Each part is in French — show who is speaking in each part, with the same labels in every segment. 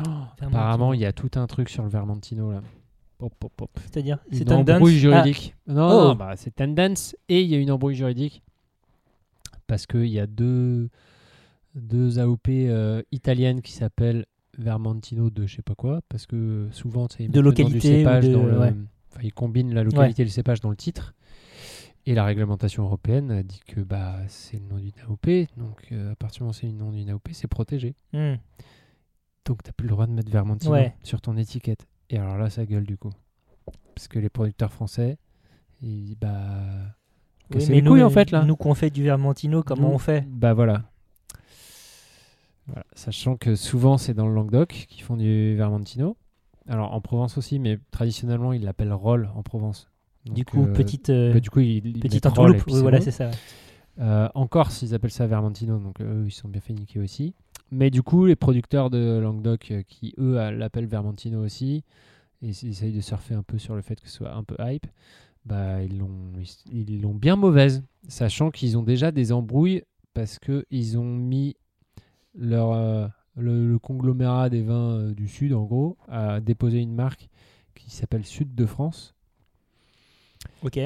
Speaker 1: Oh, Apparemment, il y a tout un truc sur le Vermentino là. Pop, pop, pop.
Speaker 2: C'est-à-dire,
Speaker 1: Une
Speaker 2: c'est un dance. Ah,
Speaker 1: embrouille juridique. Non,
Speaker 2: Oh.
Speaker 1: non, bah, c'est tendance et il y a une embrouille juridique parce qu'il y a deux, deux AOP euh, italiennes qui s'appellent Vermentino de je sais pas quoi parce que souvent tu sais, ils
Speaker 2: De
Speaker 1: mettent le nom du
Speaker 2: localité ou
Speaker 1: cépage
Speaker 2: de-
Speaker 1: dans le-
Speaker 2: ouais.
Speaker 1: enfin, ils combinent la localité et le cépage dans le titre et la réglementation européenne euh, dit que bah c'est le nom d'une AOP donc euh, à partir du moment où c'est le nom d'une AOP c'est protégé
Speaker 2: Ah. Hmm.
Speaker 1: donc t'as plus le droit de mettre Vermentino
Speaker 2: Ouais.
Speaker 1: sur ton étiquette. Et alors là, ça gueule du coup. Parce que les producteurs français, ils disent bah.
Speaker 2: Oui,
Speaker 1: c'est
Speaker 2: mais
Speaker 1: les
Speaker 2: nous, euh,
Speaker 1: couilles en fait là.
Speaker 2: Nous qu'on fait du Vermentino, comment
Speaker 1: Nous-
Speaker 2: on fait
Speaker 1: Bah voilà. Voilà. Sachant que souvent c'est dans le Languedoc qu'ils font du Vermentino. Alors en Provence aussi, mais traditionnellement ils l'appellent roll en Provence.
Speaker 2: Du
Speaker 1: Donc,
Speaker 2: coup,
Speaker 1: euh,
Speaker 2: petite, euh,
Speaker 1: bah, du coup, ils- ils
Speaker 2: petite
Speaker 1: mettent roll et
Speaker 2: entourloupe.
Speaker 1: puis
Speaker 2: Oui,
Speaker 1: c'est
Speaker 2: voilà,
Speaker 1: bon.
Speaker 2: c'est ça. ouais.
Speaker 1: Euh, en Corse, ils appellent ça Vermentino, donc euh, eux, ils sont bien fait niquer aussi. Mais du coup, les producteurs de Languedoc, euh, qui eux a- l'appellent Vermentino aussi, et s- ils essayent de surfer un peu sur le fait que ce soit un peu hype, bah, ils l'ont ils s- ils l'ont bien mauvaise, sachant qu'ils ont déjà des embrouilles parce qu'ils ont mis leur, euh, le, le conglomérat des vins euh, du Sud, en gros, à déposer une marque qui s'appelle Sud de France.
Speaker 2: Ok.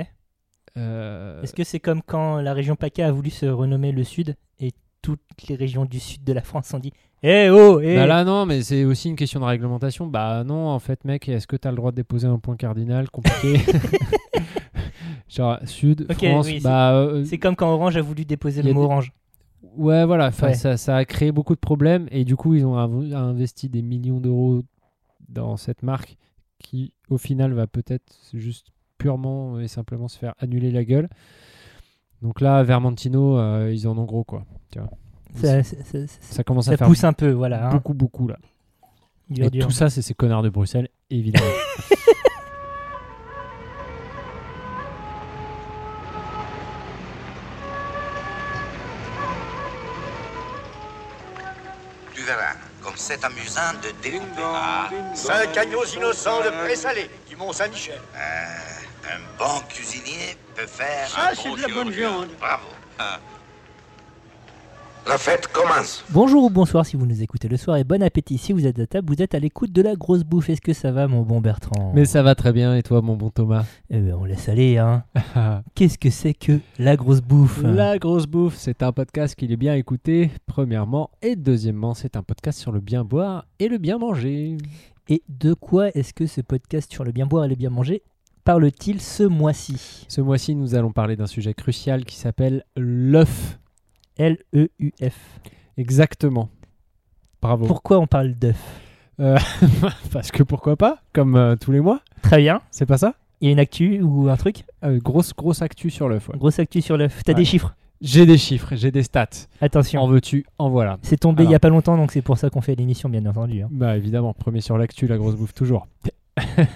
Speaker 1: Euh,
Speaker 2: Est-ce que c'est comme quand la région PACA a voulu se renommer le Sud et toutes les régions du Sud de la France ont dit Eh oh eh
Speaker 1: Bah là non, mais c'est aussi une question de réglementation. Bah non, en fait, mec, est-ce que t'as le droit de déposer un point cardinal compliqué Genre Sud,
Speaker 2: Ok,
Speaker 1: France,
Speaker 2: oui, c'est-
Speaker 1: bah euh,
Speaker 2: C'est comme quand Orange a voulu déposer
Speaker 1: Il y
Speaker 2: le
Speaker 1: a
Speaker 2: mot
Speaker 1: des-
Speaker 2: Orange.
Speaker 1: ouais, voilà. enfin,
Speaker 2: Ouais.
Speaker 1: Ça, ça a créé beaucoup de problèmes et du coup, ils ont inv- investi des millions d'euros dans cette marque qui, au final, va peut-être juste purement et simplement se faire annuler la gueule. Donc là, Vermentino, euh, ils en ont gros quoi.
Speaker 2: Ça, ça- ça- ça-
Speaker 1: Ça commence à
Speaker 2: ça
Speaker 1: faire
Speaker 2: pousse un peu, voilà. hein.
Speaker 1: beaucoup, beaucoup là.
Speaker 2: Dur,
Speaker 1: Et
Speaker 2: dur.
Speaker 1: tout ça, c'est ces connards de Bruxelles, évidemment.
Speaker 3: Tu verras, comme c'est amusant de découper. Ah,
Speaker 4: Cinq agneaux innocents de présalé du Mont-Saint-Michel.
Speaker 3: Euh, un bon cuisinier peut faire
Speaker 4: Ah,
Speaker 3: un
Speaker 4: c'est
Speaker 3: bon
Speaker 4: de la bonne
Speaker 3: chirurgien.
Speaker 4: viande.
Speaker 3: Bravo. La fête commence.
Speaker 2: Bonjour ou bonsoir si vous nous écoutez le soir et bon appétit si vous êtes à table, vous êtes à l'écoute de la grosse bouffe. Est-ce que ça va mon bon Bertrand
Speaker 1: Mais ça va très bien, et toi, mon bon Thomas
Speaker 2: Eh ben, on laisse aller, hein. Qu'est-ce que c'est que la grosse bouffe
Speaker 1: La grosse bouffe, c'est un podcast qu'il est bien écouté, premièrement, et deuxièmement, c'est un podcast sur le bien boire et le bien manger.
Speaker 2: Et de quoi est-ce que ce podcast sur le bien boire et le bien manger parle-t-il ce mois-ci
Speaker 1: Ce mois-ci, nous allons parler d'un sujet crucial qui s'appelle l'œuf.
Speaker 2: E L-E-U-F.
Speaker 1: Exactement. Bravo.
Speaker 2: Pourquoi on parle d'œuf
Speaker 1: Parce que pourquoi pas, comme euh, tous les mois,
Speaker 2: Très bien.
Speaker 1: c'est pas ça
Speaker 2: Il y a une actu ou un truc
Speaker 1: Euh, Grosse, grosse actu sur l'œuf. ouais.
Speaker 2: Grosse actu sur l'œuf. T'as
Speaker 1: Ouais.
Speaker 2: des chiffres
Speaker 1: J'ai des chiffres, j'ai des stats. En
Speaker 2: Attention.
Speaker 1: veux-tu, en voilà.
Speaker 2: C'est tombé il y a
Speaker 1: Alors.
Speaker 2: pas longtemps, donc c'est pour ça qu'on fait l'émission, bien entendu. hein.
Speaker 1: Bah évidemment, premier sur l'actu, la grosse bouffe toujours.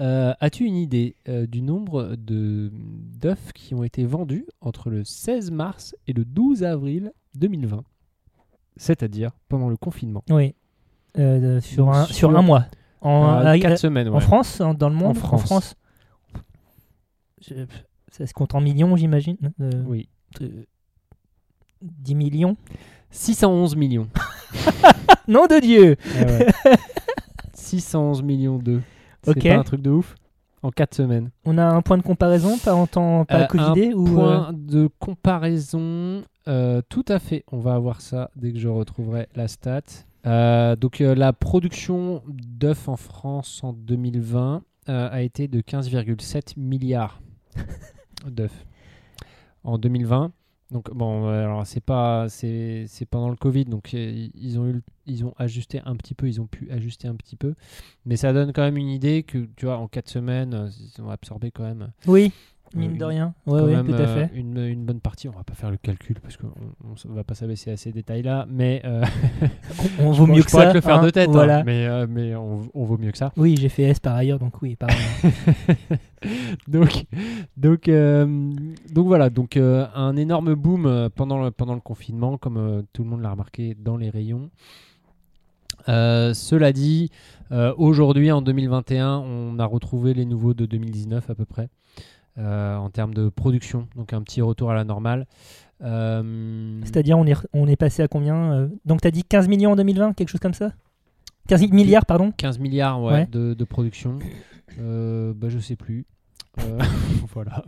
Speaker 1: Euh, As-tu une idée euh, du nombre de d'œufs qui ont été vendus entre le 16 mars et le 12 avril 2020 C'est-à-dire pendant le confinement.
Speaker 2: Oui. Euh, euh, sur,
Speaker 1: Donc,
Speaker 2: un, sur
Speaker 1: sur-
Speaker 2: un mois. En,
Speaker 1: Euh,
Speaker 2: euh,
Speaker 1: quatre
Speaker 2: euh,
Speaker 1: semaines,
Speaker 2: en
Speaker 1: ouais.
Speaker 2: France en- Dans le monde
Speaker 1: France.
Speaker 2: Je- Ça se compte en millions, j'imagine Euh,
Speaker 1: Oui.
Speaker 2: euh, 10 millions
Speaker 1: 611 millions.
Speaker 2: Nom de Dieu
Speaker 1: 611 millions d'œufs. C'est
Speaker 2: Ok.
Speaker 1: pas un truc de ouf En 4 semaines.
Speaker 2: On a un point de comparaison, pas en temps, pas
Speaker 1: Euh,
Speaker 2: covidé
Speaker 1: un
Speaker 2: ou euh,
Speaker 1: point de comparaison. euh, tout à fait. On va avoir ça dès que je retrouverai la stat. Euh, donc euh, la production d'œufs en France en 2020 euh, a été de 15,7 milliards d'œufs en 2020. Donc bon, euh, alors c'est pas c'est c'est pendant le Covid, donc euh, ils ont eu le- ils ont ajusté un petit peu, ils ont pu ajuster un petit peu, mais ça donne quand même une idée que tu vois en 4 semaines euh, ils ont absorbé quand même
Speaker 2: Oui, mine
Speaker 1: une-
Speaker 2: de rien. Oui,
Speaker 1: quand
Speaker 2: oui,
Speaker 1: même,
Speaker 2: tout à
Speaker 1: euh,
Speaker 2: fait.
Speaker 1: une, une bonne partie. On va pas faire le calcul parce qu'on ne va pas s'abaisser à ces détails-là, mais euh,
Speaker 2: On, on vaut mieux
Speaker 1: je
Speaker 2: que
Speaker 1: pourrais
Speaker 2: ça.
Speaker 1: te le faire
Speaker 2: hein,
Speaker 1: de tête. hein,
Speaker 2: Voilà.
Speaker 1: mais euh, mais on, on vaut mieux que ça.
Speaker 2: Oui, j'ai fait S par ailleurs, donc oui,
Speaker 1: Mm.
Speaker 2: pardon.
Speaker 1: donc donc euh, donc voilà. Donc euh, un énorme boom euh, pendant le, pendant le confinement, comme euh, tout le monde l'a remarqué dans les rayons. Euh, cela dit, euh, aujourd'hui en 2021, on a retrouvé les nouveaux de 2019 à peu près euh, en termes de production, donc un petit retour à la normale. Euh,
Speaker 2: C'est-à-dire, on est, on est passé à combien euh, Donc, t'as dit 15 millions en 2020, quelque chose comme ça 15 milliards, pardon
Speaker 1: 15 milliards ouais,
Speaker 2: Ouais.
Speaker 1: de, de production. Euh, bah, je sais plus. Euh, voilà.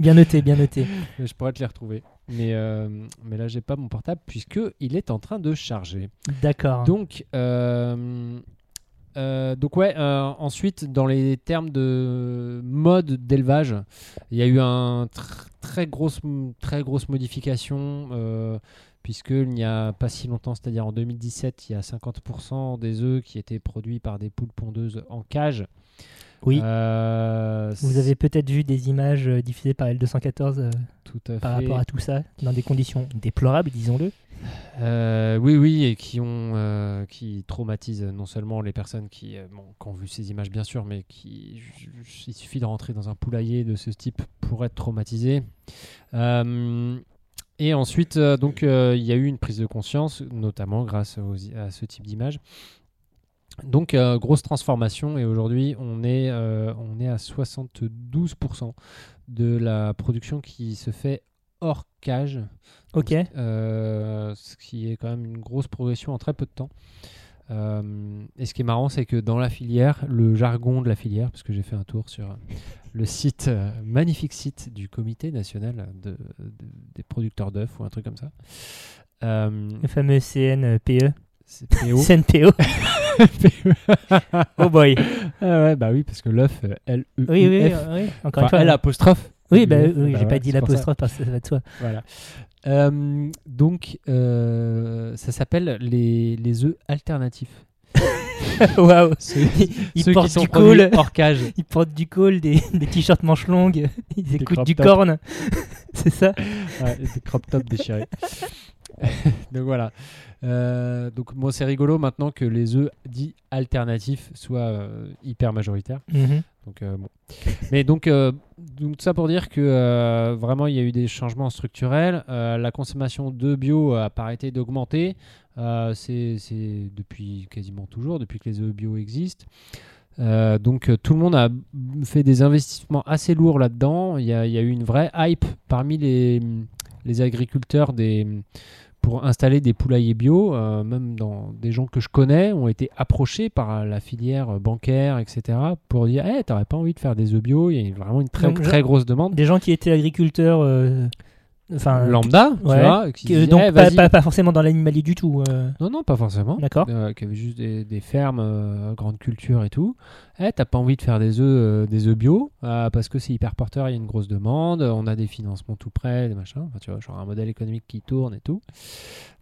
Speaker 2: Bien noté, bien noté.
Speaker 1: Je pourrais te les retrouver. Mais, euh, mais là, j'ai pas mon portable puisque il est en train de charger.
Speaker 2: D'accord.
Speaker 1: Donc, euh, euh, donc ouais, euh, ensuite, dans les termes de mode d'élevage, il y a eu un tr- très, grosse, très grosse modification, euh, puisqu'il n'y a pas si longtemps, c'est-à-dire en 2017, il y a 50% des œufs qui étaient produits par des poules pondeuses en cage.
Speaker 2: Oui.
Speaker 1: Euh,
Speaker 2: Vous avez peut-être vu des images euh, diffusées par L214 euh,
Speaker 1: tout à
Speaker 2: par
Speaker 1: fait.
Speaker 2: rapport à tout ça, dans des conditions déplorables, disons-le.
Speaker 1: Euh, oui, oui, et qui ont, euh, qui traumatisent non seulement les personnes qui, euh, bon, qui ont vu ces images bien sûr, mais qui, j- j- il suffit de rentrer dans un poulailler de ce type pour être traumatisé. Euh, et ensuite, euh, donc, euh, il y a eu une prise de conscience, notamment grâce aux- à ce type d'image. Donc, euh, grosse transformation, et aujourd'hui, on est, euh, on est à 72% de la production qui se fait hors cage.
Speaker 2: Ok.
Speaker 1: Euh, ce qui est quand même une grosse progression en très peu de temps. Euh, et ce qui est marrant, c'est que dans la filière, le jargon de la filière, parce que j'ai fait un tour sur euh, le site, euh, magnifique site du Comité national de, de- des producteurs d'œufs ou un truc comme ça. Euh,
Speaker 2: Le fameux CNPE.
Speaker 1: c'est PO.
Speaker 2: CNPO. oh boy.
Speaker 1: Ah ouais, bah oui, parce que l'œuf, euh, L E
Speaker 2: Oui, oui,
Speaker 1: U
Speaker 2: oui.
Speaker 1: F.
Speaker 2: oui.
Speaker 1: Enfin,
Speaker 2: Encore une fois.
Speaker 1: L apostrophe.
Speaker 2: Oui, bah,
Speaker 1: L
Speaker 2: oui,
Speaker 1: E U F,
Speaker 2: j'ai pas
Speaker 1: ouais,
Speaker 2: dit
Speaker 1: c'est pour ça.
Speaker 2: l'apostrophe parce que ça va de soi.
Speaker 1: Voilà. Euh, donc, euh, ça s'appelle les, les œufs alternatifs.
Speaker 2: Waouh.
Speaker 1: Ceux-
Speaker 2: Ils
Speaker 1: ceux qui
Speaker 2: portent
Speaker 1: sont
Speaker 2: du
Speaker 1: produits
Speaker 2: col.
Speaker 1: hors cage.
Speaker 2: Ils portent du col, des, des t-shirts manches longues, ils écoutent
Speaker 1: crop
Speaker 2: du
Speaker 1: tops.
Speaker 2: corne. C'est ça
Speaker 1: Ouais, et des crop top déchirés. donc voilà. Euh, donc moi c'est rigolo maintenant que les œufs dits alternatifs soient euh, hyper majoritaires. Donc euh, bon. Mais donc euh, donc ça pour dire que euh, vraiment il y a eu des changements structurels. Euh, la consommation de bio a pas arrêté d'augmenter. Euh, c'est c'est depuis quasiment toujours, depuis que les œufs bio existent. Euh, donc euh, tout le monde a b- fait des investissements assez lourds là-dedans. Il y, a, il y a eu une vraie hype parmi les, les agriculteurs des, pour installer des poulaillers bio. Euh, même dans des gens que je connais ont été approchés par la filière euh, bancaire, etc. pour dire Eh, t'aurais pas envie de faire des œufs bio Il y a vraiment une très,
Speaker 2: Donc,
Speaker 1: très grosse demande.
Speaker 2: Des gens qui étaient agriculteurs, euh, enfin,
Speaker 1: Lambda, tu
Speaker 2: ouais.
Speaker 1: vois, qui
Speaker 2: qui-
Speaker 1: disent,
Speaker 2: donc
Speaker 1: Eh,
Speaker 2: pas,
Speaker 1: vas-y.
Speaker 2: pas- pas forcément dans l'animalier du tout. euh,
Speaker 1: Non, non, pas forcément.
Speaker 2: D'accord
Speaker 1: Euh, qui avait juste des, des fermes, euh, grande culture et tout. Eh, t'as pas envie de faire des œufs, euh, des œufs bio euh, parce que c'est hyper porteur, il y a une grosse demande, on a des financements tout près, des machins. Enfin, tu vois, genre un modèle économique qui tourne et tout.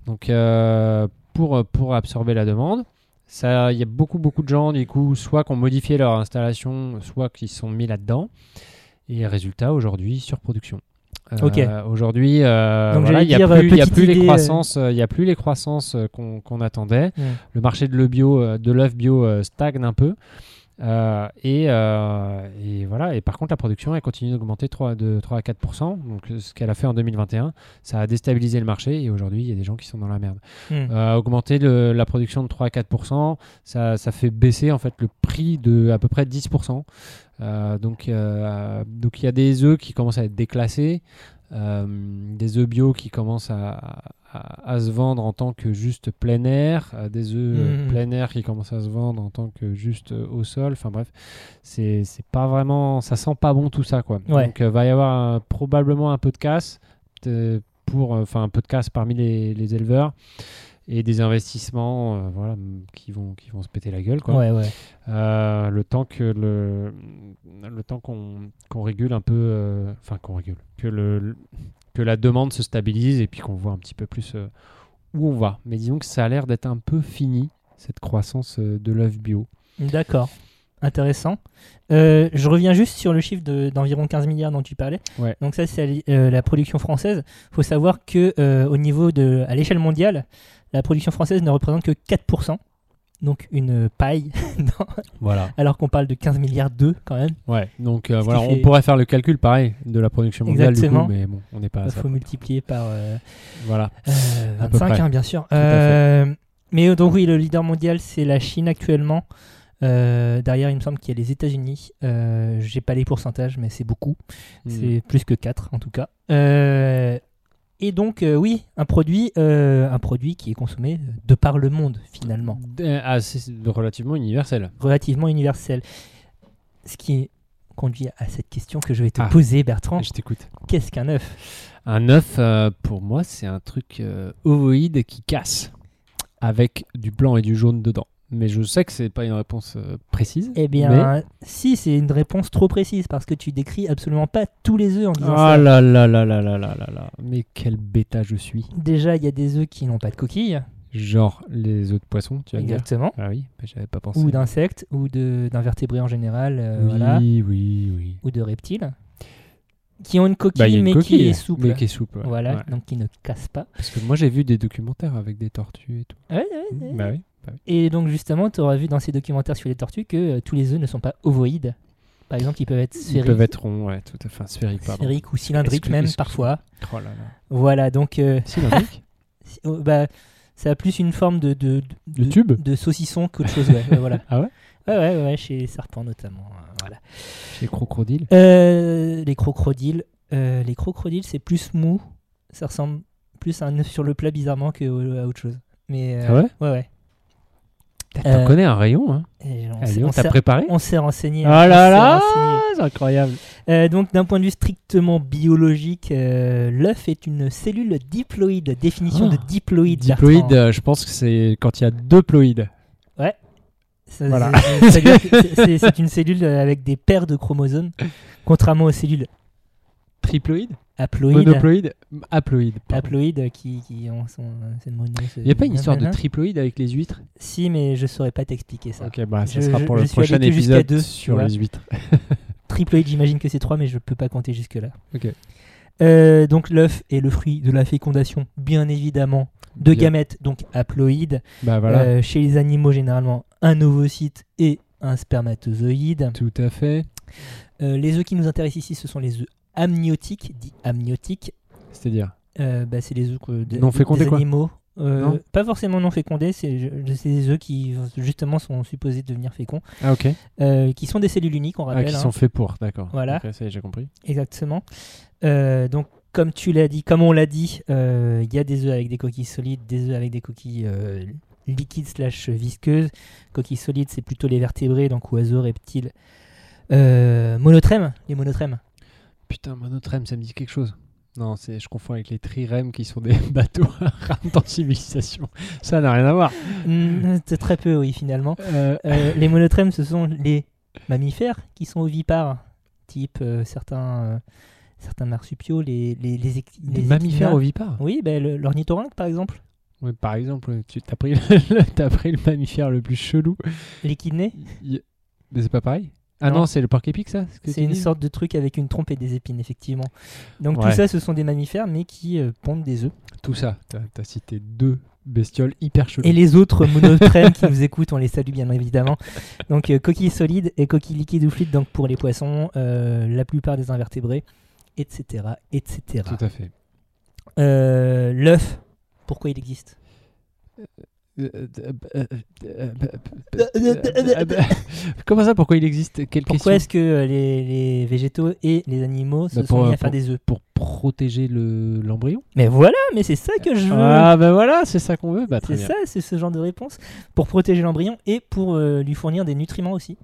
Speaker 1: Donc euh, pour pour absorber la demande, ça, il y a beaucoup beaucoup de gens du coup, soit qui ont modifié leur installation, soit qui se sont mis là-dedans. Et résultat, aujourd'hui, surproduction. Euh,
Speaker 2: Ok.
Speaker 1: Aujourd'hui, euh,
Speaker 2: Donc,
Speaker 1: voilà,
Speaker 2: j'allais
Speaker 1: il n'y a,
Speaker 2: dire,
Speaker 1: plus- il y a
Speaker 2: petite
Speaker 1: plus les
Speaker 2: idée, euh,
Speaker 1: croissances, euh, il y a plus les croissances euh, qu'on qu'on attendait
Speaker 2: Mm.
Speaker 1: le marché de l'œuf bio, euh, de l'œuf bio euh, stagne un peu. Euh, et, euh, et voilà. Et par contre, la production elle continue d'augmenter 3, de 3 à 4 Donc, euh, ce qu'elle a fait en 2021, ça a déstabilisé le marché. Et aujourd'hui, il y a des gens qui sont dans la merde.
Speaker 2: Mm.
Speaker 1: Euh, augmenter le- la production de 3 à 4 ça, ça fait baisser en fait le prix de à peu près 10 Euh, Donc euh, donc il y a des œufs qui commencent à être déclassés, euh, des œufs bio qui commencent à, à- à se vendre en tant que juste plein air, euh, des œufs euh,
Speaker 2: Mhm.
Speaker 1: plein air qui commencent à se vendre en tant que juste euh, au sol. Enfin bref, c'est c'est pas vraiment, ça sent pas bon tout ça quoi.
Speaker 2: Ouais.
Speaker 1: Donc euh, va y avoir euh, probablement un peu de casse. euh, pour, enfin un peu de casse parmi les, les éleveurs et des investissements euh, voilà, m- qui, vont, qui vont se péter la gueule. Quoi.
Speaker 2: Ouais, ouais.
Speaker 1: Euh, le temps que le, le temps qu'on qu'on régule un peu, euh, enfin qu'on régule, que, le, le- que la demande se stabilise et puis qu'on voit un petit peu plus euh, où on va. Mais disons que ça a l'air d'être un peu fini, cette croissance euh, de l'œuf bio.
Speaker 2: D'accord. Intéressant. Euh, je reviens juste sur le chiffre de- d'environ 15 milliards dont tu parlais.
Speaker 1: Ouais.
Speaker 2: Donc ça, c'est à- euh, la production française. faut savoir que euh, au niveau de, à l'échelle mondiale, la production française ne représente que 4%. Donc une paille, dans-
Speaker 1: Voilà.
Speaker 2: alors qu'on parle de 15 milliards d'œufs quand même.
Speaker 1: Ouais. Donc euh,
Speaker 2: Ce qui
Speaker 1: voilà, on
Speaker 2: fait-
Speaker 1: pourrait faire le calcul pareil de la production mondiale
Speaker 2: Exactement.
Speaker 1: du coup, mais bon, on n'est pas à
Speaker 2: Il
Speaker 1: Ah, ça.
Speaker 2: faut multiplier par euh,
Speaker 1: Voilà.
Speaker 2: euh,
Speaker 1: À peu
Speaker 2: 25,
Speaker 1: près.
Speaker 2: hein, bien sûr.
Speaker 1: à fait.
Speaker 2: Euh, mais euh, donc oui, le leader mondial, c'est la Chine actuellement. Euh, derrière, il me semble qu'il y a les États-Unis. Euh, J'ai pas les pourcentages, mais c'est beaucoup.
Speaker 1: Mm.
Speaker 2: C'est plus que 4 en tout cas. Euh, Et donc, euh, oui, un produit, euh, un produit qui est consommé de par le monde, finalement,
Speaker 1: D- ah, c'est relativement universel.
Speaker 2: relativement universel. Ce qui conduit à cette question que je vais te
Speaker 1: Ah.
Speaker 2: poser, Bertrand.
Speaker 1: Je t'écoute.
Speaker 2: Qu'est-ce qu'un œuf
Speaker 1: Un œuf, euh, pour moi, c'est un truc euh, ovoïde qui casse avec du blanc et du jaune dedans. Mais je sais que c'est pas une réponse euh, précise.
Speaker 2: Eh bien, si, c'est une réponse trop précise, parce que tu décris absolument pas tous les œufs en disant
Speaker 1: Ah
Speaker 2: ça.
Speaker 1: là là là là là là là là. Mais quel bêta je suis.
Speaker 2: Déjà, il y a des œufs qui n'ont pas de coquille,
Speaker 1: Genre les œufs de poisson, tu vas me dire.
Speaker 2: exactement,
Speaker 1: Ah oui, mais j'avais pas pensé.
Speaker 2: ou d'insectes, ou de- d'invertébrés en général, euh,
Speaker 1: oui,
Speaker 2: voilà,
Speaker 1: oui, oui.
Speaker 2: ou de reptiles, qui ont une coquille,
Speaker 1: Bah, il y a une
Speaker 2: mais
Speaker 1: coquille,
Speaker 2: qui est souple.
Speaker 1: Mais qui est souple. ouais.
Speaker 2: Voilà,
Speaker 1: Ouais.
Speaker 2: donc qui ne casse pas.
Speaker 1: Parce que moi j'ai vu des documentaires avec des tortues et tout. Bah oui. bah oui.
Speaker 2: Et donc justement, tu auras vu dans ces documentaires sur les tortues que euh, tous les œufs ne sont pas ovoïdes. Par exemple, ils peuvent être
Speaker 1: Ils
Speaker 2: sphériques,
Speaker 1: peuvent être ronds, ouais, tout à fait. Sphériques, pardon.
Speaker 2: sphériques ou cylindriques
Speaker 1: Excuse-
Speaker 2: même
Speaker 1: excuse-
Speaker 2: parfois.
Speaker 1: Oh là là.
Speaker 2: Voilà, donc euh,
Speaker 1: Cylindrique
Speaker 2: si- oh, bah, ça a plus une forme de, de, de,
Speaker 1: Le tube
Speaker 2: de saucisson qu'autre chose. ouais, ouais, voilà.
Speaker 1: Ah ouais
Speaker 2: ouais, ouais, ouais, chez les serpents notamment. euh, Voilà.
Speaker 1: Chez Crocodile.
Speaker 2: Euh, les crocodiles, euh, les crocodiles, c'est plus mou. Ça ressemble plus à un œuf sur le plat bizarrement qu'à autre chose. Mais euh,
Speaker 1: Ah ouais
Speaker 2: ouais, ouais.
Speaker 1: T'en
Speaker 2: Euh,
Speaker 1: connais un rayon, hein
Speaker 2: et on
Speaker 1: Allez,
Speaker 2: s'est-
Speaker 1: on
Speaker 2: on
Speaker 1: t'a
Speaker 2: s'est-
Speaker 1: préparé
Speaker 2: on s'est renseigné.
Speaker 1: Oh
Speaker 2: hein, on
Speaker 1: là
Speaker 2: s'est
Speaker 1: là
Speaker 2: renseigné.
Speaker 1: C'est incroyable.
Speaker 2: Euh, donc d'un point de vue strictement biologique, euh, l'œuf est une cellule diploïde. Définition
Speaker 1: Ah,
Speaker 2: de diploïde.
Speaker 1: Diploïde,
Speaker 2: Bertrand.
Speaker 1: euh, je pense que c'est quand il y a deux ploïdes.
Speaker 2: Ça,
Speaker 1: voilà.
Speaker 2: c'est- c'est- c'est- C'est c'est une cellule euh, avec des paires de chromosomes, contrairement aux cellules
Speaker 1: Triploïde
Speaker 2: haploïdes.
Speaker 1: Monoploïde Haploïde. pardon.
Speaker 2: Haploïdes euh, qui, qui ont son. Il
Speaker 1: Il n'y a pas une histoire de triploïde avec les huîtres
Speaker 2: Si, mais je saurais pas t'expliquer ça.
Speaker 1: Ok, bah ça
Speaker 2: Je-
Speaker 1: sera
Speaker 2: je-
Speaker 1: pour
Speaker 2: je
Speaker 1: le
Speaker 2: suis allé
Speaker 1: prochain
Speaker 2: que jusqu'à
Speaker 1: épisode
Speaker 2: deux,
Speaker 1: sur
Speaker 2: tu vois.
Speaker 1: les huîtres.
Speaker 2: Triploïde, j'imagine que c'est trois, mais je peux pas compter jusque-là.
Speaker 1: Ok.
Speaker 2: Euh, donc l'œuf est le fruit de la fécondation, bien évidemment, de
Speaker 1: Bien.
Speaker 2: gamètes, donc haploïdes.
Speaker 1: Bah voilà,
Speaker 2: Euh, chez les animaux, généralement, un ovocyte et un spermatozoïde.
Speaker 1: tout à fait.
Speaker 2: Euh, les œufs qui nous intéressent ici, ce sont les œufs amniotiques, dit amniotiques.
Speaker 1: C'est-à-dire
Speaker 2: Euh, bah, c'est les œufs que- des,
Speaker 1: Non fécondés,
Speaker 2: des
Speaker 1: quoi.
Speaker 2: animaux. Euh,
Speaker 1: Non
Speaker 2: pas forcément non fécondés, c'est je- c'est des œufs qui justement sont supposés devenir féconds,
Speaker 1: Ah ok.
Speaker 2: euh, qui sont des cellules uniques, on
Speaker 1: Ah,
Speaker 2: rappelle.
Speaker 1: qui
Speaker 2: hein.
Speaker 1: sont faits pour, d'accord.
Speaker 2: Voilà.
Speaker 1: Ok, ça y est, j'ai compris.
Speaker 2: Exactement. Euh, donc, comme tu l'as dit, comme on l'a dit, euh, il y a des œufs avec des coquilles solides, des œufs avec des coquilles euh, liquides slash visqueuses. Coquilles solides, c'est plutôt les vertébrés, donc oiseaux, reptiles. Euh, monotrèmes, les monotrèmes.
Speaker 1: Putain, monotrème, ça me dit quelque chose. Non, c'est, je confonds avec les trirèmes qui sont des bateaux à rame dans civilisation. Ça n'a rien à voir.
Speaker 2: Mm, c'est très peu, oui, finalement.
Speaker 1: Euh,
Speaker 2: Euh, les monotrèmes, ce sont les mammifères qui sont ovipares, type euh, certains, euh, certains marsupiaux, les, les, les, équi-
Speaker 1: des
Speaker 2: les
Speaker 1: mammifères
Speaker 2: échidnas.
Speaker 1: ovipares.
Speaker 2: Oui, ben, le- l'ornithorynque, par exemple,
Speaker 1: Ouais, par exemple, tu t'as pris, le, t'as pris le mammifère le plus chelou.
Speaker 2: l'échidné.
Speaker 1: Il- Mais c'est pas pareil. Ah non,
Speaker 2: Non.
Speaker 1: c'est le porc épic, ça ce que tu
Speaker 2: C'est une
Speaker 1: dis
Speaker 2: sorte de truc avec une trompe et des épines, effectivement. Donc
Speaker 1: Ouais.
Speaker 2: tout ça, ce sont des mammifères, mais qui euh, pondent des œufs.
Speaker 1: Tout ça. T'as, t'as cité deux bestioles hyper cheloues.
Speaker 2: Et les autres monotrèmes qui nous écoutent, on les salue bien évidemment. Donc euh, coquilles solides et coquilles liquides ou fluides, donc pour les poissons, euh, la plupart des invertébrés, etc. etc.
Speaker 1: Tout à fait.
Speaker 2: Euh, L'œuf, pourquoi il existe Euh,
Speaker 1: Comment ça, pourquoi il existe Quelle question
Speaker 2: euh. Pourquoi est-ce que euh, les, les végétaux et les animaux se
Speaker 1: Bah,
Speaker 2: sont
Speaker 1: pour,
Speaker 2: mis
Speaker 1: euh,
Speaker 2: à faire des œufs
Speaker 1: Pour protéger le, l'embryon
Speaker 2: Mais voilà, mais c'est ça que je veux
Speaker 1: Ah ben voilà, c'est ça qu'on veut. Bah, très
Speaker 2: C'est
Speaker 1: bien.
Speaker 2: ça, c'est ce genre de réponse. Pour protéger l'embryon et pour euh, lui fournir des nutriments aussi.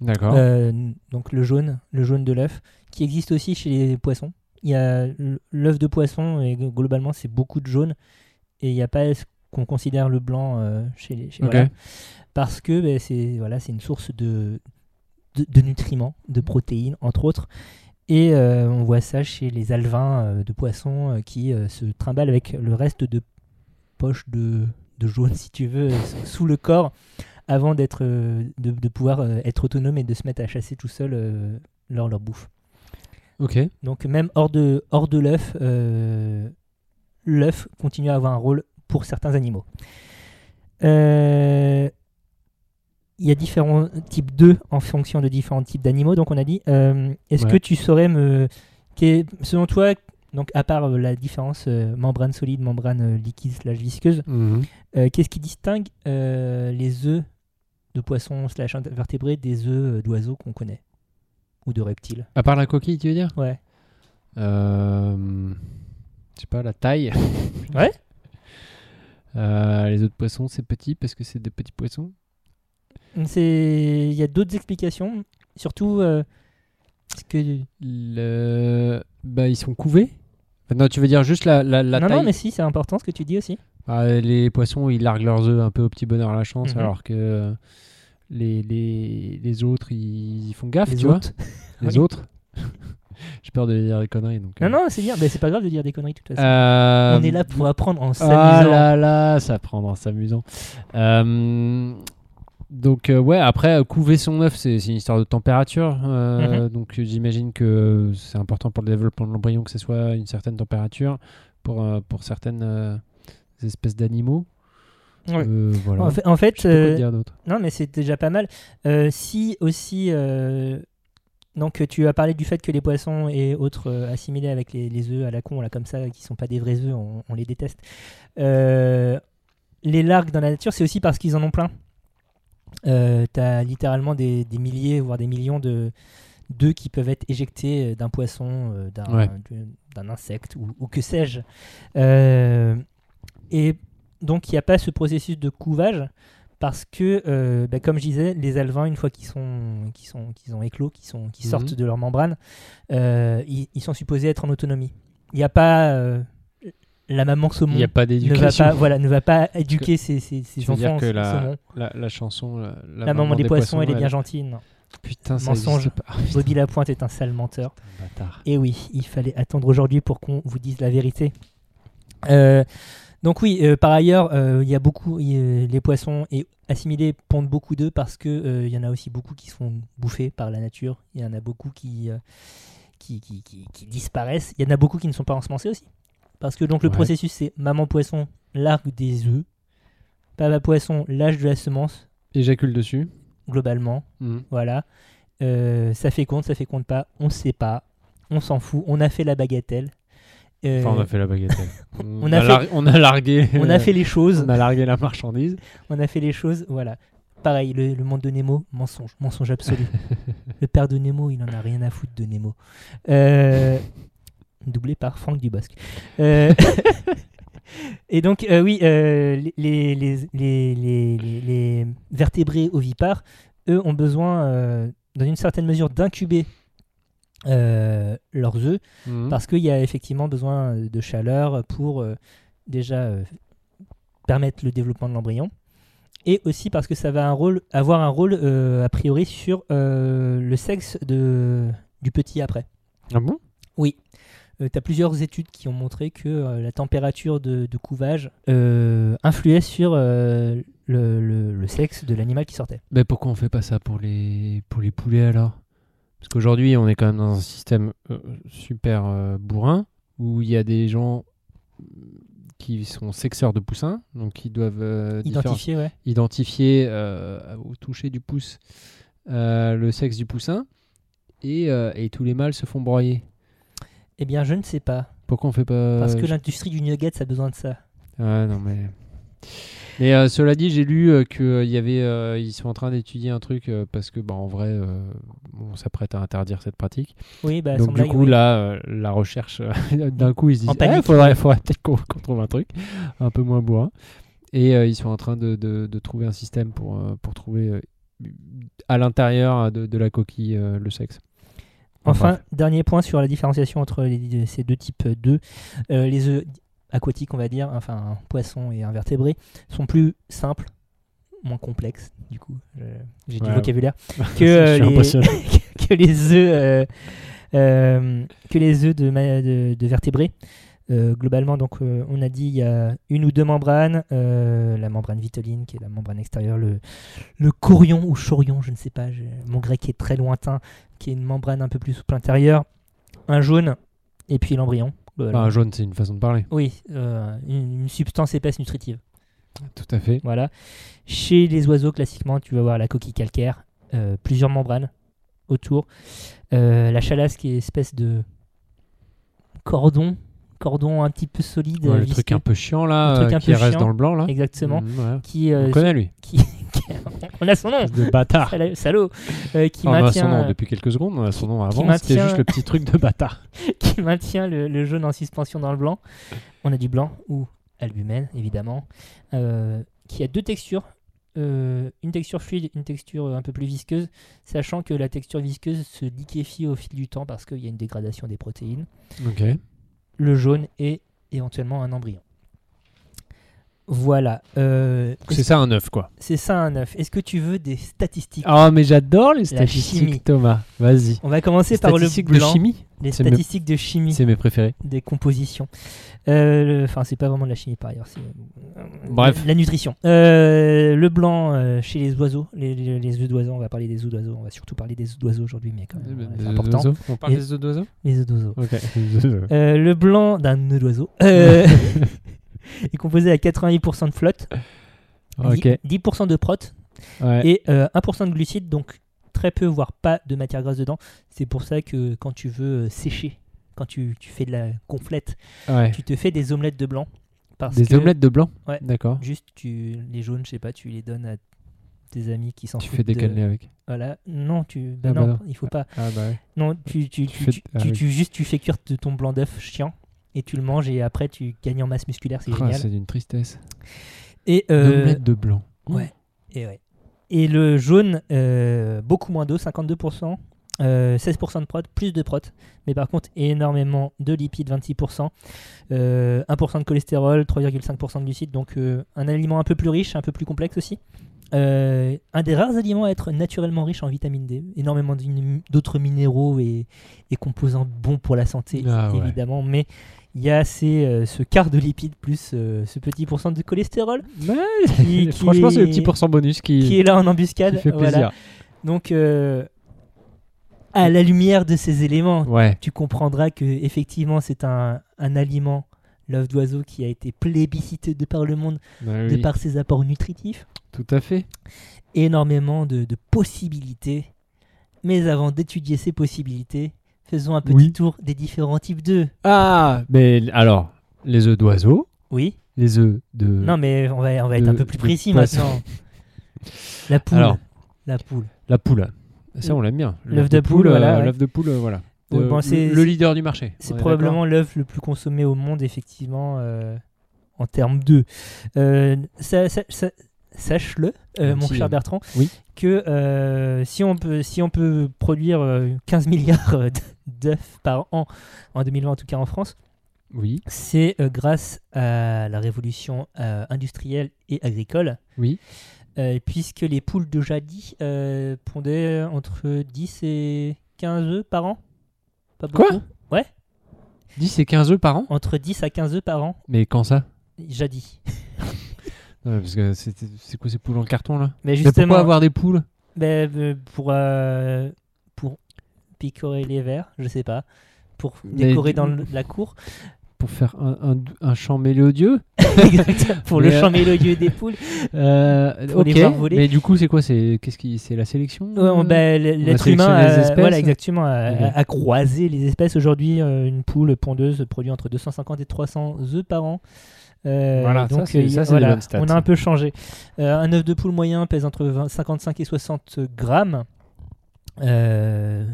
Speaker 1: D'accord.
Speaker 2: Euh, donc le jaune, le jaune de l'œuf, qui existe aussi chez les poissons. Il y a l- l'œuf de poisson et gl- globalement c'est beaucoup de jaune et il n'y a pas ce qu'on considère le blanc euh, chez les chez-
Speaker 1: Ok.
Speaker 2: voilà. parce que ben, c'est voilà c'est une source de, de de nutriments, de protéines entre autres. Et euh, on voit ça chez les alevins euh, de poissons euh, qui euh, se trimballent avec le reste de poche de, de jaune, si tu veux, euh, sous- sous le corps avant d'être, euh, de, de pouvoir euh, être autonome et de se mettre à chasser tout seul euh, leur, leur bouffe.
Speaker 1: Ok.
Speaker 2: Donc même hors de, hors de l'œuf, euh, l'œuf continue à avoir un rôle pour certains animaux. Euh, il y a différents types d'œufs en fonction de différents types d'animaux. Donc on a dit, euh, est-ce
Speaker 1: Ouais.
Speaker 2: que tu saurais me... qu'est- selon toi, donc à part euh, la différence euh, membrane solide, membrane euh, liquide slash visqueuse,
Speaker 1: Mhm.
Speaker 2: euh, qu'est-ce qui distingue euh, les œufs de poissons slash invertébrés des œufs euh, d'oiseaux qu'on connaît Ou de reptiles
Speaker 1: À part la coquille, tu veux dire
Speaker 2: Ouais.
Speaker 1: Euh, je sais pas, la taille.
Speaker 2: Ouais.
Speaker 1: Euh, les autres poissons, c'est petit parce que c'est des petits poissons.
Speaker 2: C'est- Il y a d'autres explications. Surtout, euh, ce que...
Speaker 1: Le... Bah, ils sont couvés. Enfin, non, tu veux dire juste la, la, la
Speaker 2: non,
Speaker 1: taille.
Speaker 2: non, mais si, c'est important ce que tu dis aussi.
Speaker 1: Ah, les poissons, ils larguent leurs œufs un peu au petit bonheur à la chance,
Speaker 2: Mhm.
Speaker 1: alors que les, les, les autres, ils, ils font gaffe,
Speaker 2: Les
Speaker 1: tu
Speaker 2: autres.
Speaker 1: vois. Les
Speaker 2: Oui.
Speaker 1: autres. J'ai peur de dire des conneries. Donc, euh.
Speaker 2: Non, non, c'est bien. Ben, c'est pas grave de dire des conneries, de toute façon.
Speaker 1: Euh,
Speaker 2: On est là pour apprendre en
Speaker 1: Ah
Speaker 2: s'amusant.
Speaker 1: là là, ça prend en s'amusant. Euh, donc euh, ouais, après euh, couver son œuf, c'est c'est une histoire de température. euh, Donc euh, j'imagine que c'est important pour le développement de l'embryon que ce soit une certaine température pour euh, pour certaines euh, espèces d'animaux.
Speaker 2: Ouais.
Speaker 1: Euh, voilà.
Speaker 2: En fait, en fait,
Speaker 1: Je sais pas quoi
Speaker 2: euh,
Speaker 1: te dire d'autre.
Speaker 2: Non, mais c'est déjà pas mal. Euh, si aussi. euh, donc, tu as parlé du fait que les poissons et autres euh, assimilés avec les, les œufs à la con, là, comme ça, qui sont pas des vrais œufs, on, on les déteste. Euh, les largues dans la nature, c'est aussi parce qu'ils en ont plein. Euh, T'as littéralement des, des milliers, voire des millions de d'œufs qui peuvent être éjectés euh, d'un poisson, euh, d'un
Speaker 1: Ouais.
Speaker 2: d'une- d'un insecte ou, ou que sais-je. Euh, et donc, il n'y a pas ce processus de couvage parce que, euh, bah, comme je disais, les alevins, une fois qu'ils sont, qu'ils sont, qu'ils ont éclos, qu'ils sont, qu'ils
Speaker 1: Mhm.
Speaker 2: sortent de leur membrane, euh, ils, ils sont supposés être en autonomie. Il n'y a pas euh, la maman
Speaker 1: Il
Speaker 2: saumon
Speaker 1: n'y a pas
Speaker 2: ne va
Speaker 1: d'éducation.
Speaker 2: pas, voilà, ne va pas éduquer ses, ses- ses
Speaker 1: Tu veux dire
Speaker 2: enfants.
Speaker 1: que
Speaker 2: au
Speaker 1: la,
Speaker 2: saumon.
Speaker 1: la, la chanson, la, la
Speaker 2: La, maman, des, poissons, elle est bien
Speaker 1: elle-
Speaker 2: gentille. non.
Speaker 1: Putain, ça
Speaker 2: Mensonge.
Speaker 1: existe pas. Ah, putain,
Speaker 2: Bobby Lapointe est un sale menteur.
Speaker 1: un bâtard.
Speaker 2: Et Eh oui, il fallait attendre aujourd'hui pour qu'on vous dise la vérité. Euh, donc oui, euh, par ailleurs, euh, il y a beaucoup, il y a- les poissons et assimilés pondent beaucoup d'œufs parce que euh, il y en a aussi beaucoup qui sont bouffés par la nature. Il y en a beaucoup qui, euh, qui, qui, qui- qui disparaissent. Il y en a beaucoup qui ne sont pas ensemencés aussi. Parce que donc le
Speaker 1: Ouais.
Speaker 2: processus c'est maman poisson largue des œufs, papa poisson lâche de la semence
Speaker 1: Éjacule dessus.
Speaker 2: globalement.
Speaker 1: Mhm.
Speaker 2: Voilà. Euh, ça fait compte, ça fait compte pas. On sait pas. On s'en fout. On a fait la bagatelle. Euh,
Speaker 1: Enfin, on a fait la baguette. on,
Speaker 2: on
Speaker 1: a
Speaker 2: a fait-
Speaker 1: lar- on a largué.
Speaker 2: on a fait les choses.
Speaker 1: On a largué la marchandise.
Speaker 2: On a fait les choses. Voilà. Pareil, le, le monde de Nemo, mensonge, mensonge absolu. le père de Nemo, il en a rien à foutre de Nemo. Euh, doublé par Franck Dubosc. Euh, et donc, euh, oui, euh, les, les, les- les- les- les vertébrés ovipares, eux, ont besoin, euh, dans une certaine mesure, d'incuber euh, leurs œufs
Speaker 1: Mhm.
Speaker 2: parce qu'il y a effectivement besoin euh, de chaleur pour euh, déjà euh, permettre le développement de l'embryon et aussi parce que ça va un rôle, avoir un rôle euh, a priori sur euh, le sexe de, du petit après.
Speaker 1: Ah bon
Speaker 2: tu as plusieurs études qui ont montré que euh, la température de, de couvage euh, influait sur euh, le, le- le sexe de l'animal qui sortait.
Speaker 1: Mais pourquoi on fait pas ça pour les pour les poulets alors Parce qu'aujourd'hui, on est quand même dans un système euh, super euh, bourrin où il y a des gens euh, qui sont sexeurs de poussins, donc qui doivent euh, différen-
Speaker 2: Identifié, ouais.
Speaker 1: identifier euh, au toucher du pouce euh, le sexe du poussin et, euh, et tous les mâles se font broyer.
Speaker 2: Eh bien, je ne sais pas.
Speaker 1: Pourquoi on fait pas
Speaker 2: Parce que l'industrie du nugget, ça a besoin de ça.
Speaker 1: Ouais, non, mais. Mais euh, cela dit, j'ai lu euh, que euh, il y avait, euh, ils sont en train d'étudier un truc euh, parce que, bah, en vrai, euh, on s'apprête à interdire cette pratique.
Speaker 2: Oui, bah,
Speaker 1: Donc,
Speaker 2: sans
Speaker 1: du
Speaker 2: blague,
Speaker 1: coup,
Speaker 2: oui.
Speaker 1: là, euh, la recherche, euh, d'un coup, ils se disent
Speaker 2: En panique.
Speaker 1: Eh, faudrait, faudrait peut-être qu'on qu'on trouve un truc un peu moins bourrin. Et euh, ils sont en train de, de- de trouver un système pour, euh, pour trouver euh, à l'intérieur euh, de, de la coquille euh, le sexe.
Speaker 2: Enfin,
Speaker 1: Bref.
Speaker 2: dernier point sur la différenciation entre les- ces deux types d'œufs. Euh, les œufs aquatiques, on va dire, enfin poissons et invertébrés, sont plus simples, moins complexes, du coup, je- j'ai du
Speaker 1: Ouais.
Speaker 2: vocabulaire, que,
Speaker 1: Je suis
Speaker 2: euh, les-
Speaker 1: impressionné.
Speaker 2: que les œufs, euh, euh, que les œufs de, ma- de- de vertébrés. Euh, globalement, donc, euh, on a dit il y a une ou deux membranes, euh, la membrane vitelline qui est la membrane extérieure, le, le corion ou chorion, je ne sais pas, je- mon grec est très lointain, qui est une membrane un peu plus souple intérieure, un jaune, et puis l'embryon. globalement.
Speaker 1: Enfin, un Ben, jaune, c'est une façon de parler.
Speaker 2: Oui, euh, une, une substance épaisse nutritive.
Speaker 1: Tout à fait.
Speaker 2: Voilà. Chez les oiseaux, classiquement, tu vas voir la coquille calcaire, euh, plusieurs membranes autour. Euh, la chalasse qui est espèce de cordon, cordon un petit peu solide.
Speaker 1: Ouais,
Speaker 2: euh,
Speaker 1: le truc
Speaker 2: visqueux.
Speaker 1: un peu chiant, là,
Speaker 2: Le truc
Speaker 1: euh,
Speaker 2: un
Speaker 1: qui
Speaker 2: peu
Speaker 1: reste
Speaker 2: chiant.
Speaker 1: dans le blanc, là.
Speaker 2: Exactement.
Speaker 1: Mhm, ouais.
Speaker 2: Qui, euh,
Speaker 1: On connaît, lui.
Speaker 2: qui, on a son nom,
Speaker 1: de bâtard.
Speaker 2: sala- salaud, euh, qui
Speaker 1: Enfin, on a
Speaker 2: maintient,
Speaker 1: son nom
Speaker 2: euh,
Speaker 1: depuis quelques secondes, on a son nom avant,
Speaker 2: maintient- euh,
Speaker 1: c'était juste le petit truc de bâtard.
Speaker 2: qui maintient le, le jaune en suspension dans le blanc. On a du blanc ou albumen, évidemment, euh, qui a deux textures. euh, une texture fluide, une texture euh, un peu plus visqueuse, sachant que la texture visqueuse se liquéfie au fil du temps parce qu'il y a une dégradation des protéines.
Speaker 1: Ok.
Speaker 2: Le jaune est éventuellement un embryon. Voilà. euh,
Speaker 1: C'est ça un œuf quoi.
Speaker 2: c'est ça un œuf. Est-ce que tu veux des statistiques
Speaker 1: Oh mais j'adore les
Speaker 2: statistiques, chimie.
Speaker 1: statistiques Thomas, vas-y.
Speaker 2: On va commencer par le
Speaker 1: Statistiques de
Speaker 2: blanc,
Speaker 1: chimie,
Speaker 2: les
Speaker 1: c'est mes-
Speaker 2: statistiques de chimie.
Speaker 1: c'est mes préférés.
Speaker 2: des compositions. Euh, le- Enfin, c'est pas vraiment de la chimie par ailleurs. c'est, euh,
Speaker 1: Bref.
Speaker 2: La, la nutrition. Euh, le blanc euh, chez les oiseaux, les, les- les œufs d'oiseaux. On va parler des œufs d'oiseaux. On va surtout parler des œufs d'oiseaux aujourd'hui, mais quand
Speaker 1: Euh,
Speaker 2: même, voilà, c'est important.
Speaker 1: On parle
Speaker 2: Et-
Speaker 1: des œufs d'oiseau
Speaker 2: Les œufs d'oiseaux.
Speaker 1: Ok.
Speaker 2: Euh, le blanc d'un œuf d'oiseau euh, est composé à 88% de flotte,
Speaker 1: ok.
Speaker 2: 10, 10% de prot
Speaker 1: Ouais.
Speaker 2: et euh, 1% de glucides, donc très peu, voire pas de matière grasse dedans. C'est pour ça que quand tu veux euh, sécher, quand tu, tu fais de la conflette,
Speaker 1: ouais.
Speaker 2: tu te fais des omelettes de blanc. Parce
Speaker 1: Des
Speaker 2: que-
Speaker 1: omelettes de blanc
Speaker 2: Ouais.
Speaker 1: D'accord.
Speaker 2: Juste, tu, les jaunes, je sais pas, tu les donnes à tes amis qui s'en
Speaker 1: Tu
Speaker 2: foutent
Speaker 1: fais
Speaker 2: de-
Speaker 1: décaler avec.
Speaker 2: Voilà. Non, tu. bah
Speaker 1: Ah bah
Speaker 2: non,
Speaker 1: non.
Speaker 2: il faut pas.
Speaker 1: Ah bah ouais.
Speaker 2: Non, tu, tu, tu,
Speaker 1: fais-
Speaker 2: tu-
Speaker 1: ah
Speaker 2: tu-
Speaker 1: oui.
Speaker 2: tu- juste tu fais cuire de ton blanc d'œuf chiant et tu le manges et après tu gagnes en masse musculaire, c'est génial.
Speaker 1: Ah, c'est d'une tristesse.
Speaker 2: Et
Speaker 1: Une
Speaker 2: euh,
Speaker 1: omelette de blanc.
Speaker 2: ouais. et ouais. Et le jaune, euh, beaucoup moins d'eau, 52%, euh, 16% de prot, plus de prot, mais par contre énormément de lipides, 26%, euh, 1% de cholestérol, 3,5% de glucides, donc euh, un aliment un peu plus riche, un peu plus complexe aussi. Euh, un des rares aliments à être naturellement riche en vitamine D, énormément d'in- d'autres minéraux et, et composants bons pour la santé,
Speaker 1: Ah ouais.
Speaker 2: évidemment, mais il y a ces, euh, ce quart de lipides plus euh, ce petit pourcent de cholestérol qui-
Speaker 1: Franchement, c'est le petit
Speaker 2: qui-
Speaker 1: pourcent bonus qui,
Speaker 2: qui est là en
Speaker 1: qui
Speaker 2: embuscade.
Speaker 1: fait
Speaker 2: voilà.
Speaker 1: plaisir.
Speaker 2: Donc, euh, à la lumière de ces éléments,
Speaker 1: Ouais.
Speaker 2: tu comprendras que effectivement c'est un, un aliment, l'œuf d'oiseau, qui a été plébiscité de par le monde,
Speaker 1: Bah
Speaker 2: de
Speaker 1: oui,
Speaker 2: par ses apports nutritifs,
Speaker 1: Tout à fait.
Speaker 2: énormément de, de possibilités. Mais avant d'étudier ces possibilités, faisons un petit
Speaker 1: Oui.
Speaker 2: tour des différents types d'œufs.
Speaker 1: Ah, mais alors, les œufs d'oiseau,
Speaker 2: Oui.
Speaker 1: les œufs de.
Speaker 2: Non, mais on va, on va être
Speaker 1: Euh, de-
Speaker 2: un peu plus
Speaker 1: de
Speaker 2: précis
Speaker 1: poisson.
Speaker 2: maintenant. La poule.
Speaker 1: Alors.
Speaker 2: La poule.
Speaker 1: La poule. Ça, on l'aime bien.
Speaker 2: L'œuf de poule, voilà,
Speaker 1: euh,
Speaker 2: ouais.
Speaker 1: L'œuf de poule, euh, voilà.
Speaker 2: Ouais,
Speaker 1: Euh,
Speaker 2: bon,
Speaker 1: le-
Speaker 2: c'est-
Speaker 1: le leader du marché.
Speaker 2: C'est
Speaker 1: on est
Speaker 2: probablement l'œuf le plus consommé au monde, effectivement, euh, en termes d'œufs. Euh, ça- ça- ça- Sache-le, euh,
Speaker 1: Un
Speaker 2: mon
Speaker 1: petit,
Speaker 2: cher
Speaker 1: euh,
Speaker 2: Bertrand,
Speaker 1: oui.
Speaker 2: que euh, si, on peut, si on peut produire euh, 15 milliards euh, d'œufs par an, en 2020 en tout cas en France,
Speaker 1: d'accord Oui,
Speaker 2: c'est euh, grâce à la révolution euh, industrielle et agricole,
Speaker 1: oui.
Speaker 2: euh, puisque les poules de jadis euh, pondaient entre 10 et 15 œufs par an. Pas
Speaker 1: Quoi
Speaker 2: beaucoup.
Speaker 1: 10 et 15 œufs par an
Speaker 2: Entre 10 à 15 œufs par an,
Speaker 1: Mais quand ça
Speaker 2: jadis.
Speaker 1: Non, Parce que c'est c'est quoi ces poules en carton là
Speaker 2: Mais
Speaker 1: Mais
Speaker 2: justement,
Speaker 1: pourquoi avoir des poules
Speaker 2: mais, euh, pour, euh, pour picorer les verres, je sais pas, pour
Speaker 1: Mais
Speaker 2: décorer
Speaker 1: du-
Speaker 2: dans le- la cour,
Speaker 1: Pour faire un, un, un champ mélodieux
Speaker 2: Exactement, pour le
Speaker 1: Mais, euh,
Speaker 2: chant mélodieux des poules.
Speaker 1: Euh,
Speaker 2: Pour
Speaker 1: Ok,
Speaker 2: les voir voler.
Speaker 1: mais du coup, c'est quoi C'est qu'est-ce qui C'est la sélection
Speaker 2: Ouais, on-
Speaker 1: euh
Speaker 2: bah, l- L'être
Speaker 1: sélectionné
Speaker 2: humain,
Speaker 1: les
Speaker 2: a-
Speaker 1: espèces.
Speaker 2: voilà, exactement, a,
Speaker 1: Ok.
Speaker 2: a- a croisé les espèces. Aujourd'hui, euh, une poule pondeuse produit entre 250 et 300 œufs par an. Euh,
Speaker 1: Voilà, ça,
Speaker 2: donc
Speaker 1: c'est-
Speaker 2: euh,
Speaker 1: ça, c'est des bonnes stats,
Speaker 2: on a
Speaker 1: ça.
Speaker 2: un peu changé. Euh, un œuf de poule moyen pèse entre 20 55 et 60 grammes. Euh,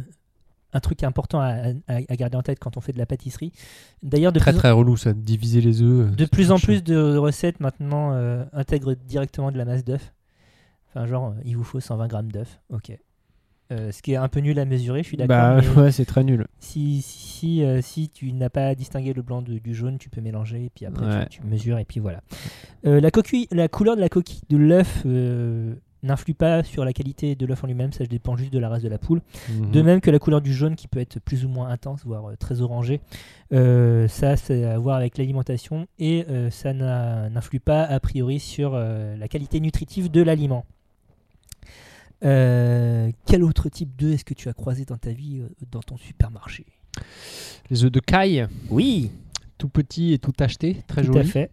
Speaker 2: un truc important à, à- à garder en tête quand on fait de la pâtisserie. D'ailleurs, de,
Speaker 1: Très
Speaker 2: plus en-
Speaker 1: très relou ça, de diviser les œufs. euh,
Speaker 2: de
Speaker 1: c'est
Speaker 2: plus
Speaker 1: tout
Speaker 2: en
Speaker 1: chiant.
Speaker 2: plus de recettes maintenant euh, intègrent directement de la masse d'œufs. Enfin, genre, euh, il vous faut 120 grammes d'œufs. Ok. Euh, ce qui est un peu nul à mesurer, je suis d'accord.
Speaker 1: Bah
Speaker 2: mais
Speaker 1: ouais, c'est très nul.
Speaker 2: si, si, euh, si tu n'as pas distingué le blanc de- du jaune, tu peux mélanger et puis après tu-
Speaker 1: Ouais.
Speaker 2: tu, mesures et puis voilà. Euh, la, coquille, la couleur de la coquille de l'œuf euh, n'influe pas sur la qualité de l'œuf en lui-même, ça dépend juste de la race de la poule.
Speaker 1: Mhm.
Speaker 2: De même que la couleur du jaune qui peut être plus ou moins intense, voire euh, très orangé, Euh, ça c'est à voir avec l'alimentation et euh, ça n'a- n'influe pas a priori sur euh, la qualité nutritive de l'aliment. Euh, quel autre type d'œuf est-ce que tu as croisé dans ta vie, euh, dans ton supermarché
Speaker 1: Les œufs de caille,
Speaker 2: Oui,
Speaker 1: tout petit et tout acheté, très
Speaker 2: tout à
Speaker 1: joli.
Speaker 2: fait.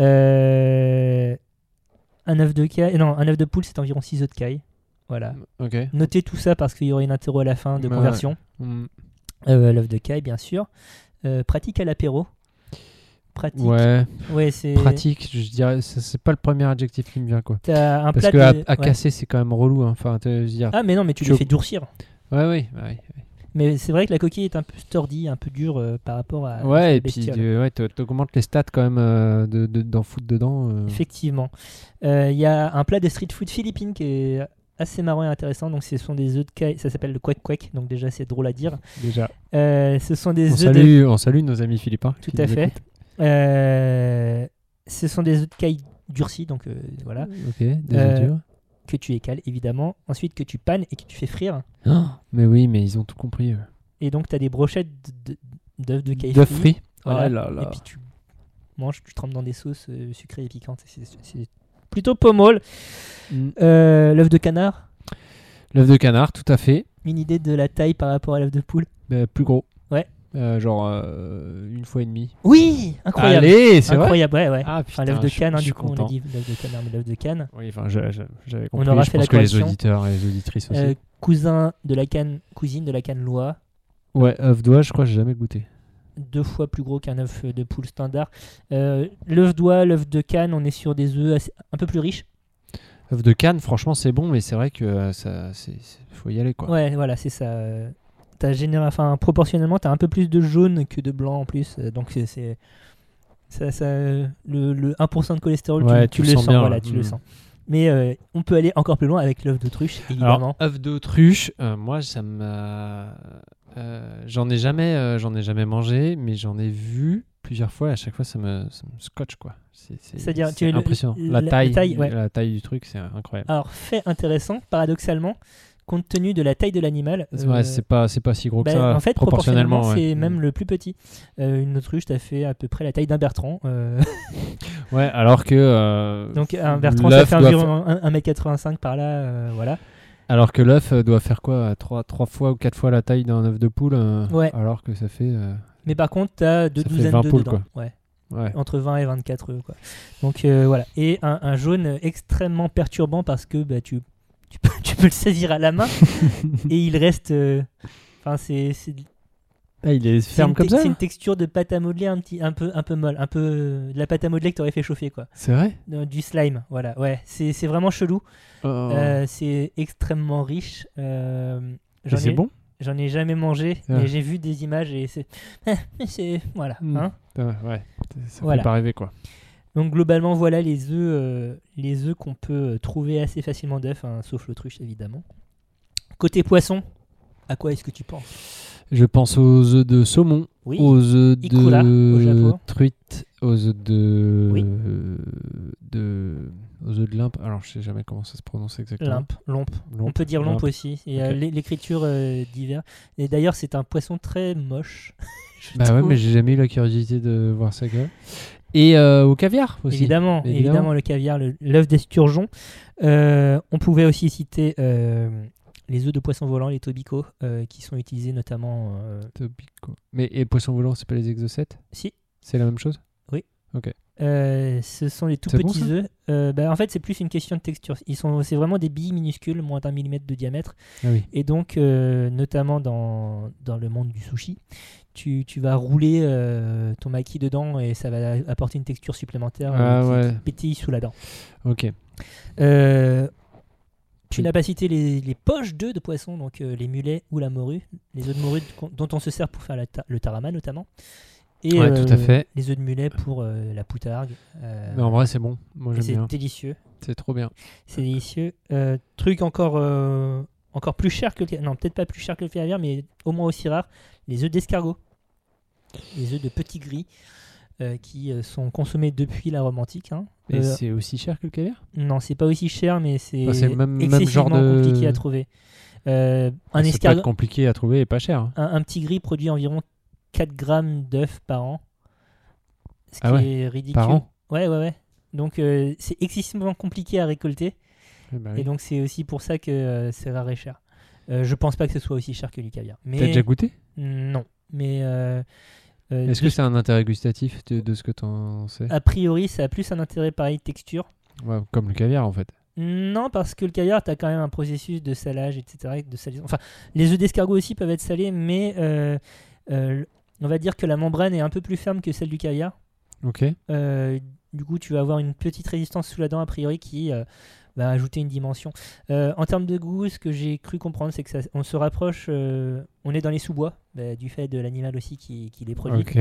Speaker 2: Euh, un œuf de caille, euh, non, un œuf de poule c'est environ 6 œufs de caille. Voilà.
Speaker 1: Ok.
Speaker 2: Notez tout ça parce qu'il y aura une interro à la fin de
Speaker 1: Mm. Ouais.
Speaker 2: conversion.
Speaker 1: Mm.
Speaker 2: Euh, L'œuf de caille, bien sûr. Euh, pratique à l'apéro. pratique.
Speaker 1: Ouais,
Speaker 2: Ouais, c'est.
Speaker 1: pratique, je dirais, c'est c'est pas le premier adjectif qui me vient, quoi.
Speaker 2: T'as un
Speaker 1: Parce
Speaker 2: plat
Speaker 1: que
Speaker 2: de-
Speaker 1: à, à
Speaker 2: ouais.
Speaker 1: casser, c'est quand même relou, hein. enfin, te- je veux dire.
Speaker 2: Ah, mais non, mais tu
Speaker 1: Tu-
Speaker 2: le fais durcir.
Speaker 1: Ouais, ouais, ouais.
Speaker 2: Mais c'est vrai que la coquille est un peu stordie, un peu dure euh, par rapport à. à
Speaker 1: ouais,
Speaker 2: la
Speaker 1: et puis
Speaker 2: bestiole.
Speaker 1: euh, ouais, t- t'augmentes les stats quand même euh, de- de- d'en foutre dedans. euh.
Speaker 2: Effectivement. Euh, Il y a un plat de street food philippine qui est assez marrant et intéressant. Donc, ce sont des œufs de caille. Ça s'appelle le quack quack. Donc, déjà, c'est drôle à dire.
Speaker 1: Déjà,
Speaker 2: Euh, ce sont des
Speaker 1: on
Speaker 2: œufs de.
Speaker 1: salue, on salue nos amis philippins.
Speaker 2: Tout
Speaker 1: qui
Speaker 2: à
Speaker 1: nous
Speaker 2: fait.
Speaker 1: écoutent.
Speaker 2: Euh, ce sont des œufs de caille durcis. Donc, euh, voilà.
Speaker 1: Ok, des
Speaker 2: Euh,
Speaker 1: ordures.
Speaker 2: Que tu écales, évidemment. Ensuite, que tu pannes et que tu fais frire.
Speaker 1: Ah, mais oui, mais ils ont tout compris. eux.
Speaker 2: Et donc, tu as des brochettes de- de- d'œufs de caille.
Speaker 1: Deux frits.
Speaker 2: Voilà.
Speaker 1: Ah là là.
Speaker 2: Et puis tu manges, tu trempes dans des sauces euh, sucrées et piquantes. C'est- C'est c'est plutôt pas mal.
Speaker 1: Mm.
Speaker 2: Euh, l'œuf de canard,
Speaker 1: L'œuf de canard, tout à fait.
Speaker 2: une idée de la taille par rapport à l'œuf de poule.
Speaker 1: mais plus gros.
Speaker 2: Ouais.
Speaker 1: Euh, genre euh, une fois et demie.
Speaker 2: Oui, incroyable.
Speaker 1: Allez, c'est vrai.
Speaker 2: incroyable, ouais, ouais.
Speaker 1: Ah
Speaker 2: Enfin,
Speaker 1: putain,
Speaker 2: l'œuf de
Speaker 1: je-
Speaker 2: canne, hein,
Speaker 1: je suis
Speaker 2: du coup, on
Speaker 1: content.
Speaker 2: a dit l'œuf de canard, mais l'œuf de canne.
Speaker 1: Oui, enfin, je- je- j'avais
Speaker 2: On
Speaker 1: compris.
Speaker 2: aura
Speaker 1: je
Speaker 2: fait
Speaker 1: pense
Speaker 2: la
Speaker 1: que les
Speaker 2: correction.
Speaker 1: auditeurs et les auditrices aussi.
Speaker 2: Euh, cousin de la canne, cousine de la canne loi.
Speaker 1: Ouais, œuf d'oie, je crois que j'ai jamais goûté.
Speaker 2: Deux fois plus gros qu'un œuf de poule standard. Euh, l'œuf d'oie, l'œuf de canne, on est sur des œufs assez- un peu plus riches.
Speaker 1: Œuf de canne, franchement, c'est bon, mais c'est vrai que euh, ça, c'est, c'est- faut y aller quoi.
Speaker 2: Ouais, voilà, c'est ça. Euh, T'as général, enfin, proportionnellement, t'as un peu plus de jaune que de blanc en plus, euh, donc c'est- c'est ça, ça, euh, le, le 1% de cholestérol, tu-
Speaker 1: Ouais,
Speaker 2: tu, le sens,
Speaker 1: bien,
Speaker 2: voilà,
Speaker 1: ouais.
Speaker 2: tu le
Speaker 1: Mm.
Speaker 2: sens. Mais euh, on peut aller encore plus loin avec l'œuf d'autruche, évidemment.
Speaker 1: Alors, œuf d'autruche, euh, moi, ça m'a. euh, j'en ai jamais, euh, j'en ai jamais mangé, mais j'en ai vu plusieurs fois. Et à chaque fois, ça me, ça me scotche quoi. C'est, c'est-
Speaker 2: C'est-à-dire,
Speaker 1: c'est
Speaker 2: tu as le-
Speaker 1: impressionnant.
Speaker 2: le-
Speaker 1: la
Speaker 2: la- la
Speaker 1: taille,
Speaker 2: taille, ouais.
Speaker 1: la taille du truc, c'est incroyable.
Speaker 2: Alors, fait intéressant, paradoxalement, compte tenu de la taille de l'animal. euh,
Speaker 1: ouais, c'est pas, c'est pas si gros que
Speaker 2: ben,
Speaker 1: ça.
Speaker 2: en fait, proportionnellement, c'est
Speaker 1: ouais. Mm.
Speaker 2: même le plus petit. Euh, une autruche, t'as fait à peu près la taille d'un Bertrand. euh,
Speaker 1: Ouais, alors que. euh,
Speaker 2: donc, un Bertrand, ça
Speaker 1: l'œuf
Speaker 2: fait
Speaker 1: doit
Speaker 2: environ 1, 1m85 par là, euh, voilà.
Speaker 1: Alors que l'œuf euh, doit faire quoi 3, trois fois ou 4 fois la taille d'un œuf de poule euh,
Speaker 2: Ouais.
Speaker 1: Alors que ça fait. euh,
Speaker 2: Mais par contre, t'as deux
Speaker 1: Ça fait
Speaker 2: douzaines
Speaker 1: 20
Speaker 2: de
Speaker 1: poules,
Speaker 2: dedans. Ouais.
Speaker 1: ouais.
Speaker 2: entre 20 et 24 œufs, quoi. Donc euh, voilà. Et un, un jaune extrêmement perturbant parce que bah, tu, tu, peux, tu peux le saisir à la main et il reste. euh, Enfin, c'est. c'est-
Speaker 1: Ah, il est
Speaker 2: c'est
Speaker 1: ferme
Speaker 2: une
Speaker 1: comme
Speaker 2: te-
Speaker 1: ça
Speaker 2: C'est une texture de pâte à modeler un, petit, un, peu, un peu molle. Un peu euh, de la pâte à modeler que t'aurais fait chauffer, quoi.
Speaker 1: C'est vrai
Speaker 2: Euh, Du slime, voilà. Ouais, c'est c'est vraiment chelou.
Speaker 1: Oh.
Speaker 2: Euh, c'est extrêmement riche. Euh,
Speaker 1: Mais
Speaker 2: j'en
Speaker 1: c'est
Speaker 2: ai-
Speaker 1: bon
Speaker 2: J'en ai jamais mangé,
Speaker 1: Ah.
Speaker 2: mais j'ai vu des images et c'est. c'est. Voilà.
Speaker 1: Mm.
Speaker 2: hein.
Speaker 1: Ouais, ouais. Ça
Speaker 2: Voilà.
Speaker 1: fait pas rêver quoi.
Speaker 2: Donc globalement, voilà les œufs, euh, les œufs qu'on peut euh, trouver assez facilement d'œufs, hein, sauf l'autruche évidemment. Côté poisson, à quoi est-ce que tu penses
Speaker 1: Je pense aux œufs de saumon,
Speaker 2: Oui.
Speaker 1: aux œufs
Speaker 2: Ikura, au
Speaker 1: de
Speaker 2: Japon.
Speaker 1: truite, aux œufs de
Speaker 2: Oui.
Speaker 1: de aux œufs de limpe. Alors je sais jamais comment ça se prononce exactement.
Speaker 2: Limpe, lompe. On
Speaker 1: Limpe,
Speaker 2: peut dire lompe
Speaker 1: limpe.
Speaker 2: aussi. Et euh,
Speaker 1: Ok.
Speaker 2: l'é- l'écriture euh, divers. Et d'ailleurs, c'est un poisson très moche. je
Speaker 1: Bah ouais,
Speaker 2: trouve.
Speaker 1: mais j'ai jamais eu la curiosité de voir ça quoi. Et euh, au caviar aussi.
Speaker 2: évidemment,
Speaker 1: évidemment.
Speaker 2: évidemment, le caviar, le- l'œuf d'esturgeon. Euh, on pouvait aussi citer euh, les œufs de poisson volant, les tobico, euh, qui sont utilisés notamment. euh,
Speaker 1: Topico. Mais et poisson volant, c'est pas les exocètes
Speaker 2: si,
Speaker 1: C'est la même chose
Speaker 2: Euh, ce sont les tout
Speaker 1: C'est bon,
Speaker 2: petits
Speaker 1: ça
Speaker 2: œufs. Euh, bah, en fait, c'est plus une question de texture. Ils sont, c'est vraiment des billes minuscules, moins d'un millimètre de diamètre.
Speaker 1: Ah oui.
Speaker 2: Et donc, euh, notamment dans, dans le monde du sushi, tu, tu vas rouler euh, ton maquis dedans et ça va apporter une texture supplémentaire euh,
Speaker 1: Ah
Speaker 2: qui,
Speaker 1: ouais.
Speaker 2: qui pétille sous la dent.
Speaker 1: Ok.
Speaker 2: Euh, tu
Speaker 1: Oui.
Speaker 2: n'as pas cité les, les poches d'œufs de poisson, donc euh, les mulets ou la morue, les œufs de morue qu'on- dont on se sert pour faire la ta- le tarama notamment. Et euh,
Speaker 1: Ouais, tout à fait. Bah,
Speaker 2: les œufs de mulet pour euh, la poutargue. euh,
Speaker 1: Mais en vrai, c'est bon. Moi,
Speaker 2: et
Speaker 1: j'aime
Speaker 2: C'est
Speaker 1: bien.
Speaker 2: délicieux.
Speaker 1: C'est trop bien.
Speaker 2: C'est délicieux. Euh, truc encore, euh, encore plus cher que le ca- Non, peut-être pas plus cher que le caviar, mais au moins aussi rare. Les œufs d'escargot. Les œufs de petits gris euh, qui euh, sont consommés depuis la Rome antique. hein.
Speaker 1: Et
Speaker 2: Euh,
Speaker 1: c'est aussi cher que le caviar
Speaker 2: non, c'est pas aussi cher, mais c'est
Speaker 1: Bah, c'est le même- même
Speaker 2: excessivement
Speaker 1: genre de- Ah,
Speaker 2: compliqué à trouver. Euh, un
Speaker 1: Ça peut
Speaker 2: escargot,
Speaker 1: être compliqué à trouver et pas cher. hein.
Speaker 2: un, un petit gris produit environ 4 grammes d'œufs par an. Ce qui
Speaker 1: Ah ouais,
Speaker 2: est ridicule.
Speaker 1: Par an
Speaker 2: Ouais, ouais, ouais. Donc euh, c'est excessivement compliqué à récolter.
Speaker 1: Eh ben
Speaker 2: Et
Speaker 1: oui.
Speaker 2: donc c'est aussi pour ça que euh, c'est rare et cher. Euh, je pense pas que ce soit aussi cher que du caviar. Mais
Speaker 1: T'as déjà goûté
Speaker 2: non. Mais euh, euh, Ah.
Speaker 1: Est-ce que c'est un intérêt gustatif de, de ce que t'en sais
Speaker 2: a priori, ça a plus un intérêt pareil de texture.
Speaker 1: Ouais, Comme le caviar en fait.
Speaker 2: Non, parce que le caviar, t'as quand même un processus de salage, etc. De salaison. Enfin, les œufs d'escargot aussi peuvent être salés, mais euh, euh, on va dire que la membrane est un peu plus ferme que celle du caviar.
Speaker 1: Ok.
Speaker 2: Euh, du coup, tu vas avoir une petite résistance sous la dent, a priori, qui euh, va ajouter une dimension. Euh, en termes de goût, ce que j'ai cru comprendre, c'est que ça- on se rapproche, euh, on est dans les sous-bois, bah, du fait de l'animal aussi qui, qui les produit.
Speaker 1: Ok.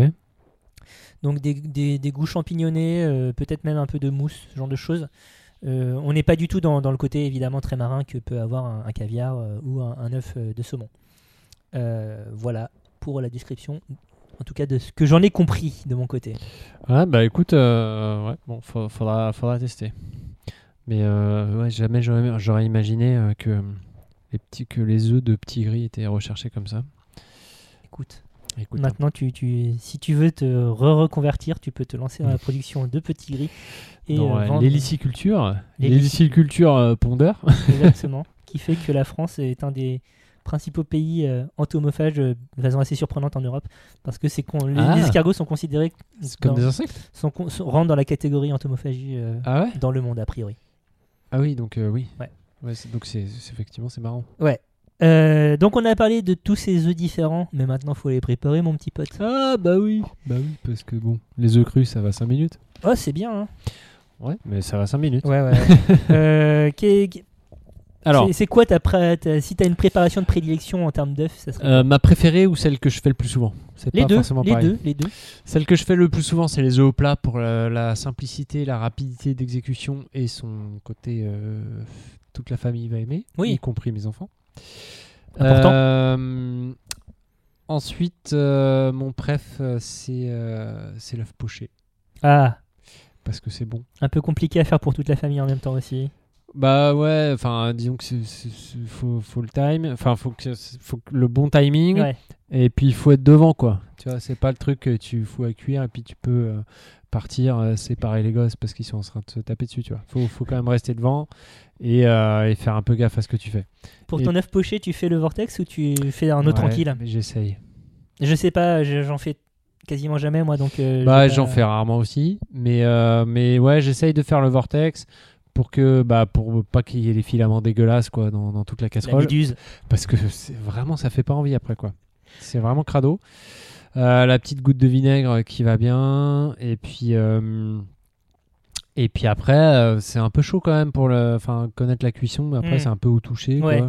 Speaker 2: Donc des, des- des goûts champignonnés, euh, peut-être même un peu de mousse, ce genre de choses. Euh, on n'est pas du tout dans, dans le côté évidemment très marin que peut avoir un, un caviar euh, ou un, un œuf euh, de saumon. Euh, voilà pour la description, en tout cas de ce que j'en ai compris de mon côté.
Speaker 1: Ouais, bah écoute, euh, ouais, bon, fa- faudra, faudra tester. Mais euh, ouais, jamais j'aurais j'aurais imaginé euh, que les petits, que les œufs de petits gris étaient recherchés comme ça.
Speaker 2: Écoute,
Speaker 1: Écoute, hein.
Speaker 2: maintenant tu, tu- si tu veux te re-reconvertir, tu peux te lancer dans la production de petits gris et
Speaker 1: dans
Speaker 2: euh,
Speaker 1: euh,
Speaker 2: vendre-
Speaker 1: l'héliciculture,
Speaker 2: l'hélici-
Speaker 1: l'héliciculture euh, pondeur.
Speaker 2: Exactement. qui fait que la France est un des principaux pays euh, entomophages euh, de façon assez surprenante en Europe parce que c'est qu'on les,
Speaker 1: Ah.
Speaker 2: les escargots sont considérés
Speaker 1: C'est comme
Speaker 2: dans-
Speaker 1: des insectes.
Speaker 2: sont, con- sont- rentrent dans la catégorie entomophagie euh,
Speaker 1: Ah ouais
Speaker 2: dans le monde a priori.
Speaker 1: Ah oui, donc euh, oui.
Speaker 2: Ouais.
Speaker 1: c'est- donc c'est c'est- effectivement c'est marrant.
Speaker 2: Euh, donc on a parlé de tous ces œufs différents, mais maintenant faut les préparer mon petit pote.
Speaker 1: Ah bah oui. Bah oui, parce que bon, les œufs crus ça va 5 minutes.
Speaker 2: Oh c'est bien. Hein
Speaker 1: Ouais, mais ça va 5 minutes.
Speaker 2: ouais ouais. Euh, qu'est- qu'est-
Speaker 1: Alors,
Speaker 2: c'est- c'est quoi ta, pré- ta- si t'as une préparation de prédilection en termes d'œufs, ça serait
Speaker 1: euh, ma préférée ou celle que je fais le plus souvent C'est
Speaker 2: les
Speaker 1: pas
Speaker 2: deux,
Speaker 1: forcément
Speaker 2: les
Speaker 1: pareil.
Speaker 2: deux, les deux.
Speaker 1: Celle que je fais le plus souvent, c'est les œufs au plat pour la, la simplicité, la rapidité d'exécution et son côté euh, toute la famille va aimer,
Speaker 2: Oui.
Speaker 1: y compris mes enfants.
Speaker 2: Important.
Speaker 1: Euh, ensuite, euh, mon préf, euh, c'est euh, c'est l'œuf poché
Speaker 2: Ah,
Speaker 1: parce que c'est bon.
Speaker 2: un peu compliqué à faire pour toute la famille en même temps aussi.
Speaker 1: Bah ouais, enfin disons que c'est- c'est- c'est- faut, faut le time, enfin faut que faut que le bon timing.
Speaker 2: Ouais.
Speaker 1: Et puis il faut être devant quoi. Tu vois, c'est pas le truc que tu fous à cuire et puis tu peux euh, partir euh, séparer les gosses parce qu'ils sont en train de se taper dessus. Tu vois, faut, faut quand même rester devant et, euh, et faire un peu gaffe à ce que tu fais.
Speaker 2: Pour
Speaker 1: Et-
Speaker 2: ton œuf poché, tu fais le vortex ou tu fais un autre
Speaker 1: Ouais,
Speaker 2: tranquille
Speaker 1: mais J'essaye.
Speaker 2: Je sais pas, je- j'en fais quasiment jamais moi donc. euh,
Speaker 1: Bah
Speaker 2: j'ai pas-
Speaker 1: j'en fais rarement aussi, mais euh, mais ouais, j'essaye de faire le vortex pour que bah pour pas qu'il y ait des filaments dégueulasses quoi dans, dans toute la
Speaker 2: La
Speaker 1: casserole.
Speaker 2: méduse.
Speaker 1: parce que c'est vraiment ça fait pas envie après quoi. C'est vraiment crado. Euh, la petite goutte de vinaigre qui va bien et puis euh, et puis après euh, c'est un peu chaud quand même pour le enfin connaître la cuisson mais après
Speaker 2: Mm.
Speaker 1: c'est un peu au toucher quoi.
Speaker 2: Ouais.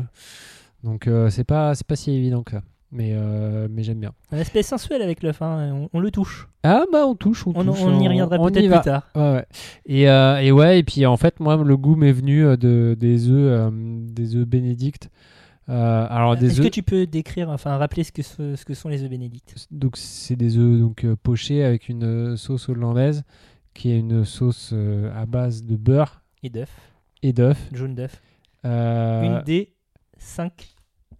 Speaker 1: Donc euh, c'est pas c'est pas si évident que ça. Mais euh, mais j'aime bien.
Speaker 2: Un aspect sensuel avec l'œuf, hein, on, on le touche.
Speaker 1: Ah bah on touche on,
Speaker 2: On,
Speaker 1: touche,
Speaker 2: on y reviendra
Speaker 1: on y
Speaker 2: peut-être
Speaker 1: va.
Speaker 2: plus tard.
Speaker 1: Ouais, ouais. Et, euh, et ouais, et puis en fait, moi, le goût m'est venu euh, de, des œufs, euh, des œufs Bénédicte. Euh, alors, des
Speaker 2: Est-ce
Speaker 1: œufs.
Speaker 2: que tu peux décrire, enfin rappeler ce que, ce, ce que sont les œufs bénédicts
Speaker 1: Donc c'est des œufs donc euh, pochés avec une euh, sauce hollandaise qui est une sauce euh, à base de beurre
Speaker 2: Et d'œufs,
Speaker 1: et d'œufs.
Speaker 2: jaune d'œuf.
Speaker 1: Euh,
Speaker 2: Une des cinq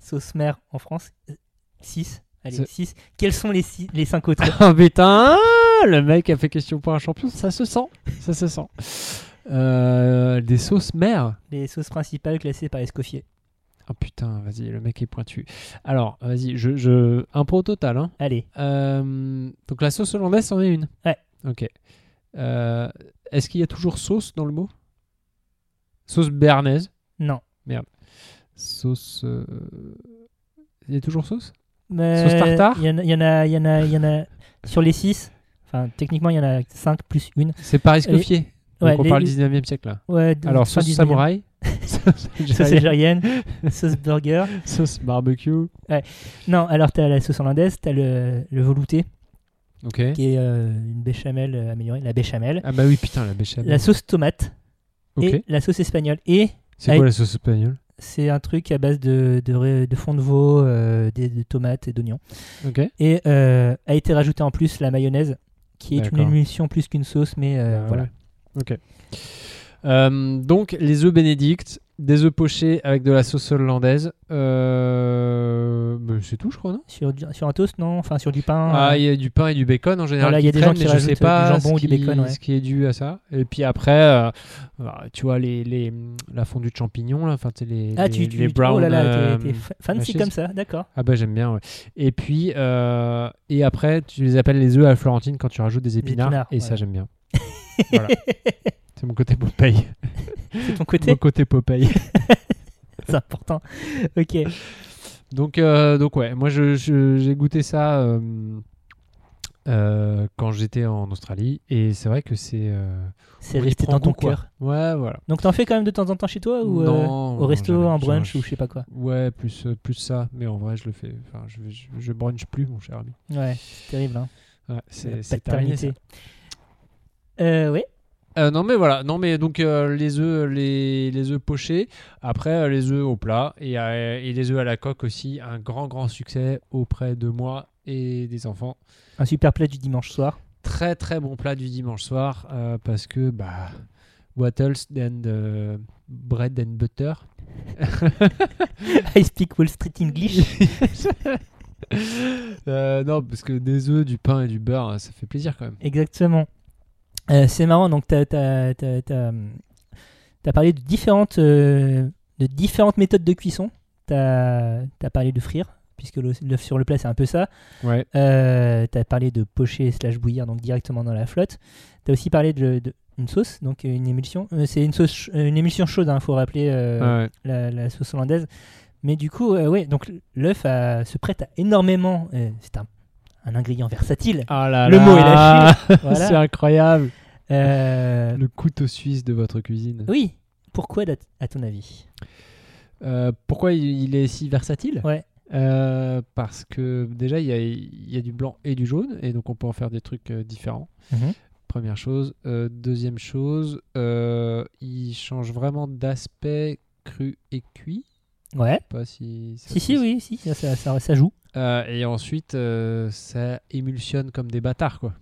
Speaker 2: sauces mères en France. Euh, Six. Allez,
Speaker 1: C'est-
Speaker 2: six. Quelles sont les, six- les cinq autres
Speaker 1: Ah putain, le mec a fait question pour un champion, ça se sent, ça se sent. Euh, des sauces mères.
Speaker 2: Les sauces principales classées par Escoffier.
Speaker 1: Ah putain, vas-y, le mec est pointu. Alors, vas-y, je, je... un pot au total. Hein.
Speaker 2: Allez,
Speaker 1: Euh, donc la sauce hollandaise, c'en est une.
Speaker 2: Ouais.
Speaker 1: Ok. Euh, Est-ce qu'il y a toujours sauce dans le mot Sauce béarnaise
Speaker 2: non.
Speaker 1: Sauce. euh, Il y a toujours sauce
Speaker 2: Mais
Speaker 1: Sauce tartare
Speaker 2: Il y en a, il y en a, il y en a, il y en a sur les 6. Enfin, techniquement, il y en a 5 plus une.
Speaker 1: C'est Paris Scoffier.
Speaker 2: Ouais,
Speaker 1: Donc on
Speaker 2: les-
Speaker 1: parle du 19e siècle là.
Speaker 2: Ouais, de-
Speaker 1: Alors
Speaker 2: fin
Speaker 1: sauce
Speaker 2: 19e.
Speaker 1: samouraï, sauce
Speaker 2: Sauce
Speaker 1: algérienne,
Speaker 2: algérienne, sauce burger.
Speaker 1: sauce barbecue.
Speaker 2: Non, alors t'as la sauce hollandaise, t'as le, le velouté,
Speaker 1: Ok.
Speaker 2: qui est euh, une béchamel euh, améliorée, la béchamel,
Speaker 1: Ah bah oui, putain, la béchamel.
Speaker 2: la sauce tomate
Speaker 1: ok.
Speaker 2: et la sauce espagnole. Et
Speaker 1: C'est quoi la sauce espagnole
Speaker 2: c'est un truc à base de, de, ré- de fond de veau, euh, des- de, tomates et d'oignons.
Speaker 1: Ok.
Speaker 2: Et euh, a été rajoutée en plus la mayonnaise, qui est une
Speaker 1: D'accord.
Speaker 2: émulsion plus qu'une sauce, mais euh,
Speaker 1: Ah
Speaker 2: voilà.
Speaker 1: ouais. Ok. Euh, donc les œufs bénédicts, des œufs pochés avec de la sauce hollandaise. Euh, bah, c'est tout, je crois, non
Speaker 2: Sur, du- sur un toast, non Enfin, sur du pain.
Speaker 1: Ah,
Speaker 2: euh,
Speaker 1: il y a du pain et du bacon en général.
Speaker 2: Voilà, il y a des
Speaker 1: traînent,
Speaker 2: gens qui
Speaker 1: mais je
Speaker 2: rajoutent,
Speaker 1: sais
Speaker 2: euh, du
Speaker 1: pas
Speaker 2: jambon
Speaker 1: ce
Speaker 2: ou du
Speaker 1: qui-
Speaker 2: bacon, ouais.
Speaker 1: Ce qui est dû à ça. Et puis après, euh, bah, tu vois, les, les, la fondue de champignons, là, enfin, tu sais, les,
Speaker 2: Ah,
Speaker 1: les,
Speaker 2: tu, tu,
Speaker 1: les
Speaker 2: tu-
Speaker 1: brown.
Speaker 2: oh là là,
Speaker 1: euh,
Speaker 2: t'es- t'es fa- fancy
Speaker 1: machines.
Speaker 2: comme ça, d'accord.
Speaker 1: ah bah j'aime bien ouais. Et puis euh, et après tu les appelles les œufs à la Florentine quand tu rajoutes des épinards,
Speaker 2: épinards,
Speaker 1: et ça
Speaker 2: ouais.
Speaker 1: j'aime bien. Voilà. C'est mon côté Popeye.
Speaker 2: C'est ton
Speaker 1: Mon
Speaker 2: côté,
Speaker 1: côté Popeye.
Speaker 2: c'est important. Ok.
Speaker 1: Donc, euh, donc ouais, moi je- je- j'ai goûté ça euh, euh, quand j'étais en Australie. Et c'est vrai que c'est. euh,
Speaker 2: C'est
Speaker 1: on y
Speaker 2: resté
Speaker 1: prend
Speaker 2: dans ton
Speaker 1: goût, quoi.
Speaker 2: cœur.
Speaker 1: Ouais, voilà.
Speaker 2: Donc t'en fais quand même de temps en temps chez toi ou euh,
Speaker 1: Non,
Speaker 2: au
Speaker 1: non,
Speaker 2: resto,
Speaker 1: jamais,
Speaker 2: en
Speaker 1: jamais.
Speaker 2: brunch ou je sais pas quoi.
Speaker 1: Ouais, plus, euh, plus ça. Mais en vrai, je le fais. Enfin, je, vais- je, je brunch plus, mon cher ami.
Speaker 2: Ouais, c'est terrible. Hein.
Speaker 1: Ouais,
Speaker 2: La
Speaker 1: c'est c'est terminé. ça.
Speaker 2: paternité. Euh, ouais.
Speaker 1: Euh, non mais voilà, non mais donc euh, les œufs, les, les œufs pochés, après euh, les œufs au plat et, euh, et les œufs à la coque aussi, un grand grand succès auprès de moi et des enfants.
Speaker 2: Un super plat du dimanche soir.
Speaker 1: Très très bon plat du dimanche soir euh, parce que bah what else than euh, bread and butter.
Speaker 2: I speak Wall Street English.
Speaker 1: Euh, non parce que des œufs, du pain et du beurre, hein, ça fait plaisir quand même.
Speaker 2: Exactement. Euh, c'est marrant, donc t'as as, parlé de différentes, euh, de différentes méthodes de cuisson. T'as as parlé de frire, puisque l'œuf l'œuf sur le plat c'est un peu ça.
Speaker 1: Ouais.
Speaker 2: Euh, t'as parlé de pocher slash bouillir donc directement dans la flotte. T'as aussi parlé de, de- une sauce, donc euh, une émulsion. Euh, c'est une sauce, ch- euh, une émulsion chaude, hein, faut rappeler euh,
Speaker 1: Ouais.
Speaker 2: la, la sauce hollandaise. Mais du coup, euh, ouais, donc l'œuf a- se prête à énormément. euh, c'est un, un ingrédient versatile.
Speaker 1: Ah là
Speaker 2: Le
Speaker 1: là.
Speaker 2: mot est lâché.
Speaker 1: C'est
Speaker 2: Voilà.
Speaker 1: incroyable.
Speaker 2: Euh,
Speaker 1: Le couteau suisse de votre cuisine.
Speaker 2: oui. Pourquoi, d'at- à ton avis
Speaker 1: Euh, pourquoi il il est si versatile
Speaker 2: Ouais.
Speaker 1: Euh, parce que déjà, il y a, il y a du blanc et du jaune, et donc on peut en faire des trucs euh, différents.
Speaker 2: Mhm.
Speaker 1: Première chose. Euh, deuxième chose, euh, il change vraiment d'aspect cru et cuit.
Speaker 2: Ouais.
Speaker 1: Pas si, ça
Speaker 2: Si,
Speaker 1: se
Speaker 2: si,
Speaker 1: dit.
Speaker 2: oui, si, ça, ça- ça- ça joue.
Speaker 1: Euh, et ensuite, euh, ça émulsionne comme des bâtards, quoi.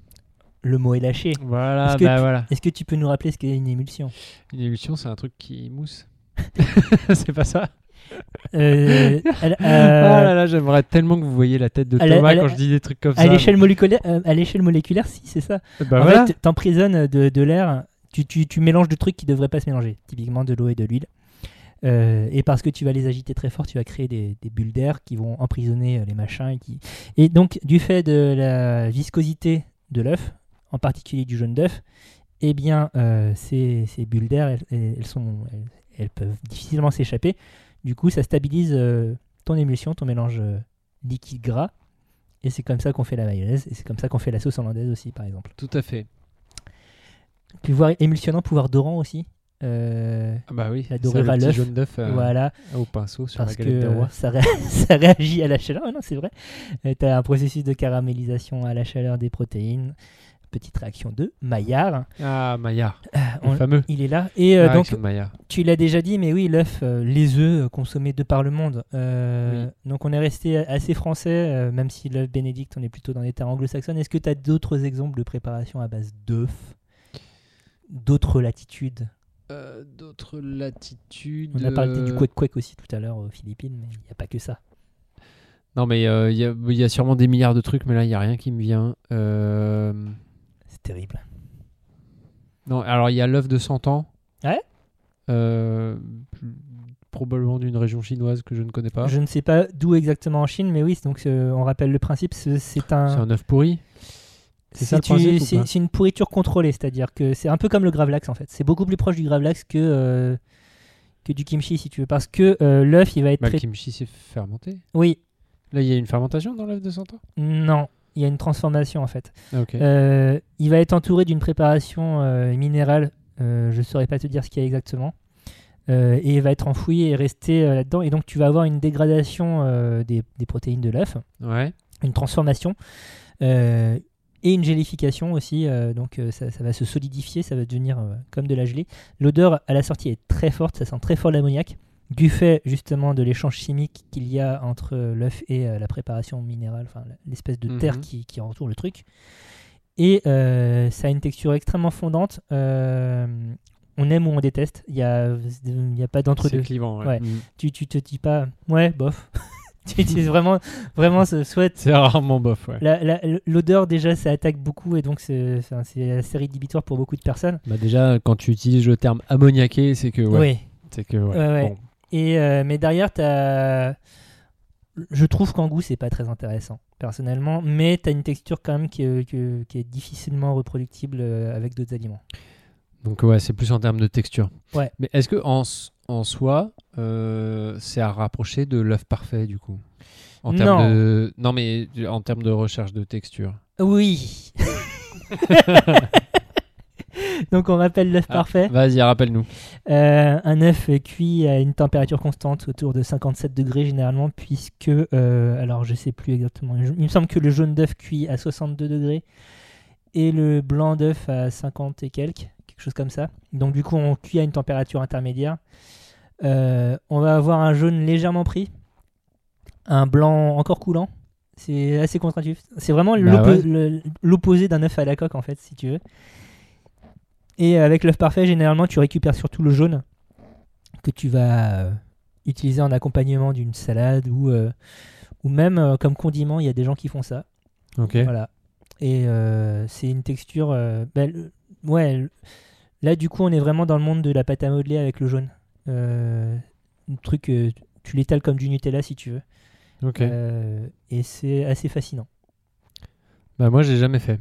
Speaker 2: Le mot est lâché.
Speaker 1: Voilà,
Speaker 2: Est-ce que
Speaker 1: bah
Speaker 2: tu-
Speaker 1: voilà.
Speaker 2: Est-ce que tu peux nous rappeler ce qu'est une émulsion
Speaker 1: Une émulsion, c'est un truc qui mousse. c'est pas ça
Speaker 2: Euh, à la-
Speaker 1: Ah
Speaker 2: à-
Speaker 1: là là, j'aimerais tellement que vous voyez la tête de
Speaker 2: à la-
Speaker 1: Thomas
Speaker 2: à la-
Speaker 1: quand je dis des trucs comme
Speaker 2: À
Speaker 1: ça.
Speaker 2: l'échelle moléculaire, euh, à l'échelle moléculaire, si c'est ça.
Speaker 1: Bah
Speaker 2: en
Speaker 1: voilà.
Speaker 2: fait, t'emprisonnes de, de l'air, tu, tu- tu mélanges deux trucs qui devraient pas se mélanger, typiquement de l'eau et de l'huile. Euh, et parce que tu vas les agiter très fort, tu vas créer des, des bulles d'air qui vont emprisonner euh, les machins. Et, qui... et donc, du fait de la viscosité de l'œuf, en particulier du jaune d'œuf, eh bien, euh, ces, ces bulles d'air, elles, elles sont, elles, elles peuvent difficilement s'échapper. Du coup, ça stabilise euh, ton émulsion, ton mélange euh, liquide gras. Et c'est comme ça qu'on fait la mayonnaise. Et c'est comme ça qu'on fait la sauce hollandaise aussi, par exemple.
Speaker 1: Tout à fait.
Speaker 2: Pouvoir émulsionnant, pouvoir dorant aussi. Euh,
Speaker 1: Ah bah oui,
Speaker 2: La
Speaker 1: ça,
Speaker 2: dorure
Speaker 1: le
Speaker 2: à
Speaker 1: petit
Speaker 2: l'œuf.
Speaker 1: jaune d'œuf euh,
Speaker 2: voilà,
Speaker 1: au pinceau sur
Speaker 2: parce
Speaker 1: la
Speaker 2: que
Speaker 1: galette des rois.
Speaker 2: euh, ça, ré- ça réagit à la chaleur. Ah non, c'est vrai. tu as un processus de caramélisation à la chaleur des protéines. Petite réaction de Maillard. Euh,
Speaker 1: Ah, Maillard, le
Speaker 2: on-
Speaker 1: fameux.
Speaker 2: Il est là. Et euh,
Speaker 1: Ah,
Speaker 2: donc,
Speaker 1: Alexandre Maillard.
Speaker 2: tu l'as déjà dit, mais oui, l'œuf, euh, les œufs euh, consommés de par le monde. Euh,
Speaker 1: Oui.
Speaker 2: Donc, on est resté a- assez français, euh, même si l'œuf bénédicte, on est plutôt dans les terres anglo-saxonnes. Est-ce que tu as d'autres exemples de préparation à base d'œufs D'autres latitudes
Speaker 1: Euh, D'autres latitudes.
Speaker 2: On a parlé du
Speaker 1: euh,
Speaker 2: quake quake aussi tout à l'heure aux Philippines, mais il n'y a pas que ça.
Speaker 1: Non, mais euh, il y a- il y, a sûrement des milliards de trucs, mais là, il n'y a rien qui me vient. Euh,
Speaker 2: C'est terrible.
Speaker 1: Non, alors il y a l'œuf de 100 ans.
Speaker 2: Ouais.
Speaker 1: Euh, plus- Probablement d'une région chinoise que je ne connais pas.
Speaker 2: Je ne sais pas d'où exactement en Chine, mais oui, donc euh, on rappelle le principe, c'est c'est
Speaker 1: C'est
Speaker 2: un,
Speaker 1: un œuf pourri. c'est ça le
Speaker 2: c'est
Speaker 1: principe
Speaker 2: une-
Speaker 1: ou
Speaker 2: c'est-
Speaker 1: pas
Speaker 2: c'est une pourriture contrôlée, c'est-à-dire que c'est un peu comme le gravlax en fait. C'est beaucoup plus proche du gravlax que euh, que du kimchi si tu veux, parce que euh, l'œuf il va être
Speaker 1: Bah,
Speaker 2: très-
Speaker 1: le kimchi, c'est fermenté.
Speaker 2: Oui,
Speaker 1: Là, il y a une fermentation dans l'œuf de 100 ans.
Speaker 2: non, il y a une transformation en fait.
Speaker 1: Ah, ok.
Speaker 2: Euh, il va être entouré d'une préparation euh, minérale, euh, je ne saurais pas te dire ce qu'il y a exactement, Euh, et il va être enfoui et rester euh, là-dedans. Et donc tu vas avoir une dégradation euh, des, des protéines de l'œuf,
Speaker 1: Ouais.
Speaker 2: une transformation euh, et une gélification aussi. euh, donc euh, ça, ça va se solidifier, ça va devenir euh, comme de la gelée. L'odeur à la sortie est très forte, ça sent très fort l'ammoniac. Du fait justement de l'échange chimique qu'il y a entre euh, l'œuf et euh, la préparation minérale, enfin la- l'espèce de terre
Speaker 1: Mhm.
Speaker 2: qui, qui entoure le truc. Et euh, ça a une texture extrêmement fondante. euh, on aime ou on déteste. Il n'y a, il y a pas
Speaker 1: C'est
Speaker 2: d'entre-deux
Speaker 1: clivant. ouais.
Speaker 2: Ouais.
Speaker 1: Mm.
Speaker 2: tu, tu te dis pas ouais bof tu tu- vraiment vraiment ce souhaite
Speaker 1: C'est rarement bof, ouais.
Speaker 2: la- la- l'odeur déjà ça attaque beaucoup et donc c'est c'est un- c'est assez rédhibitoire pour beaucoup de personnes
Speaker 1: Bah déjà, quand tu utilises le terme ammoniaqué, c'est que ouais,
Speaker 2: oui
Speaker 1: c'est que ouais.
Speaker 2: Ouais, ouais.
Speaker 1: bon.
Speaker 2: et euh, mais derrière t'as je trouve qu'en goût c'est pas très intéressant personnellement mais t'as une texture quand même qui, est- que- qui est difficilement reproductible euh, avec d'autres aliments
Speaker 1: Donc ouais, c'est plus en termes de texture.
Speaker 2: Ouais.
Speaker 1: Mais est-ce que en, s- en soi, euh, c'est à rapprocher de l'œuf parfait du coup en termes
Speaker 2: Non.
Speaker 1: De... non, mais en termes de recherche de texture.
Speaker 2: Oui. Donc on rappelle l'œuf
Speaker 1: Ah.
Speaker 2: parfait.
Speaker 1: Vas-y, rappelle-nous.
Speaker 2: Euh, un œuf cuit à une température constante autour de 57 degrés généralement, puisque, euh, alors je sais plus exactement, je- il me semble que le jaune d'œuf cuit à 62 degrés et le blanc d'œuf à 50 et quelques, quelque chose comme ça. Donc du coup on cuit à une température intermédiaire. Euh, on va avoir un jaune légèrement pris, un blanc encore coulant. C'est assez contradictif. C'est vraiment
Speaker 1: Bah
Speaker 2: l'oppo-
Speaker 1: ouais.
Speaker 2: le- l'opposé d'un œuf à la coque en fait, si tu veux. Et avec l'œuf parfait, généralement, tu récupères surtout le jaune que tu vas euh, utiliser en accompagnement d'une salade ou, euh, ou même euh, comme condiment. Il y a des gens qui font ça.
Speaker 1: Ok.
Speaker 2: Voilà. Et euh, c'est une texture. euh, bah, le- ouais. le- Là, du coup, on est vraiment dans le monde de la pâte à modeler avec le jaune. Euh, un truc, euh, tu l'étales comme du Nutella si tu veux.
Speaker 1: Ok.
Speaker 2: Euh, et c'est assez fascinant.
Speaker 1: Bah moi, j'ai jamais fait.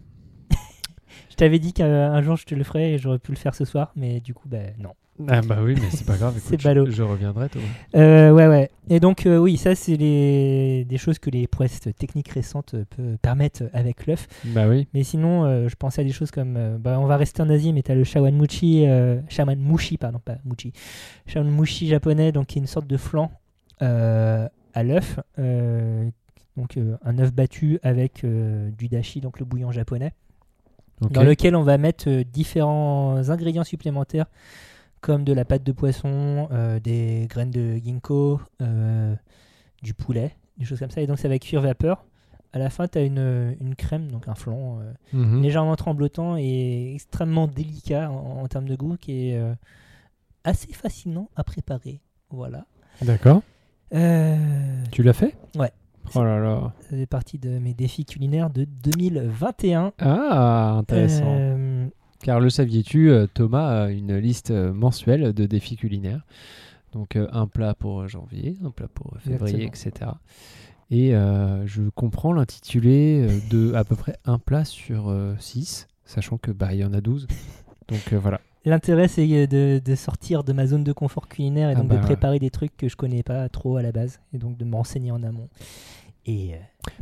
Speaker 2: Je t'avais dit qu'un un jour je te le ferais et j'aurais pu le faire ce soir, mais du coup, bah, non.
Speaker 1: Ah bah oui, mais c'est pas grave.
Speaker 2: C'est
Speaker 1: écoute, je-
Speaker 2: ballot.
Speaker 1: Je, reviendrai. Thomas.
Speaker 2: Euh, ouais, ouais. Et donc, euh, oui, ça, c'est les... des choses que les prouesses techniques récentes euh, peu- permettent avec l'œuf.
Speaker 1: Bah oui.
Speaker 2: Mais sinon, euh, je pensais à des choses comme. euh, bah, on va rester en Asie, mais t'as le shawanmushi, euh, shawanmushi, pardon, pas mushi. Shawanmushi japonais, donc qui est une sorte de flan euh, à l'œuf. euh, donc, euh, un œuf battu avec euh, du dashi, donc le bouillon japonais
Speaker 1: Ok.
Speaker 2: dans lequel on va mettre euh, différents ingrédients supplémentaires comme de la pâte de poisson, euh, des graines de ginkgo, euh, du poulet, des choses comme ça. Et donc ça va cuire vapeur. À la fin, tu as une, une crème, donc un flan euh,
Speaker 1: Mhm.
Speaker 2: légèrement tremblotant et extrêmement délicat en, en termes de goût qui est euh, assez fascinant à préparer. Voilà.
Speaker 1: D'accord.
Speaker 2: Euh,
Speaker 1: Tu l'as fait
Speaker 2: Ouais.
Speaker 1: Oh là là.
Speaker 2: ça fait partie de mes défis culinaires de 2021.
Speaker 1: Ah, intéressant.
Speaker 2: Euh,
Speaker 1: Car le saviez-tu, euh, Thomas a une liste euh, mensuelle de défis culinaires. Donc euh, un plat pour euh, janvier, un plat pour euh, février, etc. Et euh, je comprends l'intitulé euh, de à peu près un plat sur 6, sachant que bah, il y en a 12. Donc euh, voilà.
Speaker 2: L'intérêt, c'est de, de sortir de ma zone de confort culinaire et
Speaker 1: Ah
Speaker 2: donc
Speaker 1: bah
Speaker 2: de
Speaker 1: ouais.
Speaker 2: préparer des trucs que je connais pas trop à la base et donc de me renseigner en amont. Et euh,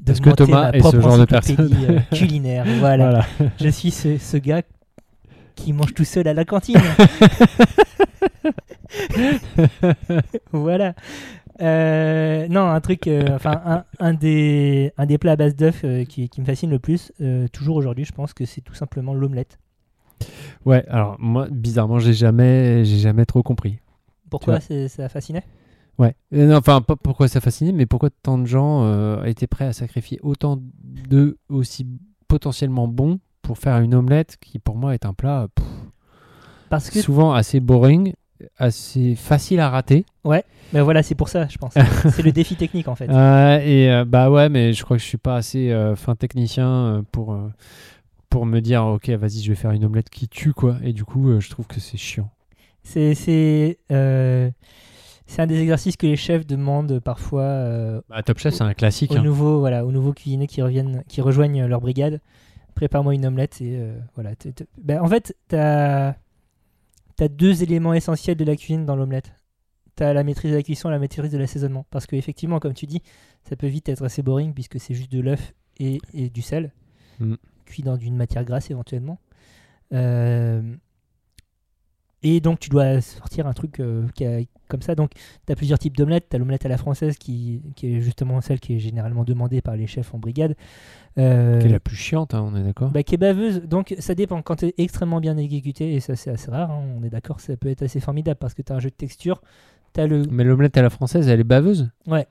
Speaker 1: Parce que
Speaker 2: d'augmenter
Speaker 1: Thomas
Speaker 2: ma
Speaker 1: est ce
Speaker 2: propre
Speaker 1: genre de
Speaker 2: encyclopédie,
Speaker 1: personne.
Speaker 2: euh, culinaire, voilà. Je suis ce, ce gars qui mange tout seul à la cantine. voilà. Euh, non, un truc, euh, enfin, un, un des, un des plats à base d'œufs euh, qui, qui me fascine le plus, euh, toujours aujourd'hui, je pense que c'est tout simplement l'omelette.
Speaker 1: Ouais, alors moi, bizarrement, j'ai jamais, j'ai jamais trop compris.
Speaker 2: Pourquoi
Speaker 1: vois.
Speaker 2: c'est- ça fascinait
Speaker 1: Ouais. Euh, non, Enfin, pas pourquoi ça fascinait, mais pourquoi tant de gens euh, étaient prêts à sacrifier autant d'eux aussi potentiellement bons pour faire une omelette qui, pour moi, est un plat euh, pff,
Speaker 2: Parce que
Speaker 1: souvent assez boring, assez facile à rater.
Speaker 2: Ben voilà, c'est pour ça, je pense. c'est le défi technique en fait.
Speaker 1: Euh, et euh, bah ouais, mais je crois que je suis pas assez euh, fin technicien euh, pour, euh, pour me dire, ok, vas-y, je vais faire une omelette qui tue, quoi. Et du coup, euh, je trouve que c'est chiant.
Speaker 2: C'est c'est euh, c'est un des exercices que les chefs demandent parfois euh,
Speaker 1: Bah, Top Chef, c'est un classique.
Speaker 2: aux
Speaker 1: hein.
Speaker 2: nouveaux voilà aux nouveaux cuisiniers qui reviennent, qui rejoignent euh, leur brigade. Prépare-moi une omelette et euh, voilà. t'es- t'es- ben, en fait, t'as as deux éléments essentiels de la cuisine dans l'omelette. T'as la maîtrise de la cuisson et la maîtrise de l'assaisonnement. Parce que effectivement, comme tu dis, ça peut vite être assez boring puisque c'est juste de l'œuf et, et du sel,
Speaker 1: Mm.
Speaker 2: cuit dans une matière grasse éventuellement. Euh, et donc tu dois sortir un truc euh, qui a- comme ça. Donc tu as plusieurs types d'omelettes. Tu as l'omelette à la française qui, qui est justement celle qui est généralement demandée par les chefs en brigade. Euh,
Speaker 1: Qui est la plus chiante, hein, on est d'accord
Speaker 2: bah, qui est baveuse. Donc ça dépend. Quand tu es extrêmement bien exécuté, et ça c'est assez rare, hein, on est d'accord, ça peut être assez formidable parce que tu as un jeu de texture. T'as le...
Speaker 1: Mais l'omelette à la française, elle est baveuse
Speaker 2: Ouais.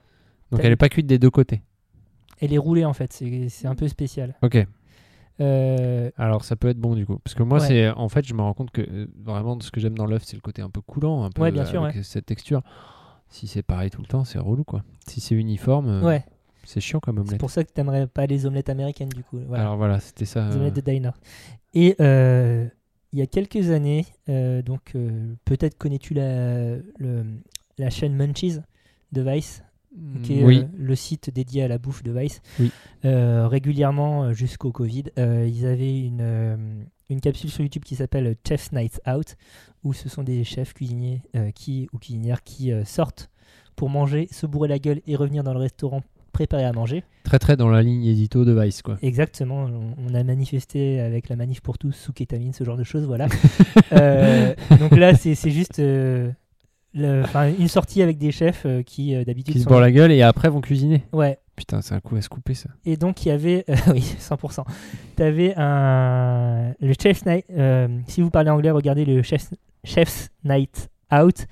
Speaker 1: Donc
Speaker 2: T'as-
Speaker 1: elle est pas cuite des deux côtés.
Speaker 2: Elle est roulée en fait, c'est c'est un peu spécial.
Speaker 1: Ok.
Speaker 2: Euh,
Speaker 1: Alors ça peut être bon du coup. Parce que moi,
Speaker 2: Ouais.
Speaker 1: c'est en fait, je me rends compte que euh, vraiment ce que j'aime dans l'œuf, c'est le côté un peu coulant, un peu
Speaker 2: Ouais, bien sûr,
Speaker 1: avec cette texture. Si c'est pareil tout le temps, c'est relou quoi. Si c'est uniforme, euh,
Speaker 2: ouais,
Speaker 1: c'est chiant comme
Speaker 2: c'est
Speaker 1: omelette.
Speaker 2: pour ça que t'aimerais pas les omelettes américaines du coup. Voilà.
Speaker 1: Alors voilà, c'était ça.
Speaker 2: Les
Speaker 1: euh,
Speaker 2: omelettes de diner. Et euh, il y a quelques années, euh, donc euh, peut-être connais-tu la, le- la chaîne Munchies de Vice, qui est
Speaker 1: oui.
Speaker 2: euh, le site dédié à la bouffe de Vice.
Speaker 1: Oui.
Speaker 2: Euh, régulièrement euh, jusqu'au Covid, euh, ils avaient une, euh, une capsule sur YouTube qui s'appelle Chef's Night Out, où ce sont des chefs cuisiniers euh, qui, ou cuisinières qui euh, sortent pour manger, se bourrer la gueule et revenir dans le restaurant préparé à manger.
Speaker 1: très très dans la ligne édito de Vice quoi.
Speaker 2: Exactement, on, on a manifesté avec la manif pour tous sous kétamine, ce genre de choses, voilà. Euh, donc là, c'est c'est juste euh, le- 'fin, une sortie avec des chefs euh, qui euh, d'habitude
Speaker 1: Qui se
Speaker 2: sont-
Speaker 1: bourrent la gueule et après vont cuisiner.
Speaker 2: Ouais,
Speaker 1: Putain, c'est un coup à se couper ça.
Speaker 2: et donc il y avait, euh, oui, 100%. T'avais un le chef's night. euh, si vous parlez anglais, regardez le chef's, Chef's night out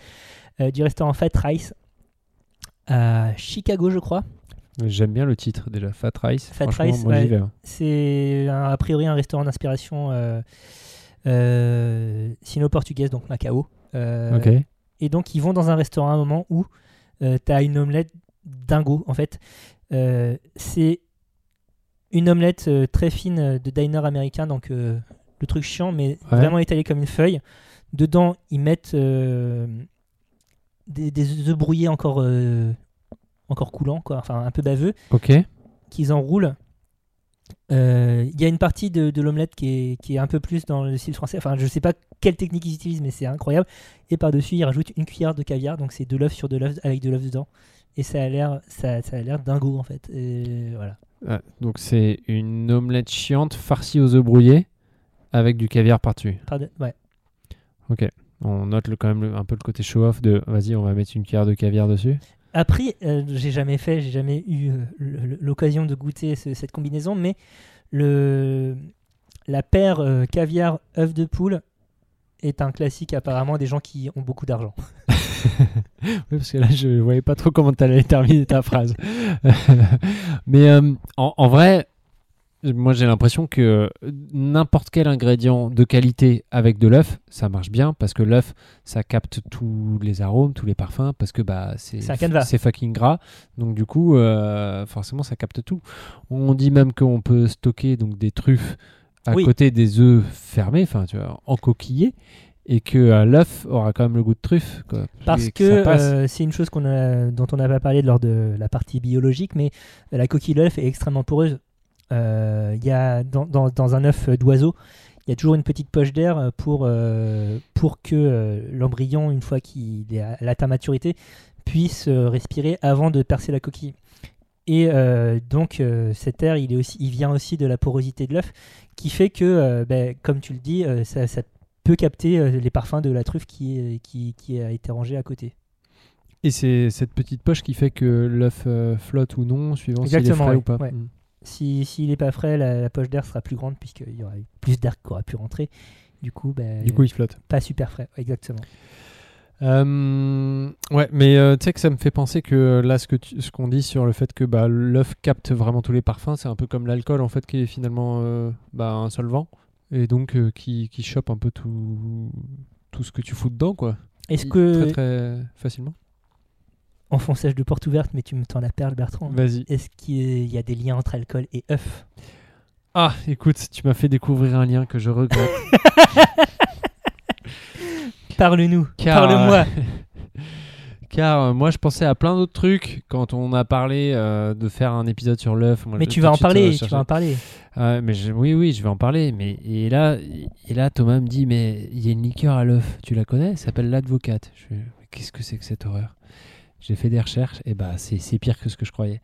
Speaker 2: euh, du restaurant Fat Rice à Chicago, je crois.
Speaker 1: J'aime bien le titre déjà, Fat Rice.
Speaker 2: Fat
Speaker 1: Franchement,
Speaker 2: Rice,
Speaker 1: moi j'y
Speaker 2: ouais.
Speaker 1: vais. hein.
Speaker 2: C'est un- a priori un restaurant d'inspiration euh, euh, sino-portugaise, donc Macao. Euh,
Speaker 1: Ok.
Speaker 2: Et donc, ils vont dans un restaurant à un moment où tu as une omelette dingo, en fait. Euh, c'est une omelette euh, très fine euh, de diner américain, donc euh, le truc chiant, mais
Speaker 1: Ouais.
Speaker 2: vraiment étalé comme une feuille. Dedans, ils mettent euh, des, des œufs brouillés encore, euh, encore coulants, quoi. enfin un peu baveux
Speaker 1: Ok.
Speaker 2: qu'ils enroulent. Euh, Il y a une partie de, de l'omelette qui est, qui est un peu plus dans le style français. Enfin, je sais pas quelle technique ils utilisent, mais c'est incroyable. Et par-dessus, ils rajoutent une cuillère de caviar. Donc, c'est de l'œuf sur de l'œuf avec de l'œuf dedans. Et ça a l'air ça, ça a l'air dingo, en fait. Et voilà.
Speaker 1: Ouais, donc c'est une omelette chiante farcie aux œufs brouillés avec du caviar par-dessus.
Speaker 2: Pardon- ouais.
Speaker 1: On note le, quand même le- un peu le côté show-off de vas-y, on va mettre une cuillère de caviar dessus.
Speaker 2: Après, euh, j'ai jamais fait, j'ai jamais eu euh, l- l'occasion de goûter ce- cette combinaison, mais le, la paire euh, caviar œuf de poule est un classique apparemment des gens qui ont beaucoup d'argent.
Speaker 1: Oui, parce que là, je voyais pas trop comment tu allais terminer ta phrase. Mais euh, en, en vrai, moi, j'ai l'impression que n'importe quel ingrédient de qualité avec de l'œuf, ça marche bien parce que l'œuf, ça capte tous les arômes, tous les parfums, parce que bah, c'est
Speaker 2: C'est un canevas.
Speaker 1: c'est fucking gras. Donc, du coup, euh, forcément, ça capte tout. On dit même qu'on peut stocker donc, des truffes à
Speaker 2: Oui.
Speaker 1: côté des œufs fermés, enfin, tu vois, en coquillé. Et que euh, l'œuf aura quand même le goût de truffe. Quoi.
Speaker 2: Parce
Speaker 1: Et
Speaker 2: que
Speaker 1: ça passe.
Speaker 2: euh, c'est une chose qu'on a- dont on n'a pas parlé lors de la partie biologique, mais la coquille de l'œuf est extrêmement poreuse. Euh, Il y a dans, dans- dans un œuf d'oiseau, il y a toujours une petite poche d'air pour, euh, pour que euh, l'embryon, une fois qu'il est à- atteint maturité, puisse euh, respirer avant de percer la coquille. Et euh, donc euh, cet air, il, est aussi, il vient aussi de la porosité de l'œuf, qui fait que, euh, ben, comme tu le dis, euh, ça, ça peut capter euh, les parfums de la truffe qui, est- qui, qui a été rangée à côté.
Speaker 1: Et c'est cette petite poche qui fait que l'œuf euh, flotte ou non, suivant s'il est
Speaker 2: Exactement,
Speaker 1: frais
Speaker 2: oui,
Speaker 1: ou pas.
Speaker 2: ouais.
Speaker 1: Mm.
Speaker 2: Si, s'il n'est pas frais, la, la poche d'air sera plus grande puisqu'il y aura eu plus d'air qui aura pu rentrer. Du coup, ben,
Speaker 1: Du coup, il flotte.
Speaker 2: pas super frais, exactement.
Speaker 1: Euh, ouais, mais euh, tu sais que ça me fait penser que euh, là, ce que tu- ce qu'on dit sur le fait que bah, l'œuf capte vraiment tous les parfums, c'est un peu comme l'alcool en fait, qui est finalement euh, bah, un solvant et donc euh, qui, qui chope un peu tout tout ce que tu fous dedans, quoi.
Speaker 2: Est-ce
Speaker 1: Il-
Speaker 2: que,
Speaker 1: très très facilement.
Speaker 2: enfonçage de porte ouverte, mais tu me tends la perle, Bertrand,
Speaker 1: Vas-y.
Speaker 2: est-ce qu'il y a des liens entre alcool et œuf
Speaker 1: Ah, écoute, tu m'as fait découvrir un lien que je regrette.
Speaker 2: Parle-nous,
Speaker 1: Car- euh,
Speaker 2: parle-moi.
Speaker 1: Car euh, moi, je pensais à plein d'autres trucs quand on a parlé euh, de faire un épisode sur l'œuf. Moi,
Speaker 2: Mais
Speaker 1: j'ai
Speaker 2: tu
Speaker 1: tout
Speaker 2: vas
Speaker 1: de
Speaker 2: en
Speaker 1: suite, euh,
Speaker 2: parler, tu
Speaker 1: cherché-
Speaker 2: vas en parler.
Speaker 1: Ah, mais je- oui, oui, je vais en parler. Mais et là, et là, Thomas me dit, mais il y a une liqueur à l'œuf. Tu la connais Elle s'appelle l'advocate. Je fais, mais qu'est-ce que c'est que cette horreur J'ai fait des recherches. Et bah, c'est c'est pire que ce que je croyais.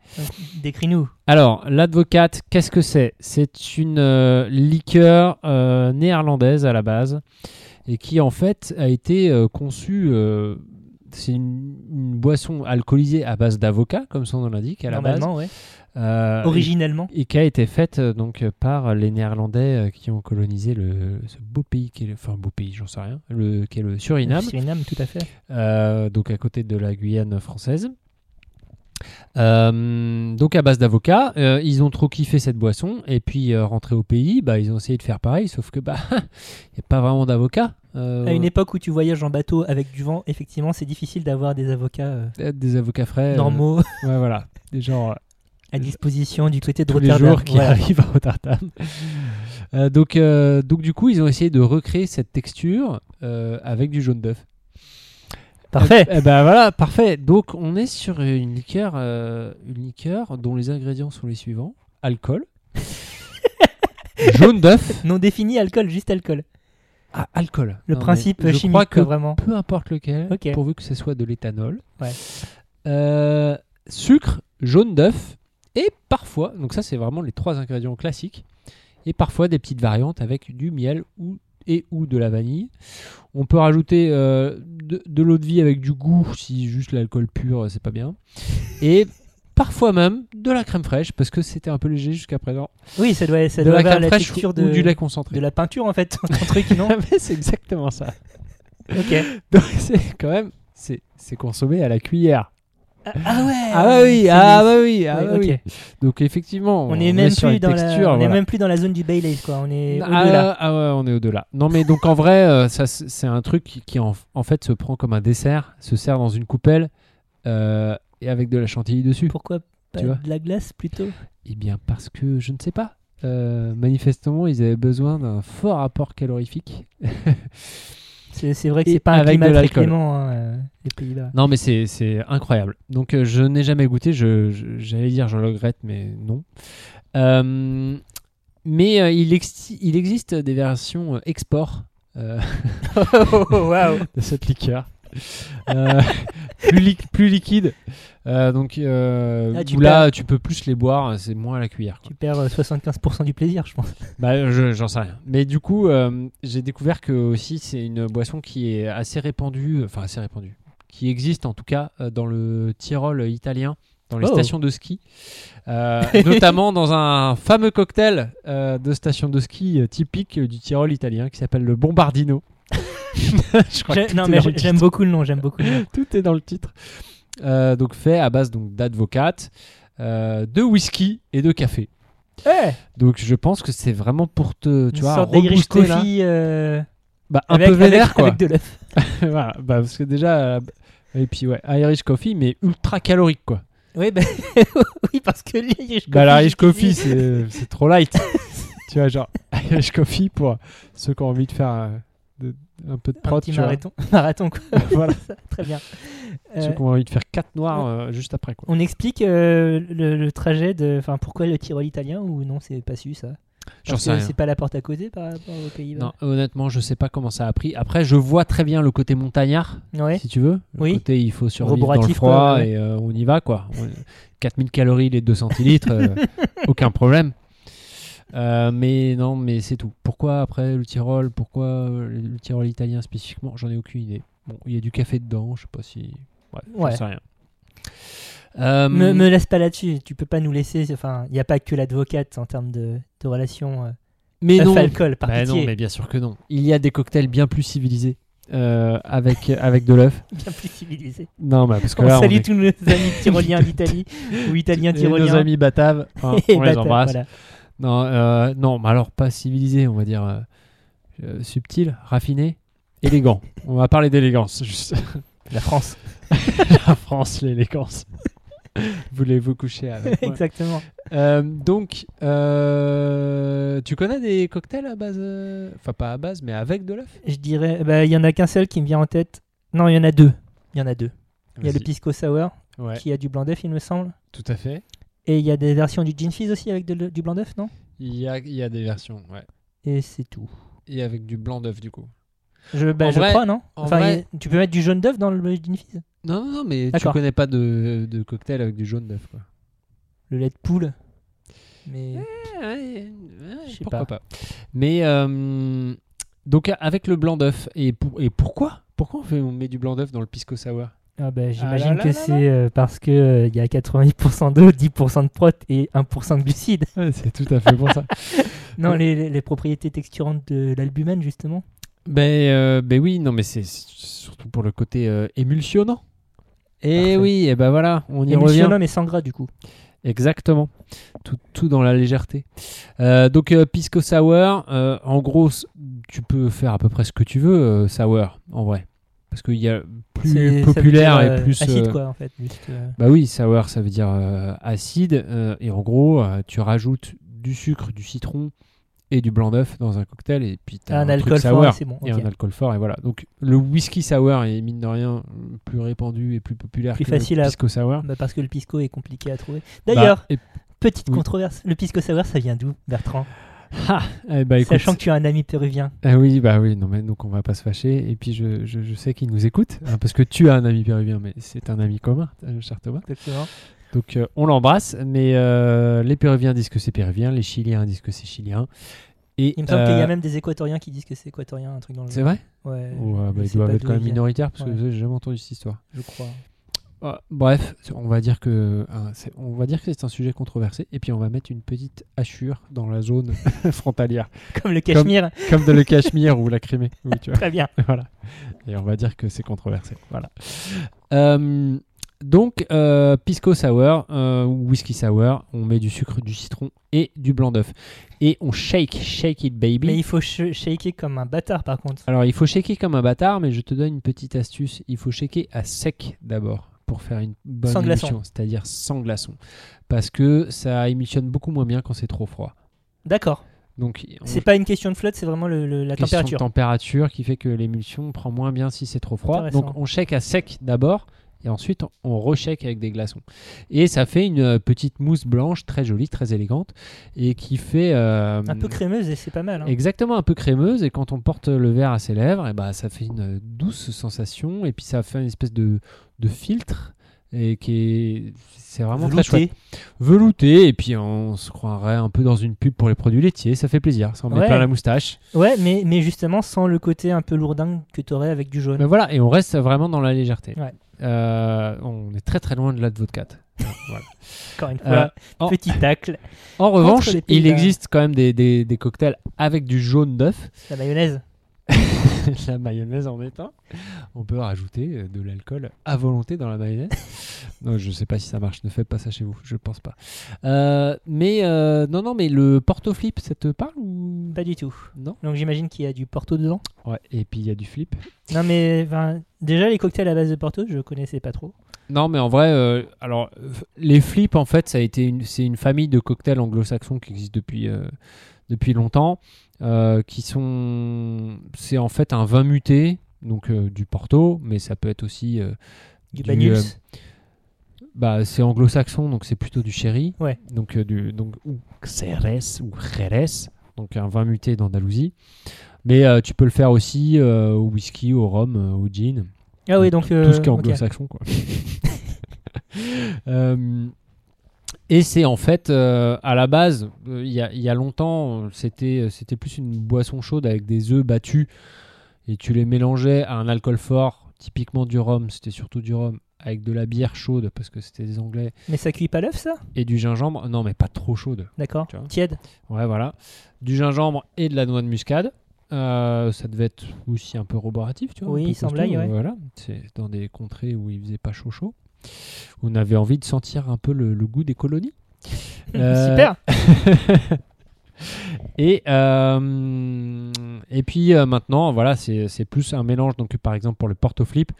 Speaker 2: Décris-nous.
Speaker 1: Alors, l'advocate, qu'est-ce que c'est C'est une euh, liqueur euh, néerlandaise à la base et qui en fait a été euh, conçue. euh, c'est une, une boisson alcoolisée à base d'avocat, comme son nom l'indique, à la base.
Speaker 2: Normalement, ouais.
Speaker 1: Euh,
Speaker 2: Originellement.
Speaker 1: Et, et qui a été faite euh, donc euh, par les Néerlandais euh, qui ont colonisé le, ce beau pays, qui est le, enfin beau pays, j'en sais rien, le, qui est le Suriname.
Speaker 2: Suriname, tout à fait.
Speaker 1: Euh, donc à côté de la Guyane française. Euh, donc à base d'avocats, euh, ils ont trop kiffé cette boisson et puis euh, rentrés au pays, bah, ils ont essayé de faire pareil, sauf que bah il n'y a pas vraiment d'avocats. euh,
Speaker 2: À une époque où tu voyages en bateau avec du vent, effectivement, c'est difficile d'avoir des avocats euh,
Speaker 1: des avocats frais. euh,
Speaker 2: normaux
Speaker 1: ouais voilà, des gens euh,
Speaker 2: à disposition du côté de
Speaker 1: tous les
Speaker 2: Rotterdam.
Speaker 1: jours qui
Speaker 2: Voilà.
Speaker 1: arrivent à Rotterdam. Euh, donc, euh, donc du coup, ils ont essayé de recréer cette texture euh, avec du jaune d'œuf.
Speaker 2: Parfait.
Speaker 1: Eh ben voilà, parfait. Donc on est sur une liqueur, euh, une liqueur dont les ingrédients sont les suivants alcool, jaune d'œuf,
Speaker 2: Non défini, alcool, juste alcool.
Speaker 1: ah, alcool.
Speaker 2: Le
Speaker 1: Non, mais
Speaker 2: principe euh,
Speaker 1: je
Speaker 2: chimique,
Speaker 1: crois que
Speaker 2: quoi, vraiment.
Speaker 1: peu importe lequel,
Speaker 2: Ok.
Speaker 1: pourvu que ce soit de l'éthanol.
Speaker 2: Ouais.
Speaker 1: Euh, sucre, jaune d'œuf et parfois, donc ça c'est vraiment les trois ingrédients classiques, et parfois des petites variantes avec du miel ou et ou de la vanille. On peut rajouter euh, de, de l'eau de vie avec du goût si juste l'alcool pur euh, c'est pas bien. Et parfois même de la crème fraîche parce que c'était un peu léger jusqu'à présent.
Speaker 2: Oui, ça doit, ça
Speaker 1: de
Speaker 2: doit
Speaker 1: la
Speaker 2: avoir
Speaker 1: crème
Speaker 2: la
Speaker 1: fraîche
Speaker 2: texture
Speaker 1: ou,
Speaker 2: de,
Speaker 1: ou du lait concentré.
Speaker 2: de la peinture en fait, ton truc, non
Speaker 1: Mais c'est exactement ça.
Speaker 2: Ok.
Speaker 1: Donc c'est quand même c'est c'est consommé à la cuillère.
Speaker 2: Ah, ah ouais.
Speaker 1: Ah bah oui,
Speaker 2: c'est-
Speaker 1: ah bah oui, ah
Speaker 2: ouais,
Speaker 1: bah oui.
Speaker 2: ok.
Speaker 1: Donc effectivement,
Speaker 2: On est même
Speaker 1: sur
Speaker 2: plus
Speaker 1: une
Speaker 2: dans la,
Speaker 1: texture,
Speaker 2: on est
Speaker 1: voilà.
Speaker 2: même plus dans la zone du Baileys quoi. On est
Speaker 1: Ah,
Speaker 2: au-delà.
Speaker 1: ah ouais, on est au-delà. Non, mais donc en vrai, euh, ça, c'est c'est un truc qui, qui en, en fait se prend comme un dessert, se sert dans une coupelle euh, et avec de la chantilly dessus.
Speaker 2: Pourquoi pas
Speaker 1: Tu vois
Speaker 2: de la glace plutôt
Speaker 1: Eh bien, parce que je ne sais pas. Euh, manifestement, ils avaient besoin d'un fort apport calorifique.
Speaker 2: C'est c'est vrai que
Speaker 1: Et
Speaker 2: c'est pas un
Speaker 1: avec
Speaker 2: climat
Speaker 1: de
Speaker 2: très
Speaker 1: l'alcool.
Speaker 2: clément hein, euh, les Pays-Bas.
Speaker 1: Non, mais c'est c'est incroyable. Donc, euh, je n'ai jamais goûté. je- je- J'allais dire, je le regrette, mais non. Euh, mais euh, il, exi- il existe des versions euh, export euh, Oh,
Speaker 2: Waouh.
Speaker 1: de cette liqueur. Euh, plus, li- plus liquide. Euh, donc, euh,
Speaker 2: Ah, tu
Speaker 1: où là, tu peux plus les boire, c'est moins à la cuillère. quoi.
Speaker 2: Tu perds euh, 75% du plaisir, je pense.
Speaker 1: Bah, je- j'en sais rien. Mais du coup, euh, j'ai découvert que aussi, c'est une boisson qui est assez répandue, enfin assez répandue, qui existe en tout cas euh, dans le Tyrol italien, dans les
Speaker 2: Oh.
Speaker 1: stations de ski, Euh, notamment dans un fameux cocktail euh, de station de ski euh, typique du Tyrol italien qui s'appelle le Bombardino. je crois que
Speaker 2: J'ai-
Speaker 1: tout
Speaker 2: Non
Speaker 1: est
Speaker 2: mais
Speaker 1: dans le
Speaker 2: j'ai- j'aime beaucoup le nom, j'aime beaucoup le nom.
Speaker 1: tout est dans le titre. Euh, donc fait à base donc d'advocate, euh, de whisky et de café.
Speaker 2: Eh,
Speaker 1: Donc je pense que c'est vraiment pour te, tu
Speaker 2: une
Speaker 1: vois,
Speaker 2: sorte d'Irish
Speaker 1: rebooster, là.
Speaker 2: coffee euh,
Speaker 1: Bah, un
Speaker 2: avec,
Speaker 1: peu vénère
Speaker 2: avec-
Speaker 1: quoi.
Speaker 2: avec de l'œuf.
Speaker 1: Voilà, bah, parce que déjà euh, et puis ouais, Irish coffee mais ultra calorique quoi.
Speaker 2: Oui, bah, oui, parce que l'Irish coffee.
Speaker 1: Bah l'Irish
Speaker 2: je te dis,
Speaker 1: coffee c'est c'est trop light. tu vois genre Irish coffee pour ceux qui ont envie de faire euh, de- un peu de
Speaker 2: un
Speaker 1: prod,
Speaker 2: petit
Speaker 1: tu vois.
Speaker 2: marathon, marathon quoi.
Speaker 1: Voilà.
Speaker 2: Ça, Très bien.
Speaker 1: ceux
Speaker 2: Euh,
Speaker 1: qui ont envie de faire quatre noirs euh, juste après quoi.
Speaker 2: on explique euh, le, le trajet de, enfin pourquoi le Tyrol italien ou non c'est pas su ça.
Speaker 1: J'en
Speaker 2: Parce
Speaker 1: sais
Speaker 2: que
Speaker 1: rien.
Speaker 2: C'est pas la porte à côté par rapport aux Pays-Bas.
Speaker 1: Non, honnêtement, je sais pas comment ça a pris. Après, je vois très bien le côté montagnard,
Speaker 2: Ouais.
Speaker 1: si tu veux. Le
Speaker 2: Oui.
Speaker 1: côté, il faut survivre dans le
Speaker 2: Roboratif,
Speaker 1: froid
Speaker 2: quoi, ouais.
Speaker 1: et euh, on y va, quoi. On- 4000 calories les 2 centilitres, euh, aucun problème. Euh, mais non, mais c'est tout. Pourquoi après le Tyrol Pourquoi euh, le Tyrol italien spécifiquement J'en ai aucune idée. Bon, il y a du café dedans, je sais pas si. Bref,
Speaker 2: Ouais.
Speaker 1: j'en sais rien. Euh,
Speaker 2: Me, me laisse pas là-dessus. Tu peux pas nous laisser. Enfin, il n'y a pas que l'advocate en termes de, de relations euh,
Speaker 1: mais non,
Speaker 2: œuf-alcool, par
Speaker 1: Bah non,
Speaker 2: pitié.
Speaker 1: mais bien sûr que non. Il y a des cocktails bien plus civilisés euh, avec, avec de l'œuf.
Speaker 2: Bien plus civilisé.
Speaker 1: Non, bah, parce que
Speaker 2: On
Speaker 1: là, on
Speaker 2: salue
Speaker 1: est-
Speaker 2: tous nos amis tyroliens d'Italie ou italiens
Speaker 1: Et nos
Speaker 2: tyroliens.
Speaker 1: amis bataves, hein,
Speaker 2: Et
Speaker 1: on les
Speaker 2: bâtards,
Speaker 1: embrasse.
Speaker 2: voilà.
Speaker 1: Non, euh, non, mais alors pas civilisé, on va dire euh, euh, subtil, raffiné, élégant. on va parler d'élégance, juste.
Speaker 2: La France.
Speaker 1: La France, l'élégance. Voulez-vous coucher avec moi
Speaker 2: Exactement.
Speaker 1: Euh, Donc, euh, tu connais des cocktails à base, euh, enfin pas à base, mais avec de l'œuf
Speaker 2: Je dirais, bah, il y en a qu'un seul qui me vient en tête. Non, il y en a deux. Il y en a deux. Il y a le
Speaker 1: Vas-y.
Speaker 2: Pisco Sour
Speaker 1: Ouais,
Speaker 2: qui a du blanc d'œuf, il me semble.
Speaker 1: tout à fait.
Speaker 2: Et il y a des versions du Gin Fizz aussi avec de- du blanc d'œuf, non
Speaker 1: Il y a, il y a des versions, ouais.
Speaker 2: Et c'est tout.
Speaker 1: Et avec du blanc d'œuf, du coup.
Speaker 2: Je, bah,
Speaker 1: En
Speaker 2: je
Speaker 1: vrai-
Speaker 2: crois, non
Speaker 1: en
Speaker 2: Enfin,
Speaker 1: vrai-
Speaker 2: il y a- tu peux mettre du jaune d'œuf dans le Gin Fizz
Speaker 1: Non, non, non, mais tu
Speaker 2: D'accord.
Speaker 1: connais pas de, de cocktail avec du jaune d'œuf, quoi.
Speaker 2: Le lait de poule. Mais
Speaker 1: Eh.
Speaker 2: Je sais
Speaker 1: pourquoi
Speaker 2: pas.
Speaker 1: pas. Mais, euh, donc, avec le blanc d'œuf, et, pour- et pourquoi Pourquoi on, fait, on met du blanc d'œuf dans le pisco sour
Speaker 2: Ah bah,
Speaker 1: là
Speaker 2: j'imagine
Speaker 1: là
Speaker 2: que
Speaker 1: là
Speaker 2: c'est euh, parce que euh, il y a 90% d'eau, 10% de prot et 1% de glucides.
Speaker 1: C'est tout à fait pour ça.
Speaker 2: Non,
Speaker 1: Ouais.
Speaker 2: les, les- les propriétés texturantes de l'albumène, justement.
Speaker 1: Ben, euh, ben oui, non, mais c'est c'est surtout pour le côté euh, émulsionnant. Et
Speaker 2: Parfait.
Speaker 1: oui, et ben voilà, on y revient.
Speaker 2: Émulsionnant mais sans gras, du coup.
Speaker 1: Exactement. Tout, tout dans la légèreté. Euh, donc, euh, Pisco Sour, euh, en gros, s- tu peux faire à peu près ce que tu veux, euh, Sour, en vrai. Parce qu'il y a plus
Speaker 2: C'est-
Speaker 1: populaire
Speaker 2: ça veut dire,
Speaker 1: et
Speaker 2: euh,
Speaker 1: plus.
Speaker 2: Acide,
Speaker 1: euh,
Speaker 2: quoi, en fait. juste, euh,
Speaker 1: Bah oui, sour, ça veut dire euh, acide. euh, et en gros, euh, tu rajoutes du sucre, du citron et du blanc d'œuf dans un cocktail. Et puis tu as
Speaker 2: un,
Speaker 1: un,
Speaker 2: alcool
Speaker 1: truc
Speaker 2: fort,
Speaker 1: sour.
Speaker 2: c'est bon.
Speaker 1: Et
Speaker 2: ok.
Speaker 1: un alcool fort, et voilà. Donc le whisky sour est mine de rien euh, plus répandu et plus populaire
Speaker 2: Plus
Speaker 1: que le
Speaker 2: facile à-
Speaker 1: pisco sour.
Speaker 2: Bah, parce que le pisco est compliqué à trouver. D'ailleurs,
Speaker 1: Bah, et-
Speaker 2: petite
Speaker 1: oui.
Speaker 2: controverse. Le pisco sour, ça vient d'où, Bertrand
Speaker 1: Ah, eh bah, écoute,
Speaker 2: Sachant que tu as un ami péruvien.
Speaker 1: ah oui, bah oui, non mais donc on va pas se fâcher. Et puis je, je, je sais qu'il nous écoute, hein, parce que tu as un ami péruvien, mais c'est un ami commun, euh, cher Thomas.
Speaker 2: Exactement.
Speaker 1: Donc euh, on l'embrasse, mais euh, les Péruviens disent que c'est Péruvien, les Chiliens disent que c'est Chilien. Et,
Speaker 2: Il me semble qu'il y
Speaker 1: euh,
Speaker 2: a même des Équatoriens qui disent que c'est Équatorien, un truc dans le
Speaker 1: C'est
Speaker 2: genre.
Speaker 1: vrai
Speaker 2: Ouais,
Speaker 1: Ou, euh,
Speaker 2: je
Speaker 1: bah, Ils
Speaker 2: sais pas
Speaker 1: doivent être
Speaker 2: d'où
Speaker 1: quand
Speaker 2: il
Speaker 1: même
Speaker 2: vient,
Speaker 1: minoritaires parce
Speaker 2: Ouais.
Speaker 1: que j'ai jamais entendu cette histoire.
Speaker 2: je crois.
Speaker 1: Ah, bref, on va dire que hein, c'est- on va dire que c'est un sujet controversé et puis on va mettre une petite hachure dans la zone frontalière,
Speaker 2: Comme le Cachemire, hein.
Speaker 1: comme dans le Cachemire ou la Crimée. Oui, tu vois.
Speaker 2: très bien.
Speaker 1: voilà. Et on va dire que c'est controversé. Voilà. Euh, donc, euh, Pisco Sour euh, ou Whisky Sour, on met du sucre, du citron et du blanc d'œuf. Et on shake, shake it baby.
Speaker 2: Mais il faut sh- shaker comme un bâtard par contre.
Speaker 1: Alors, il faut shaker comme un bâtard, mais je te donne une petite astuce. Il faut shaker à sec d'abord pour faire une bonne
Speaker 2: Sans glaçon.
Speaker 1: émulsion, c'est-à-dire sans glaçon. Parce que ça émulsionne beaucoup moins bien quand c'est trop froid.
Speaker 2: D'accord.
Speaker 1: Donc, on-
Speaker 2: C'est pas une question de flotte, c'est vraiment le- le- la
Speaker 1: question
Speaker 2: température.
Speaker 1: de température qui fait que l'émulsion prend moins bien si c'est trop froid.
Speaker 2: Intéressant.
Speaker 1: Donc on shake à sec d'abord et ensuite on- on reshake avec des glaçons. Et ça fait une euh, petite mousse blanche très jolie, très élégante et qui fait euh,
Speaker 2: Un peu crémeuse et c'est pas mal. hein.
Speaker 1: exactement un peu crémeuse. Et quand on porte le verre à ses lèvres, et bah, ça fait une euh, douce sensation et puis ça fait une espèce de, de filtre. Et qui est, c'est vraiment très
Speaker 2: Velouté.
Speaker 1: chouette velouté et puis on se croirait un peu dans une pub pour les produits laitiers ça fait plaisir ça en met
Speaker 2: Ouais.
Speaker 1: plein la moustache
Speaker 2: Ouais, mais, mais justement sans le côté un peu lourdingue que t'aurais avec du jaune.
Speaker 1: Mais Euh, voilà, et on reste vraiment dans la légèreté.
Speaker 2: Ouais.
Speaker 1: Euh, on est très très loin de la de votre 4. Voilà.
Speaker 2: Encore une fois,
Speaker 1: en-
Speaker 2: petit tacle.
Speaker 1: En revanche,
Speaker 2: les pays
Speaker 1: il
Speaker 2: bas.
Speaker 1: existe quand même des, des- des cocktails avec du jaune d'œuf,
Speaker 2: La mayonnaise.
Speaker 1: la mayonnaise en est un. On peut rajouter euh, de l'alcool à volonté dans la mayonnaise. non, je sais pas si ça marche, ne faites pas ça chez vous, je pense pas. Euh, mais euh, non, non, mais le portoflip, ça te parle ou
Speaker 2: Pas du tout.
Speaker 1: Non.
Speaker 2: Donc j'imagine qu'il y a du porto dedans.
Speaker 1: Ouais, et puis il y a du flip.
Speaker 2: Non mais enfin, déjà les cocktails à base de porto, je connaissais pas trop.
Speaker 1: Non, mais en vrai, euh, alors euh, les flips, en fait, ça a été une, c'est une famille de cocktails anglo-saxons qui existe depuis euh, depuis longtemps, euh, qui sont, c'est en fait un vin muté, donc euh, du Porto, mais ça peut être aussi, euh,
Speaker 2: Du,
Speaker 1: Du,
Speaker 2: Banyuls.
Speaker 1: euh, bah, c'est anglo-saxon, donc c'est plutôt du sherry,
Speaker 2: Ouais.
Speaker 1: donc euh, du donc ou xérès ou jerez, donc un vin muté d'Andalousie, mais euh, tu peux le faire aussi euh, au whisky, au rhum, euh, au gin.
Speaker 2: Ah oui, donc
Speaker 1: Tout-
Speaker 2: euh,
Speaker 1: tout ce qui est
Speaker 2: ok.
Speaker 1: anglo-saxon, quoi. Euh, et c'est en fait, euh, à la base, euh, il y, a- il y a longtemps, euh, c'était euh, c'était plus une boisson chaude avec des œufs battus et tu les mélangeais à un alcool fort, typiquement du rhum, c'était surtout du rhum, avec de la bière chaude parce que c'était des Anglais
Speaker 2: Mais ça cuit pas l'œuf ça
Speaker 1: et du gingembre. Non, mais pas trop chaude.
Speaker 2: D'accord.
Speaker 1: Tu vois.
Speaker 2: Tiède.
Speaker 1: Ouais, voilà. Du gingembre et de la noix de muscade. Euh, ça devait être aussi un peu roboratif, tu vois.
Speaker 2: Oui,
Speaker 1: un peu
Speaker 2: sans
Speaker 1: costaud,
Speaker 2: blague, ouais.
Speaker 1: Voilà, c'est dans des contrées où il faisait pas chaud chaud. On avait envie de sentir un peu le, le goût des colonies. Euh,
Speaker 2: Super.
Speaker 1: Et, euh, et puis euh, maintenant, voilà, c'est c'est plus un mélange. Donc, par exemple, pour le Porto Flip,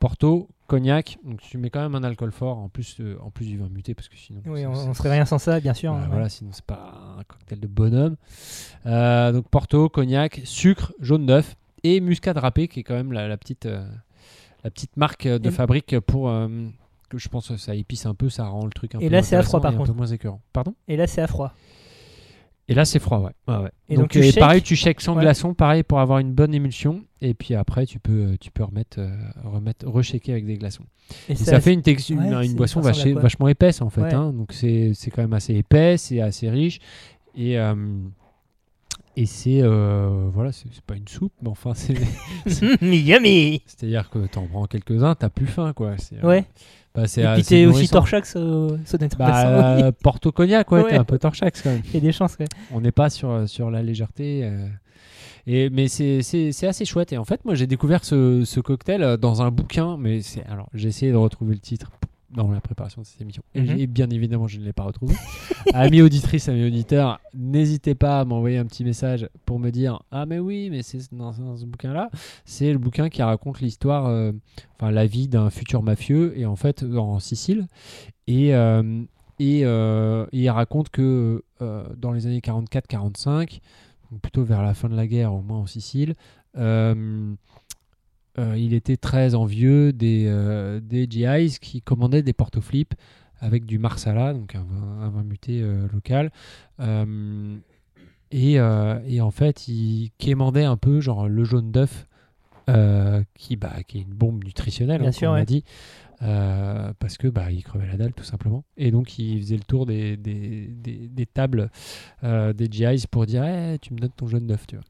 Speaker 1: Porto, cognac, donc tu mets quand même un alcool fort en plus, euh, en plus du vin muté parce que sinon.
Speaker 2: Oui,
Speaker 1: c'est-
Speaker 2: on,
Speaker 1: c'est-
Speaker 2: on serait rien sans ça, bien sûr.
Speaker 1: Voilà,
Speaker 2: hein,
Speaker 1: Bah, voilà, sinon c'est pas un cocktail de bonhomme. Euh, donc Porto, cognac, sucre, jaune d'œuf et muscade râpée qui est quand même la, la petite, euh, la petite marque euh, de
Speaker 2: Et-
Speaker 1: fabrique pour euh, que je pense que ça épice un peu, ça rend le truc un
Speaker 2: Et
Speaker 1: peu
Speaker 2: là, c'est à
Speaker 1: intéressant
Speaker 2: froid, par
Speaker 1: et un
Speaker 2: contre.
Speaker 1: peu moins écœurant. Pardon
Speaker 2: ouais. Et là, c'est à froid.
Speaker 1: Et là c'est froid, ouais. Ouais, ouais.
Speaker 2: Et donc,
Speaker 1: donc
Speaker 2: tu
Speaker 1: euh,
Speaker 2: shakes
Speaker 1: pareil, tu shakes sans
Speaker 2: Ouais.
Speaker 1: glaçon, pareil pour avoir une bonne émulsion et puis après tu peux, euh, tu peux remettre, euh, remettre, reshaker avec des glaçons.
Speaker 2: Et
Speaker 1: Et ça, fait une, texture,
Speaker 2: ouais,
Speaker 1: une- une
Speaker 2: c'est-
Speaker 1: boisson
Speaker 2: ça ressemble à
Speaker 1: vache-
Speaker 2: quoi
Speaker 1: vachement épaisse en fait.
Speaker 2: Ouais.
Speaker 1: hein. donc c'est c'est quand même assez épais, c'est assez riche. Et, euh, et c'est. euh, voilà, c'est c'est pas une soupe, mais enfin, c'est-
Speaker 2: Mmh, Yummy.
Speaker 1: c'est-à-dire que t'en prends quelques-uns, t'as plus faim quoi. C'est, euh,
Speaker 2: Ouais.
Speaker 1: bah, c'est
Speaker 2: Et puis
Speaker 1: assez
Speaker 2: t'es aussi
Speaker 1: nourrissant.
Speaker 2: torchax au saut
Speaker 1: Bah, euh, Porto Cognac, ouais,
Speaker 2: Ouais.
Speaker 1: t'es un peu torchax quand même.
Speaker 2: Il y a des chances. ouais.
Speaker 1: On n'est pas sur, sur la légèreté. euh. Et, mais c'est- c'est c'est assez chouette. Et en fait, moi, j'ai découvert ce, ce cocktail euh, dans un bouquin. Mais c'est alors, j'ai essayé de retrouver le titre dans la préparation de cette émission. Et
Speaker 2: Mhm.
Speaker 1: j'ai- bien évidemment, je ne l'ai pas retrouvé. amis auditrices, amis auditeurs, n'hésitez pas à m'envoyer un petit message pour me dire Ah, mais oui, mais c'est dans, dans ce bouquin-là. C'est le bouquin qui raconte l'histoire, euh, enfin, la vie d'un futur mafieux. Et en fait, en Sicile. Et. euh, et, euh, et il raconte que euh, dans les années 44-45, donc plutôt vers la fin de la guerre, au moins en Sicile, euh, euh, il était très envieux des, euh, des GIs qui commandaient des portoflips avec du marsala, donc un vin, un vin muté euh, local. Euh, et, euh, et en fait, il quémandait un peu genre le jaune d'œuf, euh, qui, bah, qui est une bombe nutritionnelle,
Speaker 2: Bien
Speaker 1: hein,
Speaker 2: sûr,
Speaker 1: on l'a
Speaker 2: ouais.
Speaker 1: dit, euh, parce que bah, il crevait la dalle tout simplement. Et donc il faisait le tour des, des, des- des tables euh, des GIs pour dire Eh, tu me donnes ton jeu de neuf, tu vois.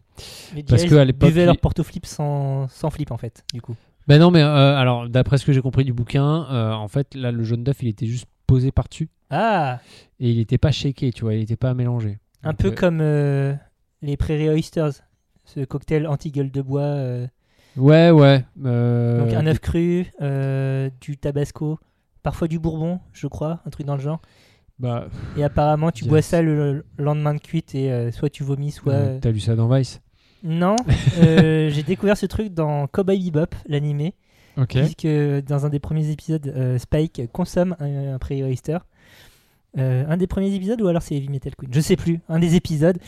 Speaker 2: Les
Speaker 1: Parce
Speaker 2: DJs
Speaker 1: que à l'époque,
Speaker 2: buvaient
Speaker 1: il-
Speaker 2: leur porte-flip sans, sans flip en fait, du coup.
Speaker 1: Ben non, mais euh, alors d'après ce que j'ai compris du bouquin, euh, en fait là le jeu de neuf il était juste posé par-dessus
Speaker 2: Ah,
Speaker 1: et il n'était pas shaké, tu vois, il n'était pas mélangé.
Speaker 2: un
Speaker 1: Donc,
Speaker 2: peu
Speaker 1: euh,
Speaker 2: comme euh, les Prairie Oysters, ce cocktail anti-gueule de bois. euh,
Speaker 1: Ouais, ouais. euh,
Speaker 2: donc un œuf cru, euh, du tabasco, parfois du bourbon, je crois, un truc dans le genre.
Speaker 1: bah,
Speaker 2: Et apparemment, tu
Speaker 1: Yes.
Speaker 2: bois ça le, le lendemain de cuite et euh, soit tu vomis, soit.
Speaker 1: euh,
Speaker 2: euh,
Speaker 1: T'as lu ça dans Vice
Speaker 2: Non, euh, j'ai découvert ce truc dans Cowboy Bebop, l'animé,
Speaker 1: Ok.
Speaker 2: puisque dans un des premiers épisodes, euh, Spike consomme un, un Prairie Oyster. Euh, un des premiers épisodes ou alors c'est Heavy Metal Queen, je sais plus, un des épisodes.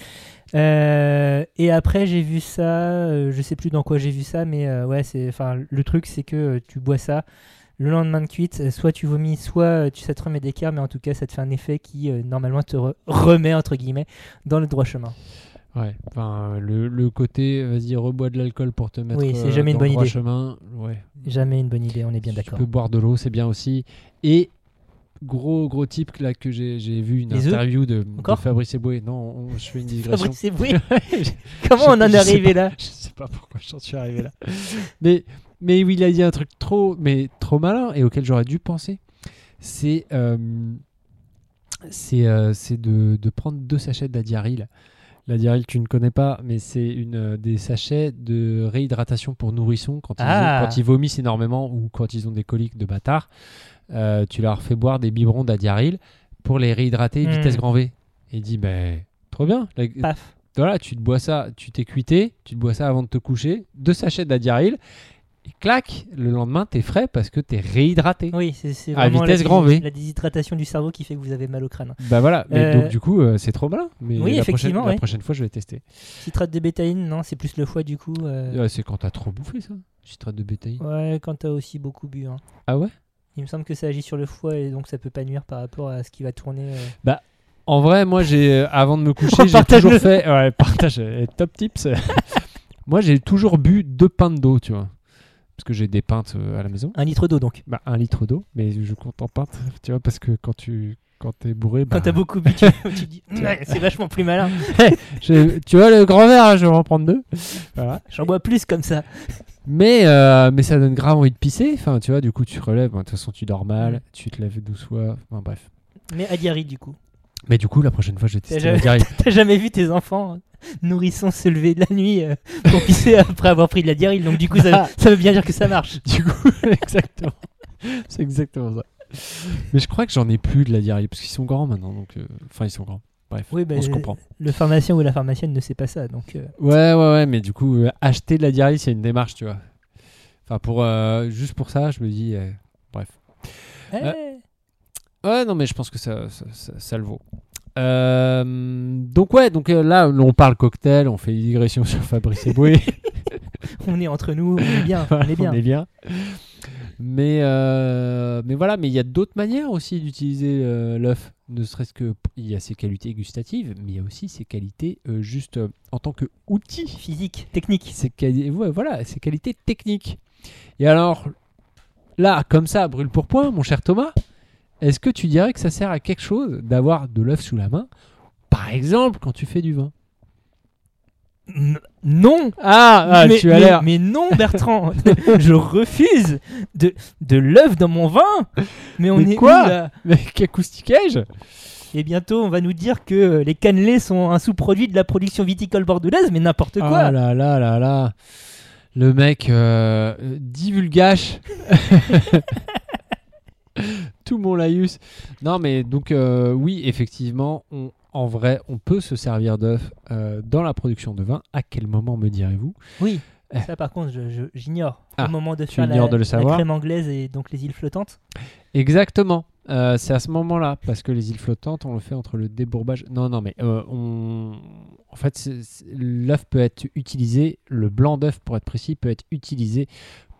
Speaker 2: Euh, et après j'ai vu ça, euh, je sais plus dans quoi j'ai vu ça, mais euh, ouais c'est, enfin le truc c'est que euh, tu bois ça le lendemain de cuite, euh, soit tu vomis, soit euh, tu ça te remet d'équerre, mais en tout cas ça te fait un effet qui euh, normalement te re- remet entre guillemets dans le droit chemin.
Speaker 1: Ouais. Enfin, le, le côté, vas-y, rebois de l'alcool pour te mettre
Speaker 2: Oui, c'est
Speaker 1: euh,
Speaker 2: jamais une
Speaker 1: dans le
Speaker 2: bonne
Speaker 1: droit
Speaker 2: idée.
Speaker 1: chemin. Ouais.
Speaker 2: Jamais une bonne idée, on est bien
Speaker 1: Si
Speaker 2: d'accord.
Speaker 1: Tu peux boire de l'eau, c'est bien aussi. Et gros gros type là que j'ai j'ai vu une
Speaker 2: Les œufs
Speaker 1: interview de, de
Speaker 2: Encore
Speaker 1: Fabrice Eboué. Non, on- je fais une digression.
Speaker 2: Fabrice Eboué Comment on en est
Speaker 1: Je sais
Speaker 2: arrivé
Speaker 1: pas-
Speaker 2: là
Speaker 1: Je sais pas pourquoi j'en suis arrivé là. mais mais oui, il a dit un truc trop mais trop malin et auquel j'aurais dû penser. C'est euh, c'est euh, c'est de, de prendre deux sachets de la diarrhée. La diarrhée, tu ne connais pas, mais c'est une euh, des sachets de réhydratation pour nourrissons quand ils,
Speaker 2: Ah.
Speaker 1: quand ils vomissent énormément ou quand ils ont des coliques de bâtard. euh, tu leur fais boire des biberons d'adiaril pour les réhydrater
Speaker 2: Hmm.
Speaker 1: vitesse grand V. Et il dit, ben, trop bien. La-
Speaker 2: Paf.
Speaker 1: voilà, tu te bois ça, tu t'es cuité, tu te bois ça avant de te coucher, deux sachets d'adiaril, et clac, le lendemain, t'es frais parce que t'es réhydraté.
Speaker 2: Oui, c'est c'est
Speaker 1: À
Speaker 2: vraiment
Speaker 1: vitesse
Speaker 2: la,
Speaker 1: grand V.
Speaker 2: la déshydratation du cerveau qui fait que vous avez mal au crâne.
Speaker 1: Bah voilà, mais
Speaker 2: Euh,
Speaker 1: donc du coup, euh, c'est trop malin. Mais
Speaker 2: oui,
Speaker 1: la prochaine,
Speaker 2: effectivement,
Speaker 1: la
Speaker 2: ouais.
Speaker 1: prochaine fois, je vais tester.
Speaker 2: Citrate de bétaïne, non, c'est plus le foie du coup. euh,
Speaker 1: Euh, c'est quand t'as trop bouffé, ça Citrate de bétail.
Speaker 2: Ouais, quand t'as aussi beaucoup bu. hein.
Speaker 1: Ah ouais
Speaker 2: Il me semble que ça agit sur le foie et donc ça peut pas nuire par rapport à ce qui va tourner. euh.
Speaker 1: En vrai, moi, j'ai euh, avant de me coucher, j'ai
Speaker 2: Partage-le.
Speaker 1: toujours fait. Ouais, partage. euh, Top tips. moi, j'ai toujours bu deux pintes d'eau, tu vois, parce que j'ai des pintes euh, à la maison.
Speaker 2: Un litre d'eau donc.
Speaker 1: Bah, un litre d'eau, mais je compte en pintes, tu vois, parce que quand tu quand t'es bourré,
Speaker 2: Quand
Speaker 1: bah,
Speaker 2: t'as beaucoup bu, tu, tu dis Ouais, c'est vachement plus malin.
Speaker 1: je- tu vois le grand verre, je vais en prendre deux. Voilà.
Speaker 2: J'en bois plus comme ça.
Speaker 1: Mais euh, mais ça donne grave envie de pisser. Enfin, tu vois, du coup, tu relèves. Bon, De toute façon, tu dors mal, tu te lèves douze fois. Enfin, bref.
Speaker 2: Mais à diarrhée du coup.
Speaker 1: Mais du coup, la prochaine fois, je vais tester la
Speaker 2: jamais-
Speaker 1: diarrhée.
Speaker 2: T'as jamais vu tes enfants euh, nourrissons se lever de la nuit euh, pour pisser après avoir pris de la diarrhée donc du coup ça, ça veut bien dire que ça marche.
Speaker 1: Du coup, exactement. C'est exactement ça. Mais je crois que j'en ai plus de la diarrhée parce qu'ils sont grands maintenant. Donc, euh, enfin, ils sont grands. Bref,
Speaker 2: Oui, bah,
Speaker 1: on se comprend.
Speaker 2: Le pharmacien ou la pharmacienne ne sait pas ça donc. euh,
Speaker 1: Ouais, ouais, ouais. Mais du coup, euh, acheter de la diarrhée, c'est une démarche, tu vois. Enfin, pour euh, juste pour ça, je me dis. euh, Ah.
Speaker 2: eh.
Speaker 1: Ouais, non, mais je pense que ça, ça, ça- ça le vaut. Euh, donc ouais, donc euh, là on parle cocktail, on fait une digression sur Fabrice Eboué,
Speaker 2: On est entre nous, on est bien, on est bien.
Speaker 1: on est bien. Mais euh, mais voilà, mais il y a d'autres manières aussi d'utiliser euh, l'œuf, ne serait-ce que p- il y a ses qualités gustatives, mais il y a aussi ses qualités euh, juste euh, en tant que outil,
Speaker 2: Physique, technique.
Speaker 1: ses quali- ouais, voilà, ses qualités techniques. Et alors là, comme ça, brûle pour point, mon cher Thomas, est-ce que tu dirais que ça sert à quelque chose d'avoir de l'œuf sous la main, par exemple quand tu fais du vin?
Speaker 2: Non
Speaker 1: Ah, ah,
Speaker 2: mais,
Speaker 1: tu as
Speaker 2: mais-
Speaker 1: l'air.
Speaker 2: mais non, Bertrand Je refuse de, de l'œuf dans mon vin Mais on
Speaker 1: Mais
Speaker 2: est
Speaker 1: quoi
Speaker 2: où, là
Speaker 1: Mais qu'acoustiquais-je
Speaker 2: Et bientôt, on va nous dire que euh, les cannelés sont un sous-produit de la production viticole bordelaise, mais n'importe quoi
Speaker 1: Ah là là là là. Le mec euh, euh, divulgache. Tout mon laïus. Non mais donc euh, oui, effectivement, on- en vrai, on peut se servir d'œufs euh, dans la production de vin. À quel moment me direz-vous
Speaker 2: Oui
Speaker 1: Eh.
Speaker 2: ça par contre, je- je- j'ignore.
Speaker 1: Ah,
Speaker 2: Au moment de
Speaker 1: tu
Speaker 2: faire la,
Speaker 1: ignores de le
Speaker 2: la
Speaker 1: savoir.
Speaker 2: crème anglaise et donc les îles flottantes.
Speaker 1: Exactement. Euh, c'est à ce moment-là, parce que les îles flottantes, on le fait entre le débourbage. Non, non, mais euh, on... en fait, c'est- c'est- l'œuf peut être utilisé, le blanc d'œuf pour être précis, peut être utilisé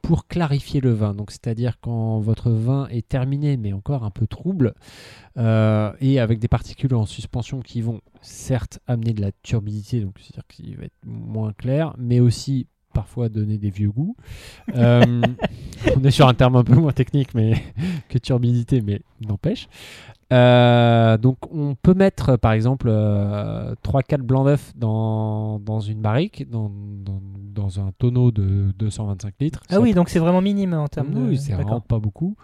Speaker 1: pour clarifier le vin. Donc, c'est-à-dire quand votre vin est terminé, mais encore un peu trouble, euh, et avec des particules en suspension qui vont certes amener de la turbidité, donc c'est-à-dire qu'il va être moins clair, mais aussi parfois donner des vieux goûts. Euh, on est sur un terme un peu moins technique mais que turbidité, mais n'empêche. Euh, donc on peut mettre par exemple 3-4 blancs d'œufs dans, dans une barrique, dans, dans, dans un tonneau de 225 litres.
Speaker 2: Ah oui, donc c'est vraiment minime en termes de.
Speaker 1: Oui, c'est
Speaker 2: D'accord.
Speaker 1: vraiment pas beaucoup.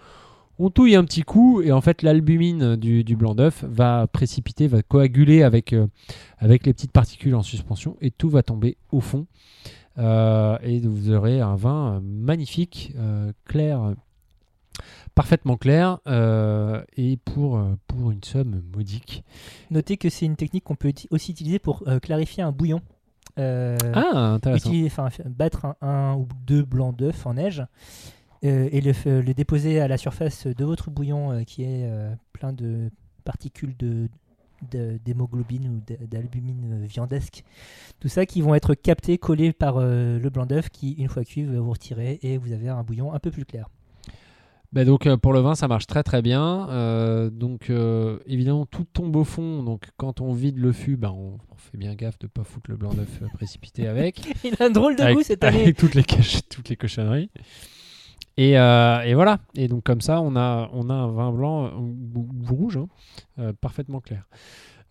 Speaker 1: On touille un petit coup et en fait l'albumine du, du blanc d'œuf va précipiter, va coaguler avec, euh, avec les petites particules en suspension et tout va tomber au fond. Euh, et vous aurez un vin euh, magnifique, euh, clair, euh, parfaitement clair euh, et pour, euh, pour une somme modique.
Speaker 2: Notez que c'est une technique qu'on peut uti- aussi utiliser pour euh, clarifier un bouillon. Euh,
Speaker 1: Ah, intéressant.
Speaker 2: utiliser- enfin, f- battre un, un ou deux blancs d'œufs en neige euh, et le, f- le déposer à la surface de votre bouillon euh, qui est euh, plein de particules de de- d'hémoglobine ou d'a- d'albumine euh, viandesque, tout ça qui vont être captés, collés par euh, le blanc d'œuf qui, une fois cuit, va vous retirer et vous avez un bouillon un peu plus clair.
Speaker 1: Bah donc euh, pour le vin ça marche très très bien. Euh, donc euh, évidemment tout tombe au fond. Donc quand on vide le fût, bah, on, on fait bien gaffe de pas foutre le blanc d'œuf euh, précipité avec.
Speaker 2: Il a un drôle de
Speaker 1: avec,
Speaker 2: goût cette année.
Speaker 1: avec toutes les cach- toutes les cochonneries. Et, euh, et voilà. Et donc comme ça on a on a un vin blanc euh, ou, ou rouge hein, euh, parfaitement clair.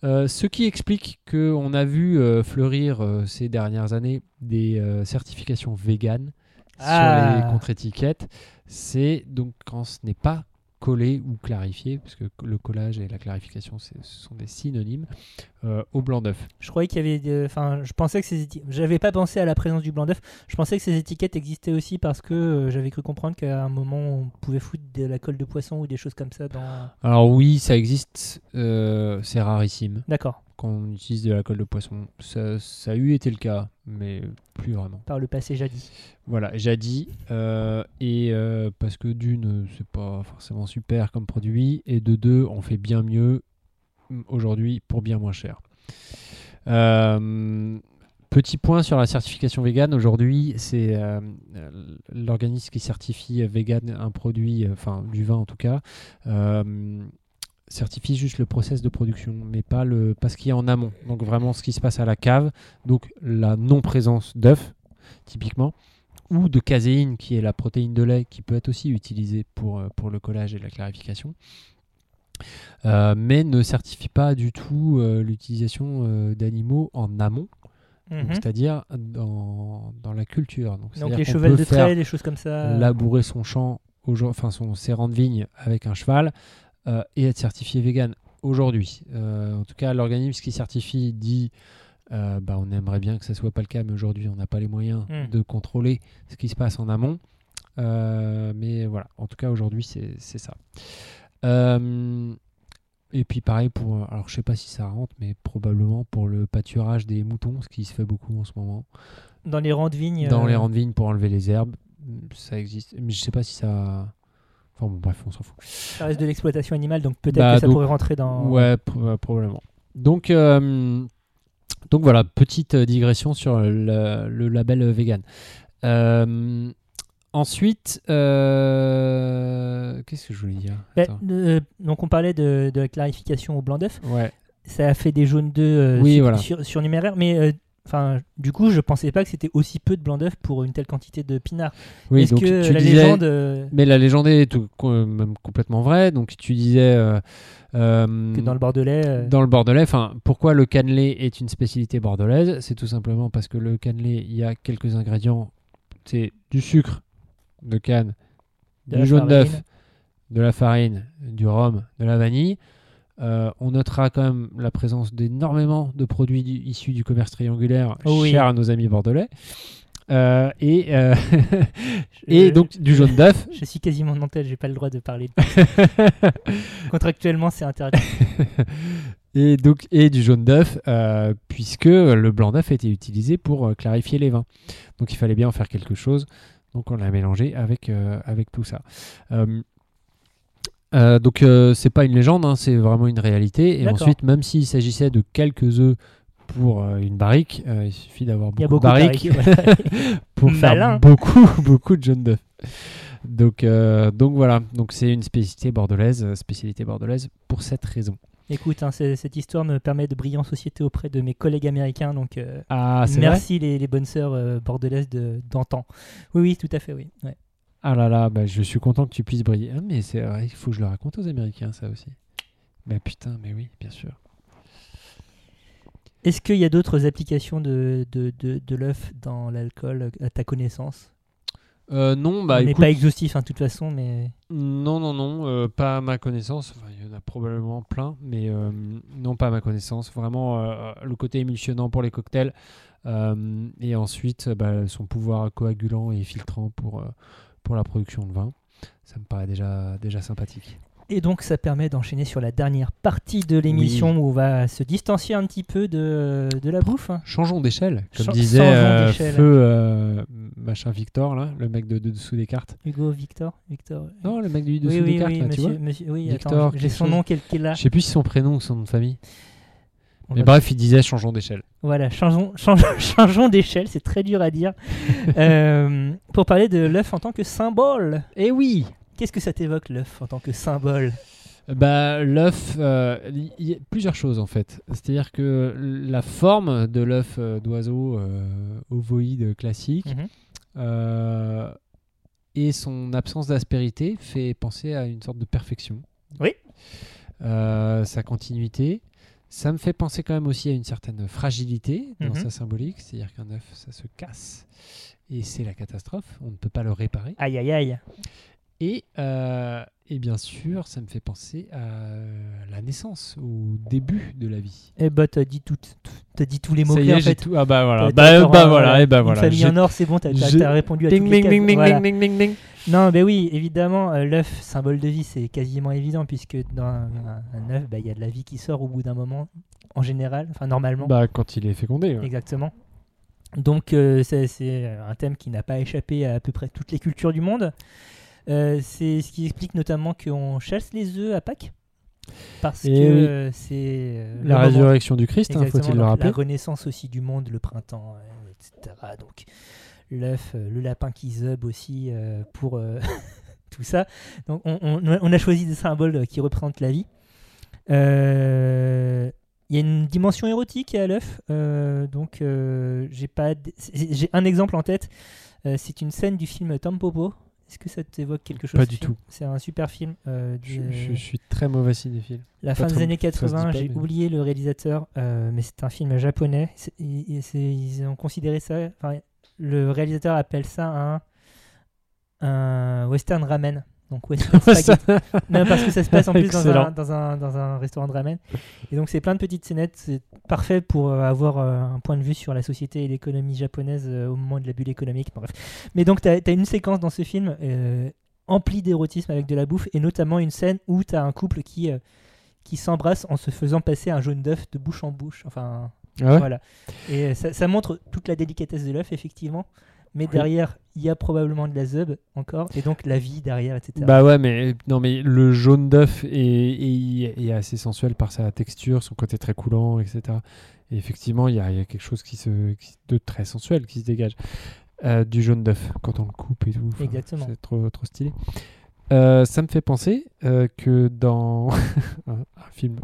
Speaker 1: Euh, ce qui explique que on a vu euh, fleurir euh, ces dernières années des euh, certifications véganes sur
Speaker 2: Ah.
Speaker 1: les contre-étiquettes, c'est donc quand ce n'est pas collé ou clarifié, parce que le collage et la clarification c'est- ce sont des synonymes, euh, au blanc d'œuf.
Speaker 2: Je croyais qu'il y avait. des- Enfin, je pensais que ces étiquettes. J'avais pas pensé à la présence du blanc d'œuf. Je pensais que ces étiquettes existaient aussi parce que euh, j'avais cru comprendre qu'à un moment on pouvait foutre de la colle de poisson ou des choses comme ça dans.
Speaker 1: Alors oui, ça existe, euh, c'est rarissime
Speaker 2: D'accord,
Speaker 1: quand on utilise de la colle de poisson. Ça, ça a eu été le cas, mais plus vraiment.
Speaker 2: par le passé jadis.
Speaker 1: Voilà, jadis, euh, et euh, parce que d'une, c'est pas forcément super comme produit, et de deux, on fait bien mieux mm, aujourd'hui pour bien moins cher. Euh, petit point sur la certification vegan, aujourd'hui, c'est euh, l'organisme qui certifie vegan un produit, euh, enfin du vin en tout cas, euh, certifie juste le process de production, mais pas, le, pas ce qu'il y a en amont, donc vraiment ce qui se passe à la cave, donc la non-présence d'œufs, typiquement ou de caséine, qui est la protéine de lait, qui peut être aussi utilisée pour, euh, pour le collage et la clarification, Euh, mais ne certifie pas du tout euh, l'utilisation euh, d'animaux en amont, donc
Speaker 2: Mhm.
Speaker 1: c'est-à-dire dans, dans la culture. Donc,
Speaker 2: Donc
Speaker 1: c'est-à-dire
Speaker 2: les
Speaker 1: qu'on
Speaker 2: chevals
Speaker 1: peut
Speaker 2: de
Speaker 1: faire
Speaker 2: trait, des choses comme ça.
Speaker 1: labourer son champ, aujourd- enfin son serrant de vigne avec un cheval euh, et être certifié vegan aujourd'hui. Euh, en tout cas, l'organisme qui certifie dit euh, bah, on aimerait bien que ça soit pas le cas, mais aujourd'hui on n'a pas les moyens
Speaker 2: Mm.
Speaker 1: de contrôler ce qui se passe en amont. Euh, mais voilà, en tout cas aujourd'hui c'est c'est ça. Euh, et puis pareil pour, alors je sais pas si ça rentre, mais probablement pour le pâturage des moutons, ce qui se fait beaucoup en ce moment
Speaker 2: Dans les rangs de vignes.
Speaker 1: dans
Speaker 2: euh,
Speaker 1: les rangs de vigne pour enlever les herbes. Ça existe, mais je sais pas si ça. Enfin bon, bref, on s'en fout.
Speaker 2: Ça reste de l'exploitation animale, donc peut-être
Speaker 1: Bah,
Speaker 2: que ça
Speaker 1: donc-
Speaker 2: pourrait rentrer dans.
Speaker 1: Ouais, pr- euh, probablement. Donc, euh, donc voilà, petite euh, digression sur le, le label euh, vegan. Euh, ensuite, euh, qu'est-ce que je voulais dire
Speaker 2: Bah,
Speaker 1: Attends.
Speaker 2: euh, donc on parlait de, de la clarification au blanc d'œuf.
Speaker 1: Ouais.
Speaker 2: ça a fait des jaunes d'œufs euh,
Speaker 1: Oui,
Speaker 2: sup-
Speaker 1: voilà.
Speaker 2: sur- surnuméraires, mais euh, enfin, du coup, je pensais pas que c'était aussi peu de blanc d'œuf pour une telle quantité de pinard.
Speaker 1: Oui,
Speaker 2: Est-ce
Speaker 1: donc
Speaker 2: que
Speaker 1: tu
Speaker 2: la
Speaker 1: disais-
Speaker 2: légende euh,
Speaker 1: Mais la légende est tout- co- euh, même complètement vraie. Donc tu disais. euh, euh,
Speaker 2: que dans le Bordelais, euh,
Speaker 1: Dans le Bordelais, enfin, pourquoi le cannelé est une spécialité bordelaise C'est tout simplement parce que le cannelé, il y a quelques ingrédients. C'est du sucre de canne,
Speaker 2: De
Speaker 1: du
Speaker 2: la
Speaker 1: jaune
Speaker 2: farine.
Speaker 1: d'œuf, de la farine, du rhum, de la vanille. Euh, on notera quand même la présence d'énormément de produits du- issus du commerce triangulaire,
Speaker 2: Oh oui.
Speaker 1: chers à nos amis bordelais. Euh, et euh,
Speaker 2: je-
Speaker 1: et donc du jaune d'œuf.
Speaker 2: je suis quasiment nantais, j'ai pas le droit de parler. de- Contractuellement, c'est interdit.
Speaker 1: Et donc et du jaune d'œuf, euh, puisque le blanc d'œuf était utilisé pour euh, clarifier les vins. Donc il fallait bien en faire quelque chose. Donc on l'a mélangé avec, euh, avec tout ça. Euh, euh, donc euh, c'est pas une légende, hein, c'est vraiment une réalité. Et
Speaker 2: D'accord.
Speaker 1: ensuite, même s'il s'agissait de quelques œufs pour euh, une barrique, euh, il suffit d'avoir
Speaker 2: Il y a
Speaker 1: beaucoup,
Speaker 2: beaucoup
Speaker 1: de barriques
Speaker 2: de barriques, voilà.
Speaker 1: pour
Speaker 2: Malin.
Speaker 1: faire beaucoup, beaucoup de jaunes d'œufs. Donc, euh, donc voilà, donc c'est une spécialité bordelaise, euh, spécialité bordelaise pour cette raison.
Speaker 2: Écoute, hein, c'est- cette histoire me permet de briller en société auprès de mes collègues américains, donc euh,
Speaker 1: Ah, c'est vrai
Speaker 2: merci les, les bonnes sœurs euh, bordelaises de- d'antan. Oui, oui, tout à fait, oui. Ouais.
Speaker 1: Ah là là, bah, je suis content que tu puisses briller. Ah, mais c'est vrai, il faut que je le raconte aux Américains, ça aussi. Bah putain, mais oui, bien sûr.
Speaker 2: Est-ce qu'il y a d'autres applications de, de, de- de l'œuf dans l'alcool à ta connaissance
Speaker 1: Euh, non, bah
Speaker 2: On n'est
Speaker 1: écoute,
Speaker 2: pas exhaustif, hein, de toute façon, mais
Speaker 1: non, non, non, euh, pas à ma connaissance. Enfin, il y en a probablement plein, mais euh, non, pas à ma connaissance. Vraiment, euh, le côté émulsionnant pour les cocktails. euh, et ensuite, euh, bah, son pouvoir coagulant et filtrant pour, euh, pour la production de vin. Ça me paraît déjà, déjà sympathique.
Speaker 2: Et donc ça permet d'enchaîner sur la dernière partie de l'émission où on va se distancier un petit peu de, de la bouffe. hein.
Speaker 1: Changeons d'échelle, comme
Speaker 2: Chan-
Speaker 1: disait
Speaker 2: changeons
Speaker 1: euh,
Speaker 2: d'échelle.
Speaker 1: feu euh, machin Victor, là, le mec de, de dessous des cartes.
Speaker 2: Hugo, Victor, Victor. euh,
Speaker 1: Non, le mec du dessous
Speaker 2: oui,
Speaker 1: des
Speaker 2: oui,
Speaker 1: cartes,
Speaker 2: oui,
Speaker 1: là, tu
Speaker 2: monsieur,
Speaker 1: vois.
Speaker 2: monsieur- oui,
Speaker 1: Victor,
Speaker 2: attends, j'ai
Speaker 1: quelque
Speaker 2: son
Speaker 1: chose.
Speaker 2: nom quel qu'il est là.
Speaker 1: Je sais plus si son prénom ou son nom de famille.
Speaker 2: On
Speaker 1: Mais
Speaker 2: va-
Speaker 1: bref, il disait changeons d'échelle.
Speaker 2: Voilà, changeons, changeons, changeons d'échelle, c'est très dur à dire. Euh, pour parler de l'œuf en tant que symbole.
Speaker 1: Eh oui
Speaker 2: Qu'est-ce que ça t'évoque l'œuf en tant que symbole
Speaker 1: Bah, l'œuf, euh, il y a plusieurs choses en fait. C'est-à-dire que la forme de l'œuf euh, d'oiseau euh, ovoïde classique euh, et son absence d'aspérité fait penser à une sorte de perfection.
Speaker 2: Oui.
Speaker 1: Euh, sa continuité. Ça me fait penser quand même aussi à une certaine fragilité dans
Speaker 2: Mhm.
Speaker 1: sa symbolique, c'est-à-dire qu'un œuf, ça se casse et c'est la catastrophe, on ne peut pas le réparer.
Speaker 2: Aïe aïe aïe.
Speaker 1: Et, euh, et bien sûr, ça me fait penser à euh, la naissance, au début de la vie.
Speaker 2: Eh bah t'as dit tout, t'as dit tous les mots
Speaker 1: ça y
Speaker 2: clés
Speaker 1: est,
Speaker 2: en
Speaker 1: j'ai
Speaker 2: fait.
Speaker 1: tout. Ah bah voilà,
Speaker 2: T'as-
Speaker 1: bah,
Speaker 2: t'as-
Speaker 1: bah,
Speaker 2: t'auras,
Speaker 1: voilà, et bah
Speaker 2: une
Speaker 1: voilà.
Speaker 2: famille
Speaker 1: j'ai-
Speaker 2: en or, c'est bon, t'as t'as-
Speaker 1: j'ai-
Speaker 2: t'as répondu à toutes
Speaker 1: Ding,
Speaker 2: les
Speaker 1: ding,
Speaker 2: cases,
Speaker 1: ding, ding,
Speaker 2: voilà.
Speaker 1: ding, ding, ding.
Speaker 2: Non, mais oui, évidemment, euh, l'œuf, symbole de vie, c'est quasiment évident, puisque dans un, un- un œuf, bah, il y a de la vie qui sort au bout d'un moment, en général, enfin normalement,
Speaker 1: Bah, quand il est fécondé. ouais.
Speaker 2: exactement. Donc euh, c'est c'est un thème qui n'a pas échappé à à peu près toutes les cultures du monde. Euh, c'est ce qui explique notamment qu'on chasse les œufs à Pâques, parce
Speaker 1: Eh
Speaker 2: que
Speaker 1: oui.
Speaker 2: euh, c'est... euh,
Speaker 1: La
Speaker 2: le moment-
Speaker 1: résurrection du Christ, hein,
Speaker 2: Exactement,
Speaker 1: faut-il le
Speaker 2: donc
Speaker 1: rappeler
Speaker 2: La renaissance aussi du monde, le printemps, euh, etc. Donc l'œuf, euh, le lapin qui zeub aussi euh, pour euh, tout ça. Donc on, on- on a choisi des symboles euh, qui représentent la vie. Euh, Il y a une dimension érotique à l'œuf. euh, donc euh, j'ai pas, d- c'est- j'ai un exemple en tête. Euh, c'est une scène du film Tampopo. Est-ce que ça t'évoque quelque chose
Speaker 1: Pas
Speaker 2: ce
Speaker 1: du
Speaker 2: film
Speaker 1: tout.
Speaker 2: C'est un super film. euh,
Speaker 1: Je,
Speaker 2: de-
Speaker 1: je suis très mauvais cinéphile.
Speaker 2: la
Speaker 1: Pas
Speaker 2: fin des
Speaker 1: trop- ça se
Speaker 2: années
Speaker 1: dit
Speaker 2: 80,
Speaker 1: pas,
Speaker 2: j'ai
Speaker 1: mais-
Speaker 2: oublié le réalisateur, euh, mais c'est un film japonais. C'est- Ils, ils- c'est- ils ont considéré ça. enfin, Le réalisateur appelle ça un, un western ramen. Donc western spaghetti. Non, parce que ça se passe en plus dans
Speaker 1: Excellent.
Speaker 2: un, dans, un, dans un restaurant de ramen. Et donc c'est plein de petites scénettes. C'est parfait pour euh, avoir euh, un point de vue sur la société et l'économie japonaise euh, au moment de la bulle économique. Bon, bref. Mais donc tu as, une séquence dans ce film euh, emplie d'érotisme avec de la bouffe et notamment une scène où tu as un couple qui... euh, qui s'embrasse en se faisant passer un jaune d'œuf de bouche en bouche. Enfin,
Speaker 1: Ah ouais
Speaker 2: voilà. Et euh, ça, ça montre toute la délicatesse de l'œuf, effectivement. Mais
Speaker 1: Oui.
Speaker 2: derrière, il y a probablement de la zeub encore, et donc la vie derrière, etc.
Speaker 1: Bah ouais, mais non, mais le jaune d'œuf est, est- est assez sensuel par sa texture, son côté très coulant, etc. Et effectivement, il y a, il y a quelque chose qui se, qui- de très sensuel qui se dégage euh, du jaune d'œuf quand on le coupe et tout. Enfin,
Speaker 2: Exactement.
Speaker 1: C'est trop, trop stylé. Euh, ça me fait penser euh, que dans un, un film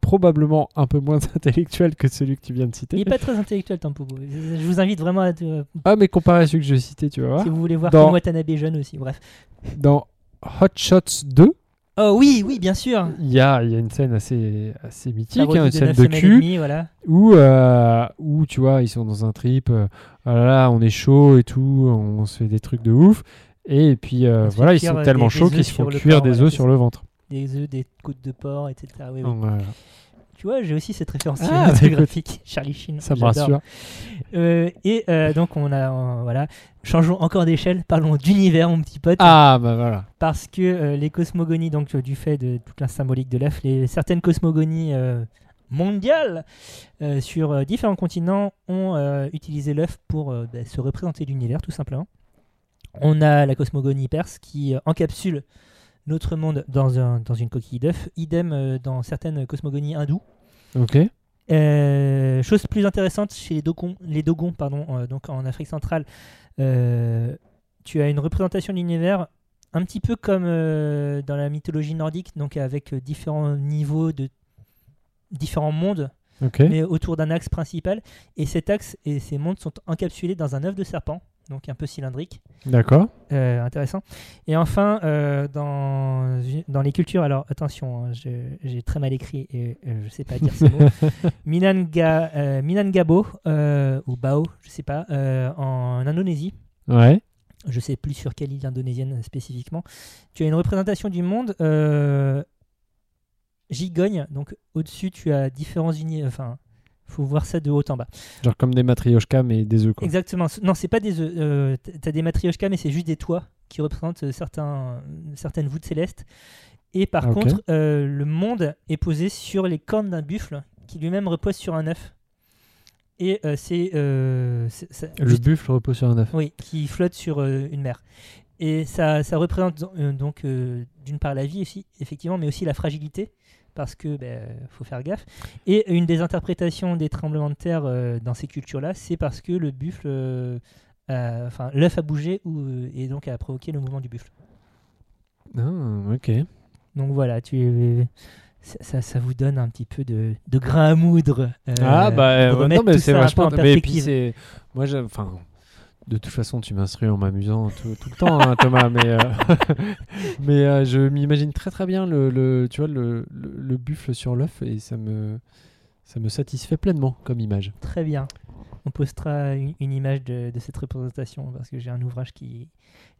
Speaker 1: probablement un peu moins intellectuel que celui que tu viens de
Speaker 2: il
Speaker 1: citer.
Speaker 2: n'est pas très intellectuel, Tampopo. Je je vous invite vraiment à. euh,
Speaker 1: Ah, mais comparé à celui que je citais, tu vas voir.
Speaker 2: si vous voulez voir
Speaker 1: Dans-
Speaker 2: Kim Watanabe jeune aussi, bref.
Speaker 1: Dans Hot Shots 2,
Speaker 2: Oh oui, oui, bien sûr
Speaker 1: il y a, il y a une scène assez, assez mythique,
Speaker 2: La
Speaker 1: hein, une
Speaker 2: revue
Speaker 1: scène
Speaker 2: neuf
Speaker 1: de
Speaker 2: semaines et
Speaker 1: cul.
Speaker 2: demie, voilà.
Speaker 1: où, euh, où tu vois, ils sont dans un trip, euh, ah là là, on est chaud et tout, on se fait des trucs de ouf. Et puis euh,
Speaker 2: On se fait
Speaker 1: voilà, ils
Speaker 2: cuire,
Speaker 1: sont
Speaker 2: euh,
Speaker 1: tellement
Speaker 2: des- des
Speaker 1: chauds
Speaker 2: œufs
Speaker 1: qu'ils se font
Speaker 2: sur le
Speaker 1: cuire
Speaker 2: corps,
Speaker 1: des
Speaker 2: voilà,
Speaker 1: œufs
Speaker 2: c'est
Speaker 1: sur
Speaker 2: ça.
Speaker 1: le ventre. euh,
Speaker 2: Des œufs, des côtes de porc, etc. Oui, Ah, oui.
Speaker 1: Voilà.
Speaker 2: Tu vois, j'ai aussi cette référence
Speaker 1: Oh. Ah,
Speaker 2: cinématographique. Charlie Sheen.
Speaker 1: ça me
Speaker 2: j'adore.
Speaker 1: rassure.
Speaker 2: Euh, et euh, donc on a euh, voilà, changeons encore d'échelle, parlons d'univers mon petit pote,
Speaker 1: Ah bah voilà.
Speaker 2: parce que euh, les cosmogonies donc euh, du fait de toute la symbolique de l'œuf, les certaines cosmogonies euh, mondiales euh, sur euh, différents continents ont euh, utilisé l'œuf pour euh, bah, se représenter l'univers tout simplement. On a la cosmogonie perse qui euh, encapsule notre monde dans, un, dans une coquille d'œuf, idem euh, dans certaines cosmogonies hindoues.
Speaker 1: Ok.
Speaker 2: Euh, chose plus intéressante chez les Dogons, les Dogons pardon, euh, donc en Afrique centrale, euh, tu as une représentation de l'univers un petit peu comme euh, dans la mythologie nordique, donc avec euh, différents niveaux de différents mondes,
Speaker 1: Ok.
Speaker 2: mais autour d'un axe principal. Et cet axe et ces mondes sont encapsulés dans un œuf de serpent, donc un peu cylindrique.
Speaker 1: D'accord.
Speaker 2: Euh, intéressant. Et enfin, euh, dans, dans les cultures, alors attention, hein, je- j'ai très mal écrit et euh, je sais pas dire ce mot. Minanga, euh, Minangabo, euh, ou Bao, je sais pas, euh, en Indonésie.
Speaker 1: Ouais.
Speaker 2: Je sais plus sur quelle île indonésienne euh, spécifiquement. Tu as une représentation du monde. euh, gigogne, donc au-dessus, tu as différents unis. Enfin, faut voir ça de haut en bas.
Speaker 1: Genre comme des matrioshkas mais des œufs quoi.
Speaker 2: Exactement. C- Non, c'est pas des. œufs, Euh, t- T'as des matrioshkas, mais c'est juste des toits qui représentent euh, certains, certaines voûtes célestes. Et par
Speaker 1: Ah, ok.
Speaker 2: contre, euh, le monde est posé sur les cornes d'un buffle qui lui-même repose sur un œuf. Et euh, c'est. euh, c'est- ça-
Speaker 1: Le buffle repose sur un œuf.
Speaker 2: oui, qui flotte sur euh, une mer. Et ça, ça représente euh, donc euh, d'une part la vie aussi, effectivement, mais aussi la fragilité, parce que ben, faut faire gaffe. Et une des interprétations des tremblements de terre euh, dans ces cultures-là, c'est parce que le buffle, euh, a- enfin l'œuf a bougé ou, euh, et donc a provoqué le mouvement du buffle.
Speaker 1: Ah, ok.
Speaker 2: Donc voilà, tu, ça, ça, ça vous donne un petit peu de, de grain à moudre. euh,
Speaker 1: ah bah euh,
Speaker 2: pour
Speaker 1: non
Speaker 2: remettre
Speaker 1: mais
Speaker 2: tout
Speaker 1: c'est
Speaker 2: ça un peu
Speaker 1: vachement.
Speaker 2: en
Speaker 1: Mais puis
Speaker 2: perspective.
Speaker 1: c'est moi j'aime- enfin. De toute façon, tu m'instruis en m'amusant tout, tout le temps, hein, Thomas. Mais, euh, mais euh, je m'imagine très très bien le, le- tu vois le, le, le buffle sur l'œuf et ça me ça me satisfait pleinement comme image.
Speaker 2: Très bien. On postera une, une image de, de cette représentation parce que j'ai un ouvrage qui.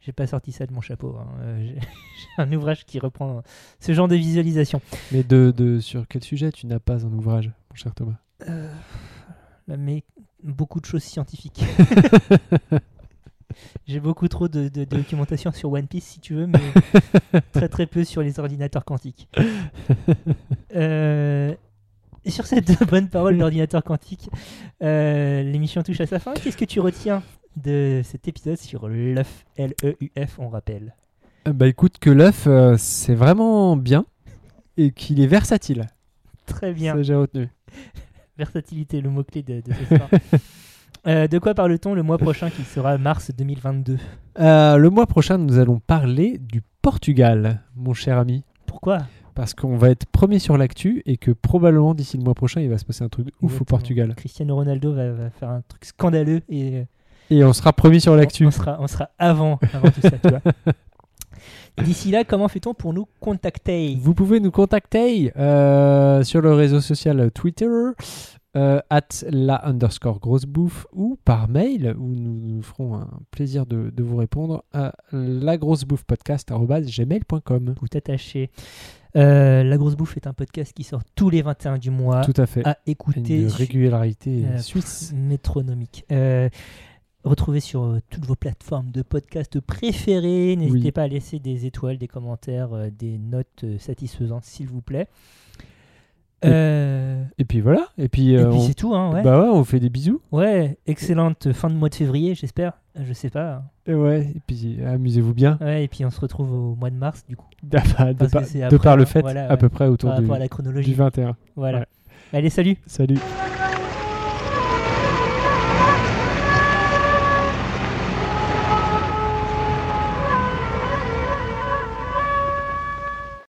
Speaker 2: J'ai pas sorti ça de mon chapeau. hein. Euh, j'ai j'ai un ouvrage qui reprend ce genre de visualisation.
Speaker 1: Mais de, de sur quel sujet tu n'as pas un ouvrage, mon cher Thomas
Speaker 2: Euh, Bah, mais beaucoup de choses scientifiques. j'ai beaucoup trop de, de- de documentation sur One Piece si tu veux, mais très très peu sur les ordinateurs quantiques. Euh, et sur cette bonne parole d'ordinateur quantique, euh, l'émission touche à sa fin. Qu'est-ce que tu retiens de cet épisode sur E l'œuf L-E-U-F, on rappelle
Speaker 1: Euh, Bah écoute, que l'œuf, euh, c'est vraiment bien et qu'il est versatile.
Speaker 2: Très bien.
Speaker 1: Ça, j'ai retenu.
Speaker 2: Versatilité, le mot-clé de, de ce soir. Euh, de quoi parle-t-on le mois prochain qui sera mars 2022
Speaker 1: Euh, le mois prochain, nous allons parler du Portugal, mon cher ami.
Speaker 2: Pourquoi
Speaker 1: Parce qu'on va être premier sur l'actu et que probablement d'ici le mois prochain, il va se passer un truc de ouf au
Speaker 2: Exactement.
Speaker 1: Portugal.
Speaker 2: Cristiano Ronaldo va, va faire un truc scandaleux et euh,
Speaker 1: Et on sera premier sur
Speaker 2: on,
Speaker 1: l'actu.
Speaker 2: on sera, on sera avant, avant tout ça, tu vois. D'ici là, comment fait-on pour nous contacter
Speaker 1: Vous pouvez nous contacter euh, sur le réseau social Twitter, euh, at la underscore grosse bouffe, ou par mail, où nous nous ferons un plaisir de, de vous répondre à la grosse bouffe gmail.com.
Speaker 2: Tout attaché. Euh, la grosse bouffe est un podcast qui sort tous les 21 du mois
Speaker 1: Tout à fait.
Speaker 2: Ah, à
Speaker 1: Une
Speaker 2: écouter sur-
Speaker 1: régularité
Speaker 2: euh,
Speaker 1: suisse.
Speaker 2: métronomique. Euh, retrouvez sur euh, toutes vos plateformes de podcast préférées. N'hésitez
Speaker 1: Oui.
Speaker 2: pas à laisser des étoiles, des commentaires, euh, des notes euh, satisfaisantes, s'il vous plaît.
Speaker 1: Et-
Speaker 2: Euh,
Speaker 1: Et puis voilà. Et puis,
Speaker 2: et
Speaker 1: euh,
Speaker 2: puis
Speaker 1: on-
Speaker 2: c'est tout, hein, ouais.
Speaker 1: bah ouais, on fait des bisous.
Speaker 2: Ouais, excellente fin de mois de février, j'espère. Je sais pas.
Speaker 1: Et ouais. Et puis amusez-vous bien.
Speaker 2: Ouais, et puis on se retrouve au mois de mars, du coup,
Speaker 1: De, par- de
Speaker 2: Parce que
Speaker 1: par-
Speaker 2: c'est
Speaker 1: de
Speaker 2: après,
Speaker 1: par le
Speaker 2: hein,
Speaker 1: fait,
Speaker 2: voilà,
Speaker 1: à
Speaker 2: ouais.
Speaker 1: peu près autour
Speaker 2: par
Speaker 1: du,
Speaker 2: rapport à la
Speaker 1: du
Speaker 2: chronologie.
Speaker 1: 21.
Speaker 2: Voilà.
Speaker 1: ouais.
Speaker 2: Allez, salut
Speaker 1: Salut.